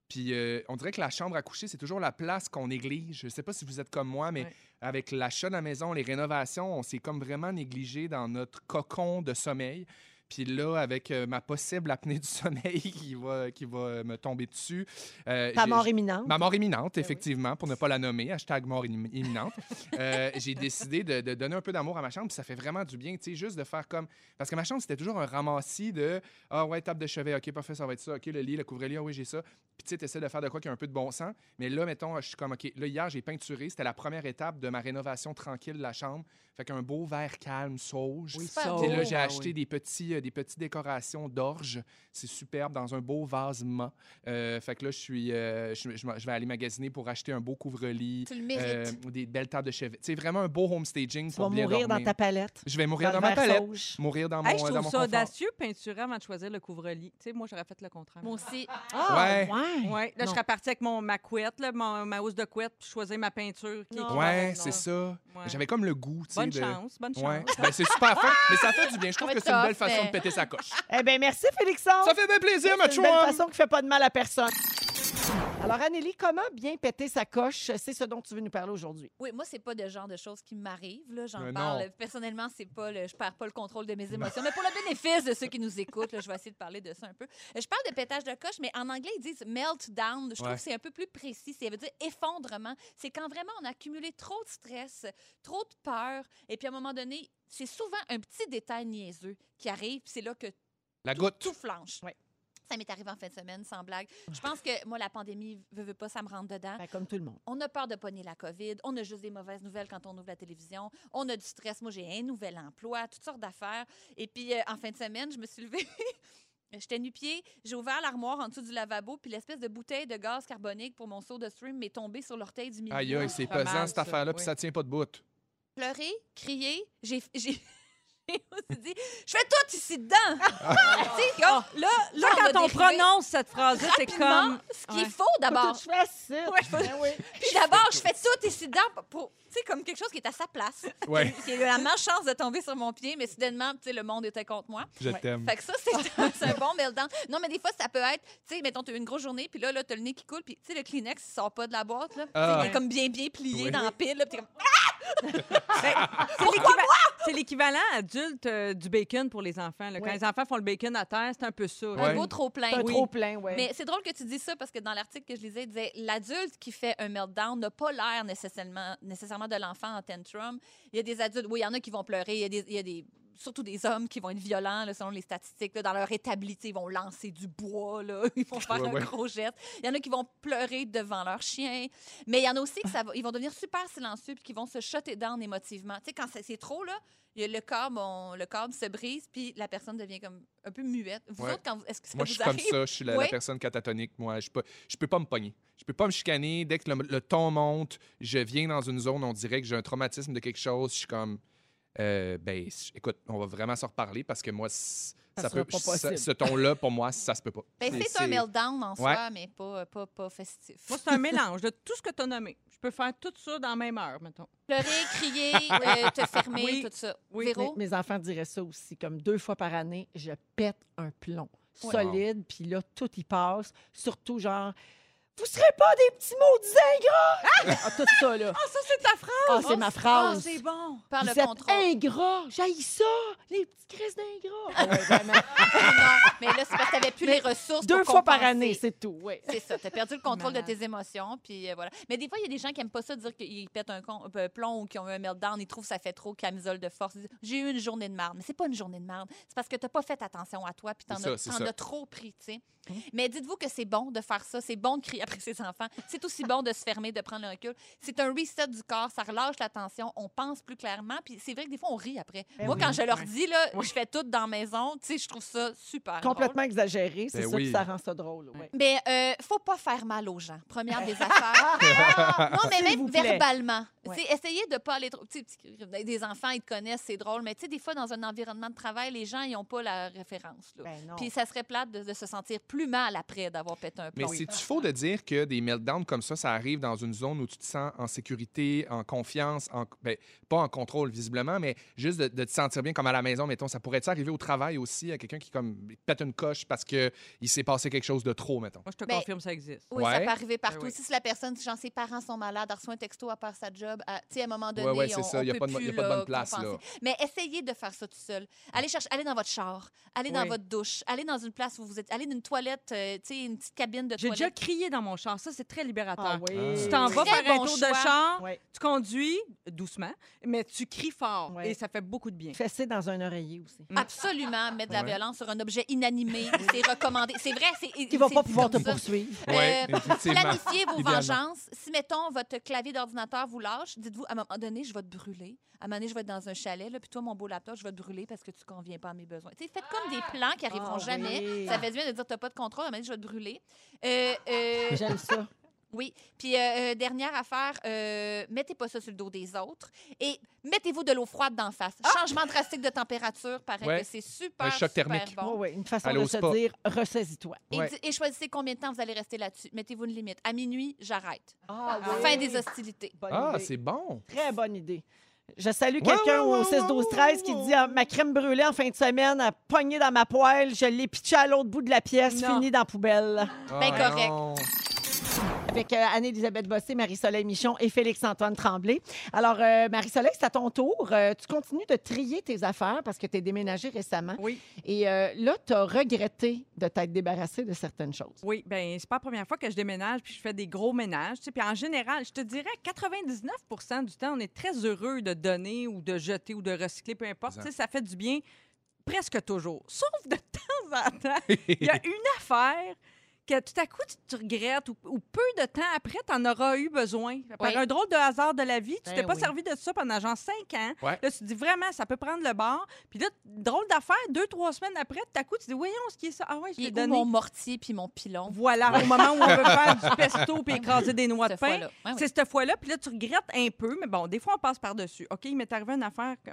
Speaker 2: Puis euh, on dirait que la chambre à coucher, c'est toujours la place qu'on néglige. Je sais pas si vous êtes comme moi, mais
Speaker 4: Ouais.
Speaker 2: avec l'achat de la maison, les rénovations, on s'est comme vraiment négligé dans notre cocon de sommeil. Puis là, avec euh, ma possible apnée du *laughs* sommeil qui va, qui va me tomber dessus. euh,
Speaker 1: Ta
Speaker 2: j'ai-
Speaker 1: mort imminente. Ben
Speaker 2: Ma mort imminente,
Speaker 1: oui.
Speaker 2: effectivement, pour ne pas la nommer, hashtag mort im- imminente. Euh, *laughs* j'ai décidé de, de donner un peu d'amour à ma chambre, puis ça fait vraiment du bien, tu sais, juste de faire comme. Parce que ma chambre, c'était toujours un ramassis de Ah ouais, table de chevet, ok, parfait, ça va être ça, ok, le lit, le couvre-lit, ah oui, j'ai ça. Puis tu sais, t'essaies de faire de quoi qu'il y a un peu de bon sens. Mais là, mettons, je suis comme, ok, là, hier, j'ai peinturé, c'était la première étape de ma rénovation tranquille de la chambre. Fait qu'un beau verre calme, sauge.
Speaker 4: Oui,
Speaker 3: Super
Speaker 4: ça,
Speaker 3: beau.
Speaker 2: Puis là,
Speaker 4: oui.
Speaker 2: j'ai
Speaker 4: Ah,
Speaker 2: acheté
Speaker 4: oui.
Speaker 2: des, petits, euh, des petites décorations d'orge. C'est superbe, dans un beau vase mat. Euh, fait que là, je, suis, euh, je, je m'en- je vais aller magasiner pour acheter un beau couvre-lit,
Speaker 3: Tu le mérites.
Speaker 2: euh, des belles tables de chevet. C'est vraiment un beau home staging
Speaker 1: Tu vas
Speaker 2: pour bien
Speaker 1: mourir dans
Speaker 2: dormir.
Speaker 1: ta palette.
Speaker 2: Je vais mourir dans,
Speaker 1: le
Speaker 2: ma
Speaker 1: verre
Speaker 2: palette.
Speaker 1: sauge.
Speaker 2: Mourir dans mon,
Speaker 4: Hey,
Speaker 2: euh, dans
Speaker 4: je trouve
Speaker 2: mon
Speaker 4: ça
Speaker 2: confort.
Speaker 4: audacieux, peinturer avant de choisir le couvre-lit. Tu sais, moi, j'aurais fait le contraire.
Speaker 3: Moi aussi,
Speaker 1: Ah,
Speaker 2: Ouais.
Speaker 1: ouais.
Speaker 4: Ouais, là, je
Speaker 1: Non.
Speaker 4: serais partie avec mon, ma couette, là, mon- ma housse de couette, puis choisir ma peinture. Qui est
Speaker 3: Non.
Speaker 4: équivalente.
Speaker 2: Ouais, c'est ça.
Speaker 4: ben Ouais.
Speaker 2: J'avais comme le goût, tu sais.
Speaker 4: Bonne
Speaker 2: de-
Speaker 4: chance, bonne
Speaker 2: Ouais.
Speaker 4: chance. *laughs*
Speaker 2: Ben, c'est super fin, mais ça fait du bien. Je trouve
Speaker 3: Ouais,
Speaker 2: que c'est une belle
Speaker 3: tough,
Speaker 2: façon de
Speaker 3: mais-
Speaker 2: péter sa coche.
Speaker 1: Eh bien, merci Félixon.
Speaker 2: Ça fait bien plaisir, ma
Speaker 1: C'est une belle
Speaker 2: chouam.
Speaker 1: façon qui fait pas de mal à personne. Alors, Anneli, comment bien péter sa coche? C'est ce dont tu veux nous parler aujourd'hui.
Speaker 3: oui, moi, c'est pas le genre de choses qui m'arrivent. là, J'en
Speaker 2: Mais
Speaker 3: parle.
Speaker 2: Euh, non.
Speaker 3: Personnellement, c'est pas le, je perds pas le contrôle de mes émotions. Mais pour le bénéfice de ceux qui nous écoutent, là, je vais essayer de parler de ça un peu. Euh, Je parle de pétage de coche, mais en anglais, ils disent meltdown. Je trouve
Speaker 2: Ouais.
Speaker 3: que c'est un peu plus précis. Ça veut dire effondrement. C'est quand vraiment on a accumulé trop de stress, trop de peur. Et puis, à un moment donné, c'est souvent un petit détail niaiseux qui arrive. puis C'est là que
Speaker 2: La
Speaker 3: tout-
Speaker 2: goutte.
Speaker 3: Tout flanche.
Speaker 1: Ouais.
Speaker 3: Ça m'est arrivé en fin de semaine, sans blague. Je pense que, moi, la pandémie, veut, veut pas, ça me rentre dedans.
Speaker 1: Ben, comme tout le monde.
Speaker 3: On a peur de pogner la COVID, on a juste des mauvaises nouvelles quand on ouvre la télévision, on a du stress. Moi, j'ai un nouvel emploi, toutes sortes d'affaires. Et puis, euh, en fin de semaine, je me suis levée. *laughs* J'étais nu-pied, j'ai ouvert l'armoire en dessous du lavabo, puis l'espèce de bouteille de gaz carbonique pour mon saut de stream m'est tombée sur l'orteil du milieu.
Speaker 2: Aïe, aïe, c'est
Speaker 4: Pas mal,
Speaker 2: pesant, cette
Speaker 4: ça,
Speaker 2: affaire-là, puis
Speaker 4: oui.
Speaker 2: ça tient pas de bout.
Speaker 3: Pleuré, crié, j'ai. j'ai- *laughs* j'ai aussi dit, je fais tout ici dedans! tu
Speaker 1: *laughs*
Speaker 3: sais, comme, là, là,
Speaker 4: Ah,
Speaker 3: on
Speaker 4: Là,
Speaker 3: a
Speaker 4: quand on
Speaker 3: décrivé
Speaker 4: prononce cette phrase-là, c'est
Speaker 3: rapidement
Speaker 4: comme.
Speaker 3: ce qu'il
Speaker 4: Ouais.
Speaker 3: faut d'abord.
Speaker 1: Faut que tu fasses ça. Ben oui.
Speaker 3: *laughs* Puis d'abord, je fais tout ici dedans pour, tu sais, comme quelque chose qui est à sa place.
Speaker 2: Ouais.
Speaker 3: J'ai eu la malchance de tomber sur mon pied, mais soudainement, tu sais, le monde était contre moi.
Speaker 2: Je
Speaker 1: Ouais.
Speaker 2: t'aime.
Speaker 3: Fait que ça,
Speaker 4: *laughs*
Speaker 3: c'est *laughs* c'est un bon meltdown. Non, mais des fois, ça peut être, tu sais, mettons, t'as eu une grosse journée, puis là, là, t'as le nez qui coule, puis tu sais, le Kleenex, il sort pas de la boîte, là. Tu sais,
Speaker 2: Ah.
Speaker 3: Il est comme bien, bien plié
Speaker 2: Oui.
Speaker 3: dans la pile, là, puis t'es comme, ah,
Speaker 4: Ben, c'est l'équiva- C'est l'équivalent adulte euh, du bacon pour les enfants. là. Quand
Speaker 1: Ouais.
Speaker 4: les enfants font le bacon à terre, c'est un peu ça.
Speaker 3: un
Speaker 2: Ouais.
Speaker 3: beau trop plein.
Speaker 1: C'est un
Speaker 3: Ben Oui.
Speaker 1: trop plein, ouais.
Speaker 3: Mais c'est drôle que tu dis ça parce que dans l'article que je lisais, il disait l'adulte qui fait un meltdown n'a pas l'air nécessairement, nécessairement de l'enfant en tantrum. Il y a des adultes, oui, il y en a qui vont pleurer, il y a des, il y a des surtout des hommes qui vont être violents, là, selon les statistiques, là, dans leur établi, tu sais, ils vont lancer du bois, là, *laughs* ils vont faire
Speaker 2: Ouais,
Speaker 3: un
Speaker 2: ouais.
Speaker 3: gros jet. Il y en a qui vont pleurer devant leur chien. Mais il y en a aussi qui ça va- ils vont devenir super silencieux puis qui vont se shotter down émotivement. Tu sais, quand c'est- c'est trop, là, il y a le câble, on- le câble se brise, puis la personne devient comme un peu muette. Vous
Speaker 2: Ouais.
Speaker 3: autres, quand vous- est-ce que ça
Speaker 2: Moi, je
Speaker 3: vous
Speaker 2: suis comme
Speaker 3: arrive?
Speaker 2: ça. Je suis la, la
Speaker 3: Oui.
Speaker 2: personne catatonique. Moi, je peux, je peux pas me pogner. Je peux pas me chicaner. Dès que le, le ton monte, je viens dans une zone, on dirait que j'ai un traumatisme de quelque chose. Je suis comme, euh, ben, s- écoute, on va vraiment s'en reparler parce que moi, c-
Speaker 1: Ça
Speaker 2: ça
Speaker 1: sera
Speaker 2: peut,
Speaker 1: pas
Speaker 2: ça-
Speaker 1: possible.
Speaker 2: ce ton-là, pour moi, ça se peut pas.
Speaker 3: Ben,
Speaker 2: Et
Speaker 3: c'est un meltdown en
Speaker 2: Ouais.
Speaker 3: soi, mais pas, euh, pas, pas festif.
Speaker 4: Moi, c'est un mélange de tout ce que tu as nommé. Je peux faire tout ça dans la même heure, mettons.
Speaker 3: Pleurer, crier,
Speaker 1: *laughs*
Speaker 3: euh, te fermer,
Speaker 4: Oui.
Speaker 3: tout ça.
Speaker 4: Oui.
Speaker 3: Véro?
Speaker 1: Mes, mes enfants diraient ça aussi, comme deux fois par année, je pète un plomb
Speaker 3: Ouais.
Speaker 1: solide, puis là, tout y passe. Surtout, genre, vous serez pas des petits maudits ingrats! Ah, tout ça, là.
Speaker 4: Ah, ça, c'est ta phrase!
Speaker 1: Ah, c'est ma phrase.
Speaker 4: c'est bon!
Speaker 3: Par
Speaker 1: vous
Speaker 3: le
Speaker 1: êtes
Speaker 3: contrôle.
Speaker 1: ingrats! J'haïs ça! Les petits crises d'ingrats! Ah ouais, *laughs* vraiment.
Speaker 3: non, mais là, c'est parce que t'avais
Speaker 1: *laughs*
Speaker 3: plus les ressources.
Speaker 1: deux
Speaker 3: pour
Speaker 1: fois par
Speaker 3: compenser.
Speaker 1: année, c'est tout, oui.
Speaker 3: C'est ça, t'as perdu le contrôle de
Speaker 4: Malade.
Speaker 3: tes émotions, puis euh, voilà. Mais des fois, il y a des gens qui aiment pas ça dire qu'ils pètent un, con- un plomb ou qu'ils ont eu un meltdown, ils trouvent que ça fait trop camisole de force. Ils disent, J'ai eu une journée de merde, mais c'est pas une journée de merde, c'est parce que t'as pas fait attention à toi, puis t'en
Speaker 2: C'est
Speaker 3: as,
Speaker 2: ça, c'est
Speaker 3: t'en
Speaker 2: ça.
Speaker 3: as trop pris, tu sais. Mais dites-vous que c'est bon de faire ça, c'est bon de crier après ses enfants, c'est aussi bon de se fermer, de prendre le recul. C'est un reset du corps, ça relâche la tension, on pense plus clairement, puis c'est vrai que des fois, on rit après.
Speaker 1: Ben
Speaker 3: Moi,
Speaker 1: oui.
Speaker 3: quand je leur
Speaker 4: Ouais.
Speaker 3: dis, là,
Speaker 4: Ouais.
Speaker 3: je fais tout dans la maison, tu sais, je trouve ça super drôle.
Speaker 1: Complètement exagéré, c'est
Speaker 2: Ben
Speaker 1: ça
Speaker 2: oui.
Speaker 1: que ça rend ça drôle, oui.
Speaker 3: Mais euh, faut pas faire mal aux gens. Première des
Speaker 2: *laughs*
Speaker 3: affaires. non,
Speaker 2: Ah!
Speaker 3: mais
Speaker 1: S'il
Speaker 3: même
Speaker 1: vous plaît.
Speaker 3: verbalement.
Speaker 1: Ouais.
Speaker 3: C'est Essayez de pas aller trop. tu sais, petit- Des enfants, ils te connaissent, c'est drôle. Mais tu sais, des fois, dans un environnement de travail, les gens, ils n'ont pas la référence. là.
Speaker 1: Ben non.
Speaker 3: Puis ça serait plate de, de se sentir plus mal après d'avoir pété un
Speaker 2: Mais
Speaker 3: plomb.
Speaker 2: c'est-tu faux de dire que des meltdowns comme ça, ça arrive dans une zone où tu te sens en sécurité, en confiance, en, ben, pas en contrôle visiblement, mais juste de, de te sentir bien comme à la maison, mettons. Ça pourrait-tu arriver au travail aussi à quelqu'un qui comme pète une coche parce qu'il s'est passé quelque chose de trop, mettons?
Speaker 4: Moi, je te
Speaker 3: Ben,
Speaker 4: confirme, ça existe.
Speaker 3: Oui,
Speaker 2: Ouais.
Speaker 3: ça peut arriver partout.
Speaker 4: Ben oui.
Speaker 3: Si c'est la personne, si genre ses parents sont malades, elle reçoit un texto à part sa job, à, tu sais, à un moment donné,
Speaker 2: Ouais, ouais, c'est
Speaker 3: on,
Speaker 2: ça.
Speaker 3: on
Speaker 2: Il y a
Speaker 3: peut
Speaker 2: pas de-
Speaker 3: plus,
Speaker 2: il y a pas de bonne
Speaker 3: là,
Speaker 2: place, là.
Speaker 3: compenser. Mais essayez de faire ça tout seul. Allez chercher, allez dans votre char, allez dans
Speaker 4: Oui.
Speaker 3: votre douche, allez dans une place où vous êtes, allez dans une toilette, euh, tu sais, une petite cabine de
Speaker 4: J'ai déjà
Speaker 3: toilette.
Speaker 4: crié dans mon char. Ça, c'est très libérateur.
Speaker 1: Ah oui.
Speaker 4: Tu t'en vas
Speaker 3: Très
Speaker 4: faire un
Speaker 3: bon
Speaker 4: tour
Speaker 3: choix.
Speaker 4: de char,
Speaker 1: Ouais.
Speaker 4: tu conduis doucement, mais tu cries fort
Speaker 1: Ouais.
Speaker 4: et ça fait beaucoup de bien.
Speaker 1: Fessé dans un oreiller aussi.
Speaker 4: Mm.
Speaker 3: Absolument, mettre de la
Speaker 2: Ouais.
Speaker 3: violence sur un objet inanimé, c'est recommandé. C'est vrai, c'est.
Speaker 1: Qui va
Speaker 3: c'est
Speaker 1: pas
Speaker 3: dit
Speaker 1: pouvoir te
Speaker 3: comme ça.
Speaker 1: poursuivre.
Speaker 2: Ouais,
Speaker 3: Euh,
Speaker 2: effectivement. Ah,
Speaker 3: Planifiez vos
Speaker 2: Idéalement.
Speaker 3: vengeances. Si, mettons, votre clavier d'ordinateur vous lâche, dites-vous, à un moment donné, je vais te brûler. À un moment donné, je vais être dans un chalet, là, puis toi, mon beau laptop, je vais te brûler parce que tu conviens pas à mes besoins. Tu sais, faites comme des plans qui arriveront
Speaker 1: Ah
Speaker 3: jamais.
Speaker 1: oui.
Speaker 3: Ça fait du bien de dire, t'as pas de contrôle, à un moment donné, je vais te brûler. Euh, euh,
Speaker 1: J'aime ça.
Speaker 3: oui. Puis, euh, euh, dernière affaire, euh, mettez pas ça sur le dos des autres et mettez-vous de l'eau froide d'en face. Changement drastique de température, pareil,
Speaker 2: Ah! Ouais.
Speaker 3: que c'est super,
Speaker 2: Un choc
Speaker 3: super
Speaker 2: thermique.
Speaker 3: bon.
Speaker 1: Ouais, ouais, Une façon
Speaker 2: Allez
Speaker 1: de
Speaker 2: au
Speaker 1: se
Speaker 2: spa.
Speaker 1: dire, ressaisis-toi.
Speaker 3: Et,
Speaker 2: Ouais.
Speaker 3: di- et choisissez combien de temps vous allez rester là-dessus. Mettez-vous une limite. À minuit, j'arrête.
Speaker 1: Ah,
Speaker 3: Fin des hostilités.
Speaker 1: Bonne
Speaker 2: Ah,
Speaker 1: idée.
Speaker 2: c'est bon!
Speaker 1: Très bonne idée. Je salue
Speaker 2: Ouais,
Speaker 1: quelqu'un
Speaker 2: ouais, ouais,
Speaker 1: au 6 12 13 qui
Speaker 2: ouais,
Speaker 1: dit ah, ma crème brûlée en fin de semaine a pogné dans ma poêle, je l'ai pitchée à l'autre bout de la pièce,
Speaker 4: Non.
Speaker 1: finie dans la poubelle.
Speaker 3: Ben
Speaker 2: Ah,
Speaker 3: correct.
Speaker 2: non.
Speaker 1: Avec euh, Anne-Élisabeth Bossé, Marie-Soleil Michon et Félix-Antoine Tremblay. Alors, euh, Marie-Soleil, c'est à ton tour. Euh, tu continues de trier tes affaires parce que tu es déménagée récemment.
Speaker 4: Oui.
Speaker 1: Et euh, là, tu as regretté de t'être débarrassée de certaines choses.
Speaker 4: Oui, ben c'est pas la première fois que je déménage puis je fais des gros ménages. tu sais. Puis en général, je te dirais 99 du temps, on est très heureux de donner ou de jeter ou de recycler, peu importe.
Speaker 2: Exact.
Speaker 4: Tu sais, Ça fait du bien presque toujours. Sauf de *laughs* temps en temps,
Speaker 2: *laughs*
Speaker 4: il y a une affaire que tout à coup tu, tu regrettes ou, ou peu de temps après, tu en auras eu besoin. Par
Speaker 3: Oui.
Speaker 4: un drôle de hasard de la vie, tu
Speaker 1: Ben
Speaker 4: t'es pas
Speaker 1: oui.
Speaker 4: servi de ça pendant genre cinq ans.
Speaker 2: Ouais.
Speaker 4: Là, tu te dis vraiment, ça peut prendre le bord. Puis là, drôle d'affaire, deux, trois semaines après, tout à coup, tu dis, voyons ce qui est ça. Ah ouais,
Speaker 3: Il
Speaker 4: je l'ai
Speaker 3: est où
Speaker 4: donné.
Speaker 3: mon mortier puis mon pilon?
Speaker 4: Voilà, au moment où on veut faire
Speaker 3: *laughs*
Speaker 4: du pesto puis écraser des noix de
Speaker 3: Ah, Cette
Speaker 4: pain.
Speaker 3: fois-là. Ouais, oui.
Speaker 4: C'est cette fois-là, puis là, tu regrettes un peu, mais bon, des fois, on passe par-dessus. OK, il m'est arrivé une affaire que-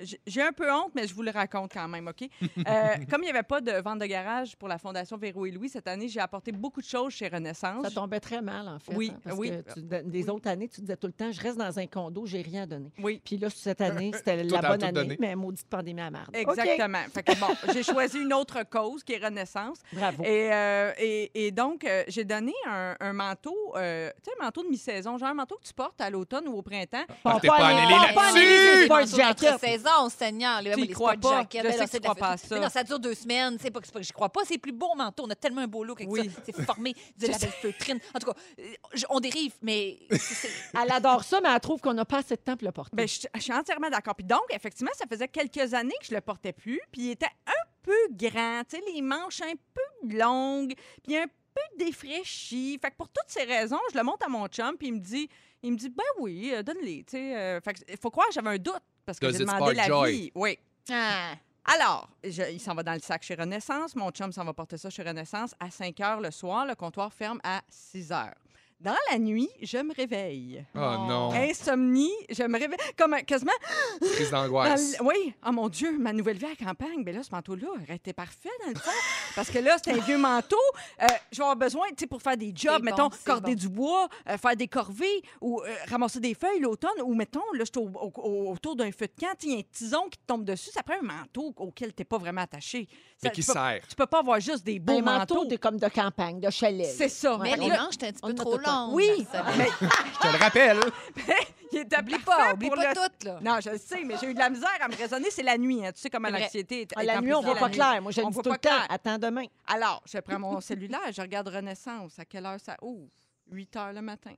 Speaker 4: j'ai- J'ai un peu honte, mais je vous le raconte quand même, OK?
Speaker 3: *laughs*
Speaker 4: Euh, comme il n'y avait pas de vente de garage pour la Fondation Véro et Louis, cette année, j'ai apporté beaucoup de choses chez Renaissance.
Speaker 1: Ça tombait très mal, en fait.
Speaker 4: Oui,
Speaker 1: hein, parce
Speaker 4: oui.
Speaker 1: que tu- des
Speaker 4: Oui.
Speaker 1: autres années, tu disais tout le temps, je reste dans un condo, j'ai rien à donner.
Speaker 4: Oui.
Speaker 1: Puis là, cette année, c'était
Speaker 2: *laughs* Tout
Speaker 1: la
Speaker 2: a-
Speaker 1: bonne
Speaker 2: tout
Speaker 1: année,
Speaker 2: donné.
Speaker 1: mais maudite pandémie à merde.
Speaker 4: Exactement. Fait que bon, j'ai choisi une autre cause qui est Renaissance.
Speaker 1: Bravo.
Speaker 4: Et, euh, et, et donc, euh, j'ai donné un, un manteau, euh, tu sais, un manteau de mi-saison, genre un manteau que tu portes à l'automne ou au printemps.
Speaker 1: Pas
Speaker 2: Partez Ah, pas en
Speaker 1: aller-
Speaker 2: Nelly
Speaker 1: pas en
Speaker 3: là-dessus!
Speaker 1: Nelly,
Speaker 3: Manteau
Speaker 1: Sport Jacket.
Speaker 3: d'entre-saison. raison, Seigneur. Les,
Speaker 4: Tu y
Speaker 3: ouais, les
Speaker 4: crois
Speaker 3: sport
Speaker 4: pas.
Speaker 3: jackets,
Speaker 4: Je
Speaker 3: ben
Speaker 4: sais
Speaker 3: non,
Speaker 4: que
Speaker 3: c'est
Speaker 4: tu
Speaker 3: de la-
Speaker 4: crois pas à ça.
Speaker 3: Mais non, ça dure deux semaines. C'est pas, c'est pas que je crois pas. C'est plus beau manteau. On a tellement un beau look avec
Speaker 4: Oui.
Speaker 3: ça. C'est formé. Vous avez la belle feutrine. En tout cas, euh, je- on dérive, mais c'est- c'est-
Speaker 1: Elle adore ça, mais elle trouve qu'on n'a pas assez de temps pour le porter.
Speaker 4: Ben, je, je suis entièrement d'accord. Puis donc, effectivement, ça faisait quelques années que je le portais plus. Puis il était un peu grand, tu sais, les manches un peu longues, puis un peu défraîchi. Fait que pour toutes ces raisons, je le monte à mon chum, puis il me dit, il me dit, ben oui, euh, donne-les, tu sais. euh, fait que il faut croire, que j'avais un doute parce que
Speaker 2: Does
Speaker 4: j'ai
Speaker 2: it
Speaker 4: demandé
Speaker 2: spark
Speaker 4: la
Speaker 2: joy?
Speaker 4: vie. Oui.
Speaker 3: Ah.
Speaker 4: Alors, je- il s'en va dans le sac chez Renaissance. Mon chum s'en va porter ça chez Renaissance à 5 heures le soir. Le comptoir ferme à 6 heures. Dans la nuit, je me réveille.
Speaker 2: Oh non,
Speaker 4: Insomnie, je me réveille comme un- quasiment
Speaker 2: crise
Speaker 4: dans
Speaker 2: d'angoisse.
Speaker 4: le- Oui, oh mon Dieu, ma nouvelle vie à la campagne. Ben là, ce manteau-là aurait été parfait dans le fond. *laughs* Parce que là, c'est un vieux manteau. Euh, je vais avoir besoin, tu sais, pour faire des jobs,
Speaker 3: C'est
Speaker 4: mettons,
Speaker 3: bon, c'est
Speaker 4: corder
Speaker 3: bon.
Speaker 4: du bois, euh, faire des corvées ou euh, ramasser des feuilles l'automne. Ou mettons, là, je suis au- au- au- autour d'un feu de camp, tu sais, il y a un tison qui te tombe dessus. Ça prend un manteau auquel tu n'es pas vraiment attaché. Ça,
Speaker 2: Mais qui
Speaker 4: tu, peux,
Speaker 2: sert?
Speaker 4: tu peux pas avoir juste des beaux
Speaker 1: un manteau,
Speaker 4: manteaux.
Speaker 1: de- comme de campagne, de chalet.
Speaker 4: C'est ça.
Speaker 3: Mais
Speaker 4: Fait
Speaker 3: les
Speaker 4: que là-
Speaker 3: manches, t'es un petit
Speaker 1: on
Speaker 3: peu
Speaker 1: a
Speaker 3: trop
Speaker 1: tout le temps.
Speaker 3: longues.
Speaker 4: Oui,
Speaker 3: Marcel.
Speaker 4: mais
Speaker 2: Je te le rappelle.
Speaker 4: il est
Speaker 3: Oublie
Speaker 4: parfait
Speaker 3: pas, oublie
Speaker 4: pour
Speaker 3: pas
Speaker 4: le-
Speaker 3: tout,
Speaker 4: *laughs*
Speaker 3: là.
Speaker 4: Non, je le sais, mais j'ai eu de la misère à me raisonner. C'est la nuit. hein. Tu sais comment
Speaker 3: C'est vrai.
Speaker 4: l'anxiété est,
Speaker 1: Ah,
Speaker 4: est
Speaker 1: la nuit, on
Speaker 4: amplifiée
Speaker 1: voit
Speaker 4: la
Speaker 1: pas
Speaker 4: nuit.
Speaker 1: clair. Moi, je
Speaker 4: On
Speaker 1: le dis
Speaker 4: voit
Speaker 1: tout
Speaker 4: pas
Speaker 1: le temps.
Speaker 4: clair.
Speaker 1: Attends demain.
Speaker 4: Alors, je prends mon cellulaire, je regarde Renaissance. À quelle heure ça ouvre? 8 heures le matin.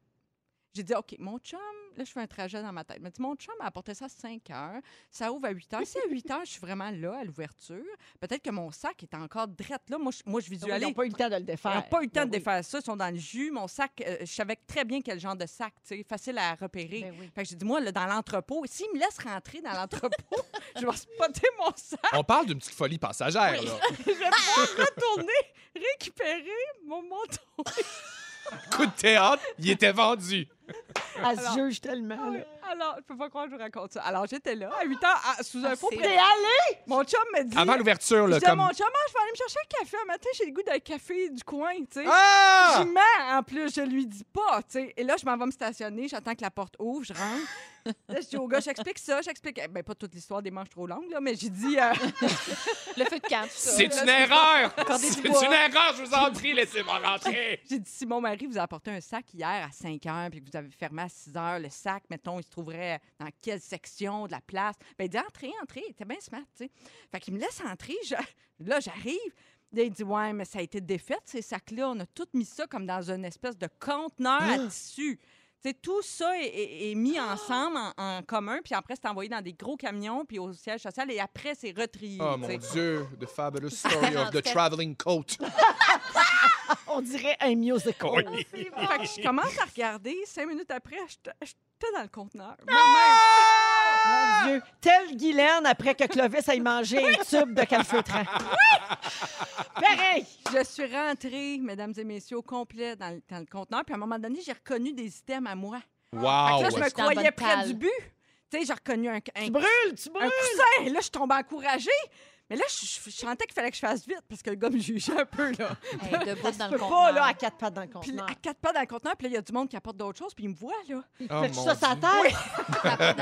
Speaker 4: J'ai dit, OK, mon chum, là, je fais un trajet dans ma tête. Il m'a dit, mon chum a apporté ça à 5 heures. Ça ouvre à 8 heures. Si à 8 heures, je suis vraiment là, à l'ouverture, peut-être que mon sac est encore drette là. Moi, je, moi, je
Speaker 1: Ils n'ont
Speaker 4: visualise.
Speaker 1: pas eu le temps de le
Speaker 4: Ils
Speaker 1: défaire.
Speaker 4: n'ont pas eu le temps
Speaker 1: Ben
Speaker 4: de
Speaker 1: oui.
Speaker 4: défaire ça. Ils sont dans le jus. Mon sac, euh, je savais très bien quel genre de sac, tu sais, facile à repérer.
Speaker 1: Ben oui.
Speaker 4: Fait que j'ai dit, moi, là, dans l'entrepôt, s'il me laisse rentrer dans l'entrepôt, *laughs* je vais spotter mon sac.
Speaker 2: On parle d'une petite folie passagère, là.
Speaker 4: Je vais pouvoir retourner récupérer mon manteau.
Speaker 2: Coup de théâtre, il était vendu.
Speaker 1: Elle se
Speaker 4: Alors-
Speaker 1: juge tellement. là.
Speaker 4: Alors, je peux pas croire que je vous raconte ça. Alors, j'étais là, à 8 heures, à- sous un faux
Speaker 3: c'est-
Speaker 4: prétexte.
Speaker 1: T'es allée?
Speaker 4: Mon chum me dit...
Speaker 2: Avant l'ouverture,
Speaker 4: Je
Speaker 2: là,
Speaker 4: dis à
Speaker 2: comme...
Speaker 4: mon chum, Ah, je vais aller me chercher un café un matin, j'ai le goût d'un café du coin, tu sais.
Speaker 2: Ah!
Speaker 4: Je mens, en plus, je lui dis pas, tu sais. Et là, je m'en vais me stationner, j'attends que la porte ouvre, je rentre. Là, je dis au gars, j'explique ça, j'explique... Eh, Ben, pas toute l'histoire des manches trop longues, là, mais j'ai dit... euh,
Speaker 3: Le feu de camp, tout ça.
Speaker 2: C'est une erreur! *laughs*
Speaker 3: Cordée du
Speaker 2: C'est
Speaker 3: bois.
Speaker 2: une erreur, je vous en prie, laissez-moi
Speaker 1: *laughs*
Speaker 2: rentrer!
Speaker 4: J'ai dit, si mon mari vous a apporté un sac hier à 5 heures, puis que vous avez fermé à 6 heures, le sac, mettons, il se trouverait dans quelle section de la place? Ben, il dit, entrez, entrez. Il était bien smart, tu sais. Fait qu'il me laisse entrer. je- Là, j'arrive. Là, il dit, ouais, mais ça a été défait, ces sacs-là. On a tout mis ça comme dans une espèce de conteneur
Speaker 2: Oh!
Speaker 4: à tissu. Tu sais, tout ça est, est- est mis
Speaker 2: Ah!
Speaker 4: ensemble en, en commun, puis après, c'est envoyé dans des gros camions, puis au siège social, et après, c'est retrié.
Speaker 2: Oh
Speaker 4: tu sais.
Speaker 2: mon Dieu, the fabulous story of
Speaker 1: *laughs*
Speaker 2: the
Speaker 3: Parfait.
Speaker 2: traveling coat.
Speaker 1: On dirait un musical.
Speaker 2: Oui.
Speaker 4: Fait que je commence à regarder. Cinq minutes après, j'étais j'étais dans
Speaker 2: *laughs*
Speaker 4: le conteneur.
Speaker 1: Mon Dieu. Telle Guylaine après que Clovis aille manger un tube de calfeutrin. Pareil!
Speaker 4: Je suis rentrée, mesdames et messieurs, au complet dans le, dans le conteneur. Puis à un moment donné, j'ai reconnu des items à moi. Fait
Speaker 2: Wow!
Speaker 4: que
Speaker 2: Oh,
Speaker 4: là, je me
Speaker 3: J'étais en
Speaker 4: croyais
Speaker 3: bonne
Speaker 4: près
Speaker 3: cale.
Speaker 4: du but. Tu sais, j'ai reconnu un, un,
Speaker 1: Tu brûles, tu
Speaker 4: un
Speaker 1: brûles!
Speaker 4: coussin. Là, je suis tombée encouragée. Mais là, je, je sentais qu'il fallait que je fasse vite parce que le gars me jugeait un peu, là.
Speaker 3: Hey, debout dans
Speaker 1: Tu
Speaker 3: le
Speaker 1: peux pas, là,
Speaker 3: conteneur.
Speaker 1: à quatre pattes dans le
Speaker 4: Puis
Speaker 1: conteneur.
Speaker 4: à quatre pas dans le conteneur, puis là, il y a du monde qui apporte d'autres choses, puis il me voit, là.
Speaker 2: Oh,
Speaker 1: Fais-tu
Speaker 2: mon
Speaker 1: ça sa
Speaker 2: Dieu.
Speaker 1: tête?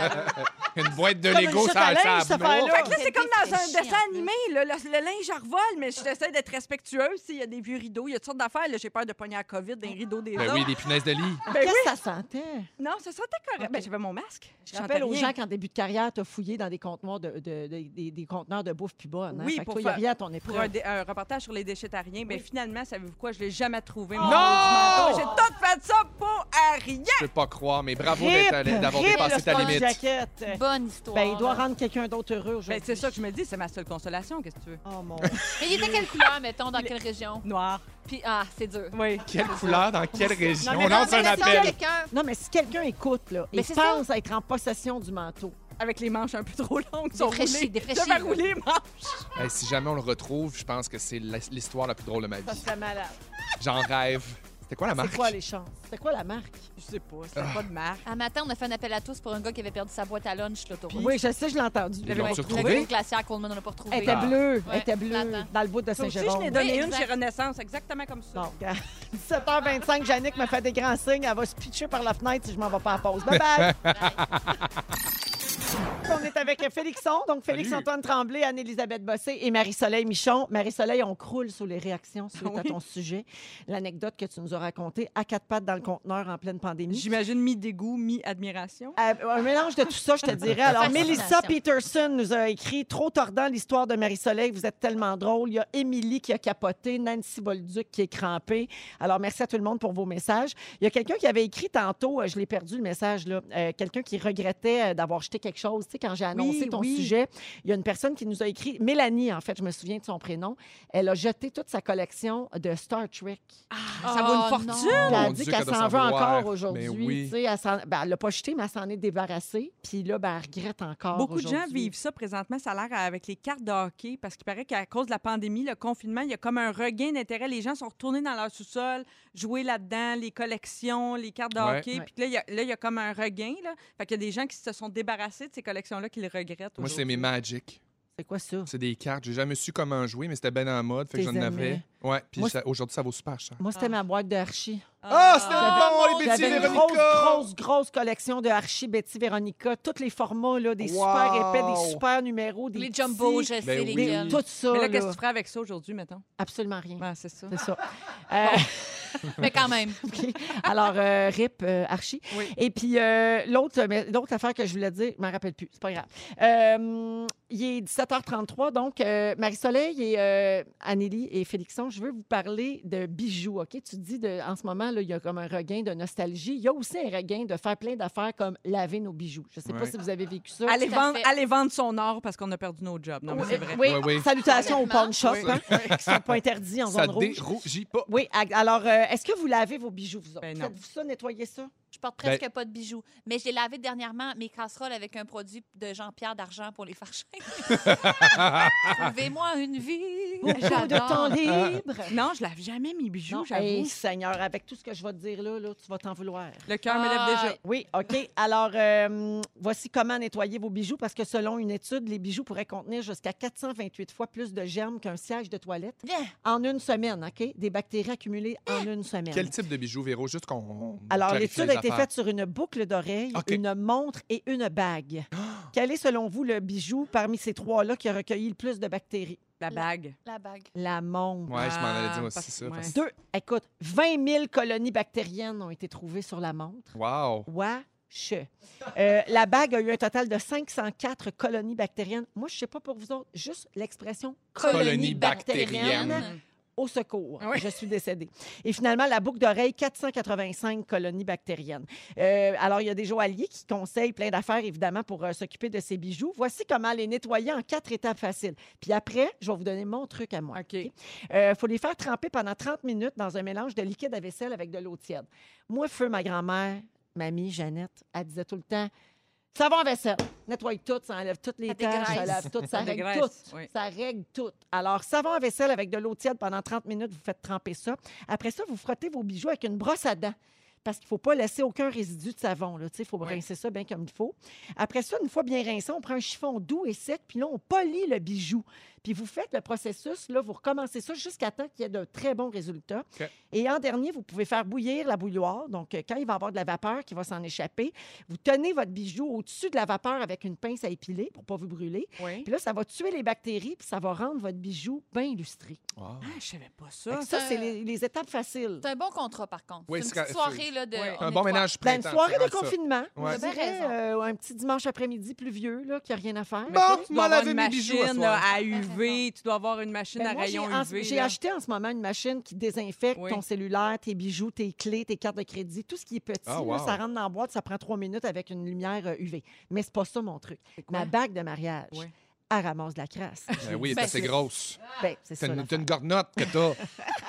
Speaker 2: Une boîte de
Speaker 1: Comme une
Speaker 2: Lego
Speaker 1: chute
Speaker 2: sur
Speaker 1: à
Speaker 2: le
Speaker 1: linge, cette
Speaker 2: sable.
Speaker 1: affaire-là.
Speaker 4: Fait que là, c'est
Speaker 3: C'était
Speaker 4: comme dans un
Speaker 3: très chiant,
Speaker 4: dessin
Speaker 3: en plus.
Speaker 4: animé. là. le, le linge revole, mais j'essaie d'être respectueuse. Il y a des vieux rideaux, il y a toutes sortes d'affaires. là. J'ai peur de pogner la COVID
Speaker 3: Ah.
Speaker 4: dans les rideaux des
Speaker 2: Ben
Speaker 4: autres.
Speaker 2: oui, des punaises de lit.
Speaker 4: Ben
Speaker 1: Qu'est-ce que ça sentait?
Speaker 4: Non, ça sentait correct. Ben, j'avais mon masque.
Speaker 1: Je rappelle aux
Speaker 4: chantais rien.
Speaker 1: gens qu'en début de carrière, t'as fouillé dans des conteneurs de, de- de- des, des conteneurs de bouffe puis bonne. Hein?
Speaker 4: Oui,
Speaker 1: Fait que toi,
Speaker 4: pour
Speaker 1: il y a
Speaker 4: faire-
Speaker 1: rien à ton
Speaker 4: Pour un,
Speaker 1: épreuve.
Speaker 4: dé- un reportage sur les déchétariens, mais finalement, savez-vous quoi? Je l'ai jamais trouvé.
Speaker 2: Non!
Speaker 4: Mon manteau. J'ai tout fait ça pour rien!
Speaker 2: Je peux pas croire, mais bravo
Speaker 1: Rip!
Speaker 2: d'être allé- d'avoir
Speaker 1: Rip,
Speaker 2: dépassé
Speaker 1: le
Speaker 2: ta
Speaker 1: sponge
Speaker 2: limite.
Speaker 1: jacket.
Speaker 3: Bonne histoire.
Speaker 1: Ben, il doit
Speaker 3: là.
Speaker 1: rendre quelqu'un d'autre heureux
Speaker 4: Ben,
Speaker 1: aujourd'hui.
Speaker 4: c'est ça que je me dis, c'est ma seule consolation, qu'est-ce que tu veux?
Speaker 1: Oh mon
Speaker 3: Mais il était quelle couleur, mettons, dans quelle région?
Speaker 4: Noir.
Speaker 3: Puis, ah, c'est dur.
Speaker 4: Oui.
Speaker 2: Quelle couleur, dans quelle région?
Speaker 1: mais
Speaker 2: On lance un
Speaker 3: Mais sans
Speaker 2: appel.
Speaker 3: quelqu'un,
Speaker 1: Non, mais si quelqu'un écoute, là,
Speaker 3: Mais
Speaker 1: et
Speaker 3: c'est
Speaker 1: pense à être en possession du manteau.
Speaker 4: Avec les manches un peu trop longues, sont
Speaker 3: Défraîchi,
Speaker 4: roulées.
Speaker 3: défraîchi,
Speaker 4: J'avais
Speaker 3: là.
Speaker 4: roulé les manches.
Speaker 2: Hey, si jamais on le retrouve, je pense que c'est la- l'histoire la plus drôle de ma vie.
Speaker 1: serait malade.
Speaker 2: J'en rêve. C'était quoi la marque?
Speaker 1: C'est quoi les chances? C'est quoi la marque?
Speaker 4: Je sais pas, c'était pas de marque.
Speaker 3: un matin, on a fait un appel à tous pour un gars qui avait perdu sa boîte à lunch, l'autoroute.
Speaker 1: Oui, je sais, je l'ai entendu.
Speaker 2: Ils l'ont-tu
Speaker 3: Le
Speaker 2: retrouvé?
Speaker 3: gros glaciaire Coleman, on l'a pas retrouvé.
Speaker 1: Elle était
Speaker 2: Ah.
Speaker 1: bleue, elle
Speaker 3: Ouais,
Speaker 1: était bleue,
Speaker 3: flattant.
Speaker 1: dans le bout de
Speaker 4: Ça aussi, je
Speaker 1: Saint-Jérôme.
Speaker 4: l'ai donné
Speaker 3: Oui,
Speaker 4: une
Speaker 3: exact.
Speaker 4: chez Renaissance, exactement comme ça.
Speaker 1: Non, *laughs* regarde. 17h25, Yannick me fait des grands signes. Elle va se pitcher par la fenêtre si je m'en vais pas à pause. Bye bye! On est avec Félixon, donc Félix-Antoine Tremblay, Anne-Élisabeth Bossé et Marie-Soleil Michon. Marie-Soleil, on croule sous les réactions suite à ton sujet. L'anecdote que tu nous as racontée à quatre pattes dans le conteneur en pleine pandémie.
Speaker 4: J'imagine mi-dégoût, mi-admiration.
Speaker 1: Euh, un mélange de tout ça, je te dirais. Alors,
Speaker 3: Fascination.
Speaker 1: Melissa Peterson nous a écrit Trop tordant l'histoire de Marie-Soleil, vous êtes tellement drôle. Il y a Émilie qui a capoté, Nancy Bolduc qui est crampée. Alors, merci à tout le monde pour vos messages. Il y a quelqu'un qui avait écrit tantôt, euh, je l'ai perdu le message, là, euh, quelqu'un qui regrettait euh, d'avoir jeté quelque chose. Tu sais, quand j'ai annoncé
Speaker 4: Oui,
Speaker 1: ton
Speaker 4: oui.
Speaker 1: sujet, il y a une personne qui nous a écrit, Mélanie, en fait, je me souviens de son prénom. Elle a jeté toute sa collection de Star Trek.
Speaker 4: ça vaut une
Speaker 3: Oh,
Speaker 4: fortune.
Speaker 3: non.
Speaker 1: Puis elle a
Speaker 2: Ah, Mon
Speaker 1: dit
Speaker 2: Dieu,
Speaker 1: qu'elle
Speaker 2: qu'elle doit
Speaker 1: s'en
Speaker 2: s'en
Speaker 1: veut
Speaker 2: vouloir.
Speaker 1: encore aujourd'hui.
Speaker 2: Mais oui.
Speaker 1: tu sais, Elle ne l'a pas jeté, mais elle s'en est débarrassée. Puis là, ben, elle regrette encore.
Speaker 4: Beaucoup de gens
Speaker 1: aujourd'hui.
Speaker 4: vivent ça présentement, ça a l'air avec les cartes de hockey, parce qu'il paraît qu'à cause de la pandémie, le confinement, il y a comme un regain d'intérêt. Les gens sont retournés dans leur sous-sol, jouer là-dedans, les collections, les cartes de
Speaker 2: Ouais.
Speaker 4: hockey.
Speaker 1: Ouais.
Speaker 4: Puis que là, il y a- là, il y a comme un regain. Là. Fait qu'il y a des gens qui se sont débarrassés de ces collections-là qu'ils regrettent.
Speaker 2: Moi, c'est mes
Speaker 4: aujourd'hui.
Speaker 2: Magic.
Speaker 1: C'est quoi ça?
Speaker 2: C'est des cartes. J'ai jamais su comment jouer, mais c'était bien en mode. Fait que
Speaker 1: T'es
Speaker 2: j'en avais.
Speaker 1: aimé.
Speaker 2: Ouais, puis
Speaker 1: Moi,
Speaker 2: ça- aujourd'hui, ça vaut super cher.
Speaker 1: Moi, c'était ma boîte de Archie.
Speaker 2: Ah, c'était
Speaker 4: Ah.
Speaker 2: bon, les Betty
Speaker 1: J'avais une
Speaker 2: Véronica!
Speaker 1: grosse, grosse, grosse collection de Archie, Betty, Véronica. Tous les formats, là, des super
Speaker 2: Wow!
Speaker 1: épais, des super numéros, des
Speaker 3: Les jumbo,
Speaker 1: petits,
Speaker 3: je sais
Speaker 2: Ben
Speaker 1: des-
Speaker 2: oui.
Speaker 3: lesquels.
Speaker 1: tout ça.
Speaker 4: Mais là,
Speaker 1: là,
Speaker 4: qu'est-ce que tu ferais avec ça aujourd'hui, mettons?
Speaker 1: Absolument rien.
Speaker 4: Ah, c'est ça.
Speaker 1: C'est ça. Euh,
Speaker 3: Mais quand même.
Speaker 1: OK. Alors, euh, RIP, euh, Archie.
Speaker 4: Oui.
Speaker 1: Et puis, euh, l'autre mais l'autre affaire que je voulais dire, je m'en rappelle plus, c'est pas grave. Euh, il est 17h33, donc euh, Marie-Soleil et euh, Anélie et Félixon, je veux vous parler de bijoux, OK? Tu dis, de, en ce moment, là, il y a comme un regain de nostalgie. Il y a aussi un regain de faire plein d'affaires comme laver nos bijoux. Je sais pas
Speaker 2: Ouais.
Speaker 1: si vous avez vécu ça.
Speaker 4: Allez
Speaker 3: Tout à
Speaker 4: vendre,
Speaker 3: fait.
Speaker 4: allez vendre son or parce qu'on a perdu nos jobs. Non, mais c'est vrai.
Speaker 1: Oui,
Speaker 2: Ouais, ouais.
Speaker 1: salutations aux
Speaker 3: Complètement.
Speaker 1: pawn shops, hein, qui sont pas interdits en
Speaker 2: Ça
Speaker 1: zone rouge.
Speaker 2: dérougit pas.
Speaker 1: Oui, ag- alors, euh, est-ce que vous lavez vos bijoux, vous autres?
Speaker 4: Ben non.
Speaker 1: Faites-vous ça, nettoyez ça?
Speaker 3: Je porte
Speaker 2: Ben-
Speaker 3: presque pas de bijoux. Mais j'ai lavé dernièrement mes casseroles avec un produit de Jean-Pierre d'argent pour les faire
Speaker 2: *laughs*
Speaker 3: Trouvez-moi une vie.
Speaker 1: Beaucoup de
Speaker 3: *laughs*
Speaker 1: temps
Speaker 3: J'adore.
Speaker 1: libre.
Speaker 4: Non, je lave jamais mes bijoux,
Speaker 1: Non,
Speaker 4: j'avoue.
Speaker 1: hey, Seigneur, avec tout ce que je vais te dire là, là, tu vas t'en vouloir.
Speaker 4: Le cœur me lève
Speaker 3: Ah,
Speaker 4: déjà.
Speaker 1: Oui, OK. Alors, euh, voici comment nettoyer vos bijoux, parce que selon une étude, les bijoux pourraient contenir jusqu'à 428 fois plus de germes qu'un siège de toilette
Speaker 3: Yeah.
Speaker 1: en une semaine, OK? Des bactéries accumulées en une semaine.
Speaker 2: Quel type de bijoux, Véro? Juste qu'on. on
Speaker 1: Alors,
Speaker 2: clarifie
Speaker 1: l'étude
Speaker 2: les
Speaker 1: a été
Speaker 2: affaires.
Speaker 1: faite sur une boucle d'oreille,
Speaker 2: OK. Ah!
Speaker 1: une montre et une
Speaker 2: *gasps*
Speaker 1: bague. Quel est, selon vous, le bijou parmi ces trois-là qui a recueilli le plus de bactéries?
Speaker 4: La bague.
Speaker 3: La bague.
Speaker 1: La montre.
Speaker 2: Ouais, je m'en allais
Speaker 4: Ah,
Speaker 2: dire aussi
Speaker 4: parce-
Speaker 2: ça.
Speaker 4: ouais.
Speaker 2: parce-
Speaker 1: Deux, écoute, 20 000 colonies bactériennes ont été trouvées sur la montre.
Speaker 2: Wow!
Speaker 1: Wesh. Euh, la bague a eu un total de 504 colonies bactériennes. Moi, je ne sais pas pour vous autres, juste l'expression
Speaker 2: Colonies
Speaker 1: colonies
Speaker 2: bactériennes.
Speaker 1: bactériennes. Au secours,
Speaker 4: Oui.
Speaker 1: je suis décédée. Et finalement, la boucle d'oreille, 485 colonies bactériennes. Euh, alors, il y a des joailliers qui conseillent plein d'affaires, évidemment, pour euh, s'occuper de ces bijoux. Voici comment les nettoyer en quatre étapes faciles. Puis après, je vais vous donner mon truc à moi.
Speaker 4: OK.
Speaker 1: Il faut les faire tremper pendant 30 minutes dans un mélange de liquide à vaisselle avec de l'eau tiède. Moi, feu, ma grand-mère, mamie, Jeannette, elle disait tout le temps savon à vaisselle, nettoie tout, ça enlève toutes les
Speaker 3: Ça
Speaker 1: taches, ça
Speaker 3: dégraisse.
Speaker 1: lave tout, ça
Speaker 4: Ça
Speaker 1: règle tout.
Speaker 4: dégraisse, oui.
Speaker 1: Ça règle tout. Alors, savon à vaisselle avec de l'eau tiède pendant 30 minutes, vous faites tremper ça. Après ça, vous frottez vos bijoux avec une brosse à dents. Parce qu'il ne faut pas laisser aucun résidu de savon. là, tu sais, Il faut rincer ça bien comme il faut. Après ça, une fois bien rincé, on prend un chiffon doux et sec, puis là, on polie le bijou. Puis vous faites le processus, là, vous recommencez ça jusqu'à temps qu'il y ait de très bons résultats.
Speaker 2: OK.
Speaker 1: Et en dernier, vous pouvez faire bouillir la bouilloire. Donc, euh, quand il va y avoir de la vapeur qui va s'en échapper, vous tenez votre bijou au-dessus de la vapeur avec une pince à épiler pour ne pas vous brûler.
Speaker 4: Oui.
Speaker 1: Puis là, ça va tuer les bactéries, puis ça va rendre votre bijou bien illustré.
Speaker 2: Wow.
Speaker 4: Ah, je savais pas
Speaker 1: Fait
Speaker 4: ça.
Speaker 1: que ça, c'est les, les étapes faciles.
Speaker 3: C'est un bon contrat, par contre.
Speaker 2: Oui,
Speaker 3: c'est
Speaker 2: c'est
Speaker 3: une petite
Speaker 2: quand-
Speaker 3: soirée là, de. on
Speaker 4: Oui.
Speaker 2: Un bon
Speaker 3: nettoie.
Speaker 2: ménage
Speaker 1: Ben,
Speaker 2: printemps.
Speaker 1: une soirée
Speaker 2: c'est
Speaker 1: de
Speaker 2: rendu ça.
Speaker 1: confinement,
Speaker 2: Ouais.
Speaker 1: je
Speaker 3: Vous avez
Speaker 1: dirais,
Speaker 3: raison.
Speaker 1: euh, un petit dimanche après-midi pluvieux, là, qui n'a rien à faire.
Speaker 4: Mais
Speaker 2: Bon,
Speaker 4: toi,
Speaker 2: tu
Speaker 4: dois
Speaker 2: m'as
Speaker 4: avoir
Speaker 2: lavé
Speaker 4: une
Speaker 2: mes bijoux à
Speaker 4: machine
Speaker 2: soir.
Speaker 4: là,
Speaker 1: *laughs*
Speaker 4: à UV, tu dois avoir une machine
Speaker 1: Ben,
Speaker 4: à
Speaker 1: moi, j'ai
Speaker 4: rayon
Speaker 1: en-
Speaker 4: UV.
Speaker 1: J'ai
Speaker 4: là.
Speaker 1: acheté en ce moment une machine qui désinfecte
Speaker 4: Oui.
Speaker 1: ton cellulaire, tes bijoux, tes clés, tes cartes de crédit, tout ce qui est petit.
Speaker 2: Ah,
Speaker 1: là,
Speaker 2: wow.
Speaker 1: ça rentre dans la boîte, ça prend trois minutes avec une lumière euh, UV. Mais c'est pas ça mon truc. Ma bague de mariage,
Speaker 4: Oui.
Speaker 1: elle ramasse de la
Speaker 4: *laughs*
Speaker 1: crasse.
Speaker 2: Ben oui,
Speaker 3: Ben,
Speaker 2: parce que c'est
Speaker 3: c'est-
Speaker 2: grosse.
Speaker 1: ben, c'est ça.
Speaker 2: C'est une,
Speaker 1: l'affaire.
Speaker 2: t'as une gornotte que t'as.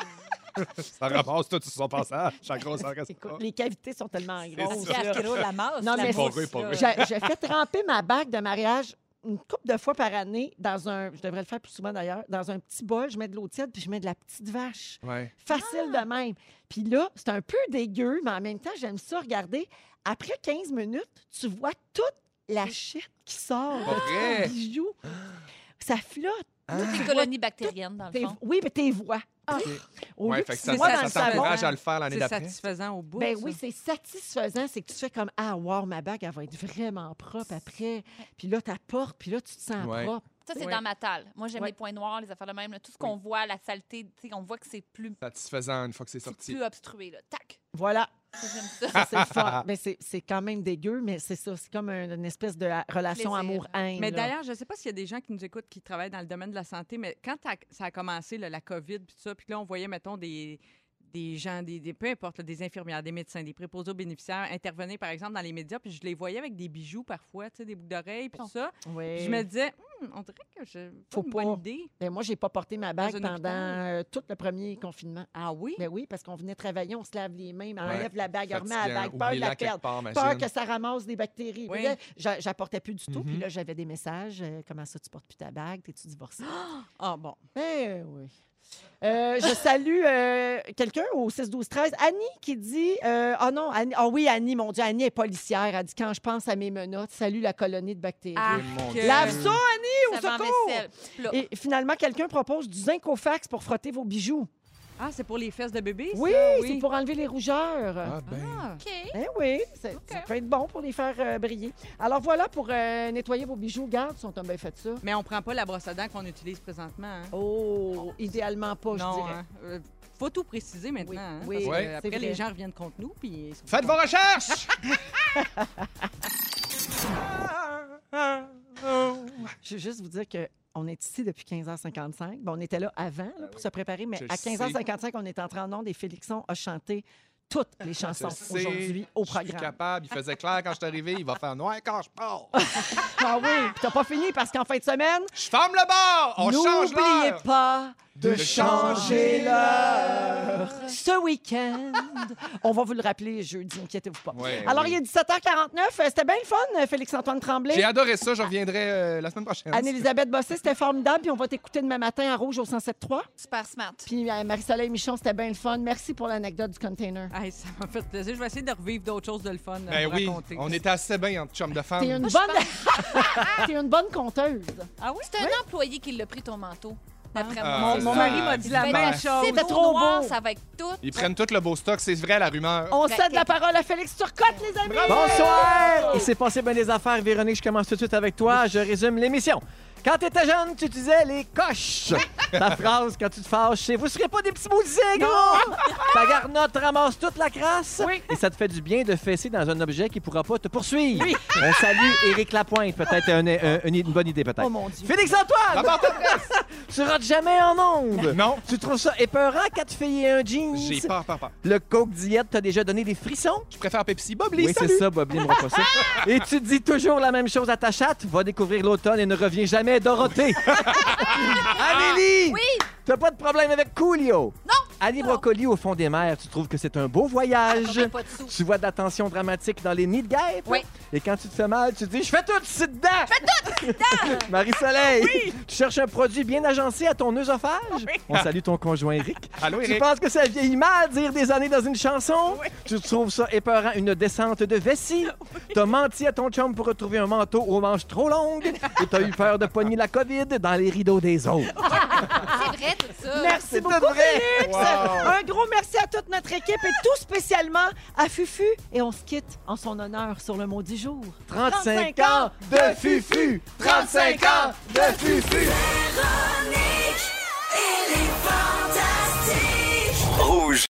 Speaker 1: *laughs*
Speaker 2: ça ramasse tout sur son passage. Ça grosse, ça reste
Speaker 1: Écoute,
Speaker 2: pas.
Speaker 1: les cavités sont tellement grosses.
Speaker 2: ça.
Speaker 1: là.
Speaker 4: la masse.
Speaker 1: Non, la mais-
Speaker 2: mousse, Pas vrai, pas là. vrai.
Speaker 1: J'ai j'ai fait tremper ma bague de mariage une couple de fois par année dans un, je devrais le faire plus souvent d'ailleurs, dans un petit bol, je mets de l'eau tiède puis je mets de la petite vache.
Speaker 2: Ouais.
Speaker 1: Facile
Speaker 3: Ah!
Speaker 1: de même. Puis là, c'est un peu dégueu, mais en même temps, j'aime ça regarder. Après 15
Speaker 3: Ah!
Speaker 1: minutes, tu vois toute la shit qui sort
Speaker 2: Pas
Speaker 1: de
Speaker 2: vrai.
Speaker 1: ton bijou. ça flotte.
Speaker 3: Toutes les colonies bactériennes, dans le
Speaker 1: Tes-
Speaker 3: fond.
Speaker 1: Oui, mais tes voix.
Speaker 3: Ah.
Speaker 1: Au lieu
Speaker 2: Ouais,
Speaker 1: que
Speaker 2: fait que
Speaker 1: tu
Speaker 2: ça,
Speaker 1: sois
Speaker 4: ça
Speaker 1: dans le
Speaker 4: s'encourage
Speaker 1: savon,
Speaker 2: t'encourage à le faire l'année
Speaker 4: C'est
Speaker 2: d'après.
Speaker 4: satisfaisant au bout.
Speaker 1: Ben
Speaker 4: ça.
Speaker 1: oui, c'est satisfaisant. C'est que tu fais comme Ah, wow, ma bague, elle va être vraiment propre après. Puis là, tu portes, puis là, tu te sens
Speaker 2: Ouais.
Speaker 1: propre.
Speaker 3: Ça, c'est
Speaker 4: Ouais.
Speaker 3: dans ma table. Moi, j'aime
Speaker 1: Ouais.
Speaker 3: les points noirs, les affaires de même. là. Tout ce qu'on voit, la saleté, tu sais, on voit que c'est plus,
Speaker 2: Satisfaisant une fois que c'est
Speaker 3: c'est
Speaker 2: sorti.
Speaker 3: plus obstrué. Là. Tac!
Speaker 1: Voilà,
Speaker 3: Ça, J'aime ça.
Speaker 1: ça, c'est le
Speaker 4: *laughs*
Speaker 1: fun. Mais c'est c'est quand même dégueu, mais c'est ça. C'est comme une, une espèce de la- relation
Speaker 3: Plaisir.
Speaker 1: amour-haine.
Speaker 4: Mais
Speaker 1: là.
Speaker 4: d'ailleurs, je ne sais pas s'il y a des gens qui nous écoutent qui travaillent dans le domaine de la santé, mais quand t'as- ça a commencé, là, la COVID, puis tout ça, puis que là, on voyait, mettons, des, des gens, des, des- peu importe, là, des infirmières, des médecins, des préposés aux bénéficiaires intervenir, par exemple, dans les médias, puis je les voyais avec des bijoux parfois, tu sais, des boucles d'oreilles, puis tout ça.
Speaker 1: Oui.
Speaker 4: Puis Je me disais, Hum, on dirait que je.
Speaker 1: Faut
Speaker 4: Faut une bonne
Speaker 1: pas.
Speaker 4: idée.
Speaker 1: Ben, moi, j'ai pas porté ma bague
Speaker 4: un
Speaker 1: pendant
Speaker 4: hôpital.
Speaker 1: euh, tout le premier confinement.
Speaker 4: Ah oui?
Speaker 1: Ben oui, parce qu'on venait travailler, on se lave les mains, mais on
Speaker 2: Ouais.
Speaker 1: enlève la bague, on remet la
Speaker 2: Fatigant.
Speaker 1: bague, peur de
Speaker 2: Oublie-la
Speaker 1: la
Speaker 2: quelque
Speaker 1: perdre.
Speaker 2: part,
Speaker 1: Peur
Speaker 2: imagine.
Speaker 1: que ça ramasse des bactéries. Puis
Speaker 4: Oui.
Speaker 1: là, j'a- j'apportais plus du tout. Puis
Speaker 4: Mm-hmm.
Speaker 2: Mhm.
Speaker 1: là, j'avais des messages. euh, comment ça, tu portes plus ta bague? T'es-tu divorcée?
Speaker 4: Ah bon.
Speaker 1: Eh oui. Euh, je salue euh, quelqu'un au 6 12 13 Annie qui dit euh, ah non Annie- ah oui Annie mon dieu Annie est policière elle dit quand je pense à mes menottes salue la colonie de bactéries
Speaker 3: Ah,
Speaker 2: Et Eh, mon
Speaker 4: que-
Speaker 2: Dieu.
Speaker 1: lave ça Annie au
Speaker 3: Ça va en
Speaker 1: secours
Speaker 3: vaisselle. Plat.
Speaker 1: et finalement quelqu'un propose du zinc au fax pour frotter vos bijoux
Speaker 4: Ah, c'est pour les fesses de bébé?
Speaker 1: oui,
Speaker 4: ça?
Speaker 1: c'est pour enlever les rougeurs
Speaker 2: Ah, ben.
Speaker 4: Ah.
Speaker 3: OK.
Speaker 1: Eh oui, c'est- ça peut être bon pour les faire euh, briller. Alors voilà pour euh, nettoyer vos bijoux. Garde, ils sont bien fait ça.
Speaker 4: Mais on prend pas la brosse à dents qu'on utilise présentement. hein?
Speaker 1: Oh, idéalement pas, je
Speaker 4: non,
Speaker 1: dirais.
Speaker 4: hein. Euh, faut tout préciser maintenant. hein,
Speaker 1: oui,
Speaker 4: parce que
Speaker 2: Ouais.
Speaker 1: c'est
Speaker 4: après,
Speaker 1: vrai.
Speaker 4: les gens reviennent contre nous. Puis...
Speaker 2: Faites vos recherches!
Speaker 1: Je veux juste vous dire que on est ici depuis 15h55. Bon, on était là avant là, pour se préparer, mais
Speaker 2: Je
Speaker 1: à 15h55, on est entré en ondes et Félixon a chanté toutes les
Speaker 2: Je
Speaker 1: chansons
Speaker 2: sais,
Speaker 1: aujourd'hui au
Speaker 2: Je suis
Speaker 1: programme.
Speaker 2: capable. Il faisait clair quand je suis arrivé. Il va faire noir quand je pars.
Speaker 1: Ah oui, puis t'as pas fini parce qu'en fin de semaine,
Speaker 2: Je ferme le bar! On change
Speaker 5: hein.
Speaker 1: n'oubliez
Speaker 2: l'heure!
Speaker 1: pas
Speaker 2: de changer
Speaker 1: l'heure. Ce week-end, on va vous le rappeler jeudi, inquiétez-vous pas.
Speaker 2: Ouais,
Speaker 1: Alors,
Speaker 2: oui.
Speaker 1: il est 17h49. euh, C'était bien le fun, euh, Félix-Antoine
Speaker 2: J'ai
Speaker 1: Tremblay.
Speaker 2: adoré ça. Je reviendrai euh, la semaine prochaine.
Speaker 1: Anne-Élisabeth Bossé, c'était formidable. Puis on va t'écouter demain matin à Rouge au 107.3.
Speaker 3: Super smart.
Speaker 1: Puis euh, Marie-Soleil Michon, c'était bien le fun. Merci pour l'anecdote du
Speaker 2: Ah.
Speaker 1: container.
Speaker 4: Hey, ça m'a fait plaisir. Je vais essayer de revivre d'autres choses de le fun à
Speaker 2: Ben
Speaker 4: vous
Speaker 2: oui,
Speaker 4: raconter.
Speaker 2: on était assez bien entre chums de femmes.
Speaker 1: T'es une, bonne... *laughs* T'es une bonne conteuse.
Speaker 4: Ah oui?
Speaker 3: C'est un employé qui l'a pris ton manteau. D'après
Speaker 2: Ah,
Speaker 3: moi.
Speaker 2: c'est
Speaker 4: Mon
Speaker 2: ça.
Speaker 4: mari m'a dit la
Speaker 3: Ben,
Speaker 4: même
Speaker 2: ouais.
Speaker 4: chose.
Speaker 1: C'était trop
Speaker 3: noir,
Speaker 1: beau.
Speaker 3: ça va être tout.
Speaker 2: Ils prennent tout le beau stock. C'est vrai, la rumeur.
Speaker 1: On cède la parole à Félix Turcotte, les amis.
Speaker 7: Bonsoir! Il s'est passé bien des affaires. Véronique, je commence tout de suite avec toi. Je résume l'émission. Quand t'étais jeune, tu disais les coches. Ta phrase, quand tu te fâches, c'est Vous serez pas des petits maudits gros! Ta garnotte ramasse toute la crasse. Et ça te fait du bien de fesser dans un objet qui pourra pas te poursuivre. On salue Éric Lapointe. Peut-être un- un- une, bonne idée, peut-être.
Speaker 1: Oh mon Dieu.
Speaker 7: Félix-Antoine!
Speaker 2: D'abord,
Speaker 7: Tu rates jamais en onde!
Speaker 2: Non.
Speaker 7: Tu trouves ça épeurant, quatre filles et un jeans?
Speaker 2: J'ai peur, peur, peur.
Speaker 7: Le Coke Diète t'a déjà donné des frissons?
Speaker 2: Je préfère Pepsi Bob, les
Speaker 7: Oui, c'est ça, Bob, dis-moi pas ça. *laughs* Et tu dis toujours la même chose à ta chatte. Va découvrir l'automne et ne reviens jamais,
Speaker 3: *laughs*
Speaker 7: Dorothée. Amélie!
Speaker 3: Oui.
Speaker 7: T'as pas de problème avec Coolio?
Speaker 3: Non.
Speaker 7: Annie
Speaker 3: Non.
Speaker 7: Brocoli au fond des mers, tu trouves que c'est un beau
Speaker 3: On
Speaker 7: voyage.
Speaker 3: n'a pas de sous.
Speaker 7: Tu vois de la tension dramatique dans les nids de guêpes.
Speaker 3: Oui.
Speaker 7: Et quand tu te fais mal, tu dis Je fais tout ici dedans. Je fais tout dedans. *laughs* Marie-Soleil, tu cherches un produit bien agencé à ton œsophage. On salue ton conjoint Eric.
Speaker 2: Allô,
Speaker 7: Tu
Speaker 2: Eric.
Speaker 7: penses que ça vieillit mal dire des années dans une chanson? Tu trouves ça épeurant, une descente
Speaker 1: *laughs*
Speaker 7: de vessie? T'as menti à ton chum pour retrouver un manteau aux manches trop longues?
Speaker 1: *laughs*
Speaker 7: Et t'as eu peur de pogner la COVID dans les rideaux des autres?
Speaker 3: C'est vrai, tout ça.
Speaker 1: Oh, Ah. Merci
Speaker 7: C'est
Speaker 1: beaucoup,
Speaker 7: tout vrai.
Speaker 1: Félix. Un gros merci à toute notre équipe et tout spécialement à Fufu. Et on se quitte en son honneur sur le mot du jour.
Speaker 7: 35 ans de fufu! 35 ans de fufu!
Speaker 5: Rouge.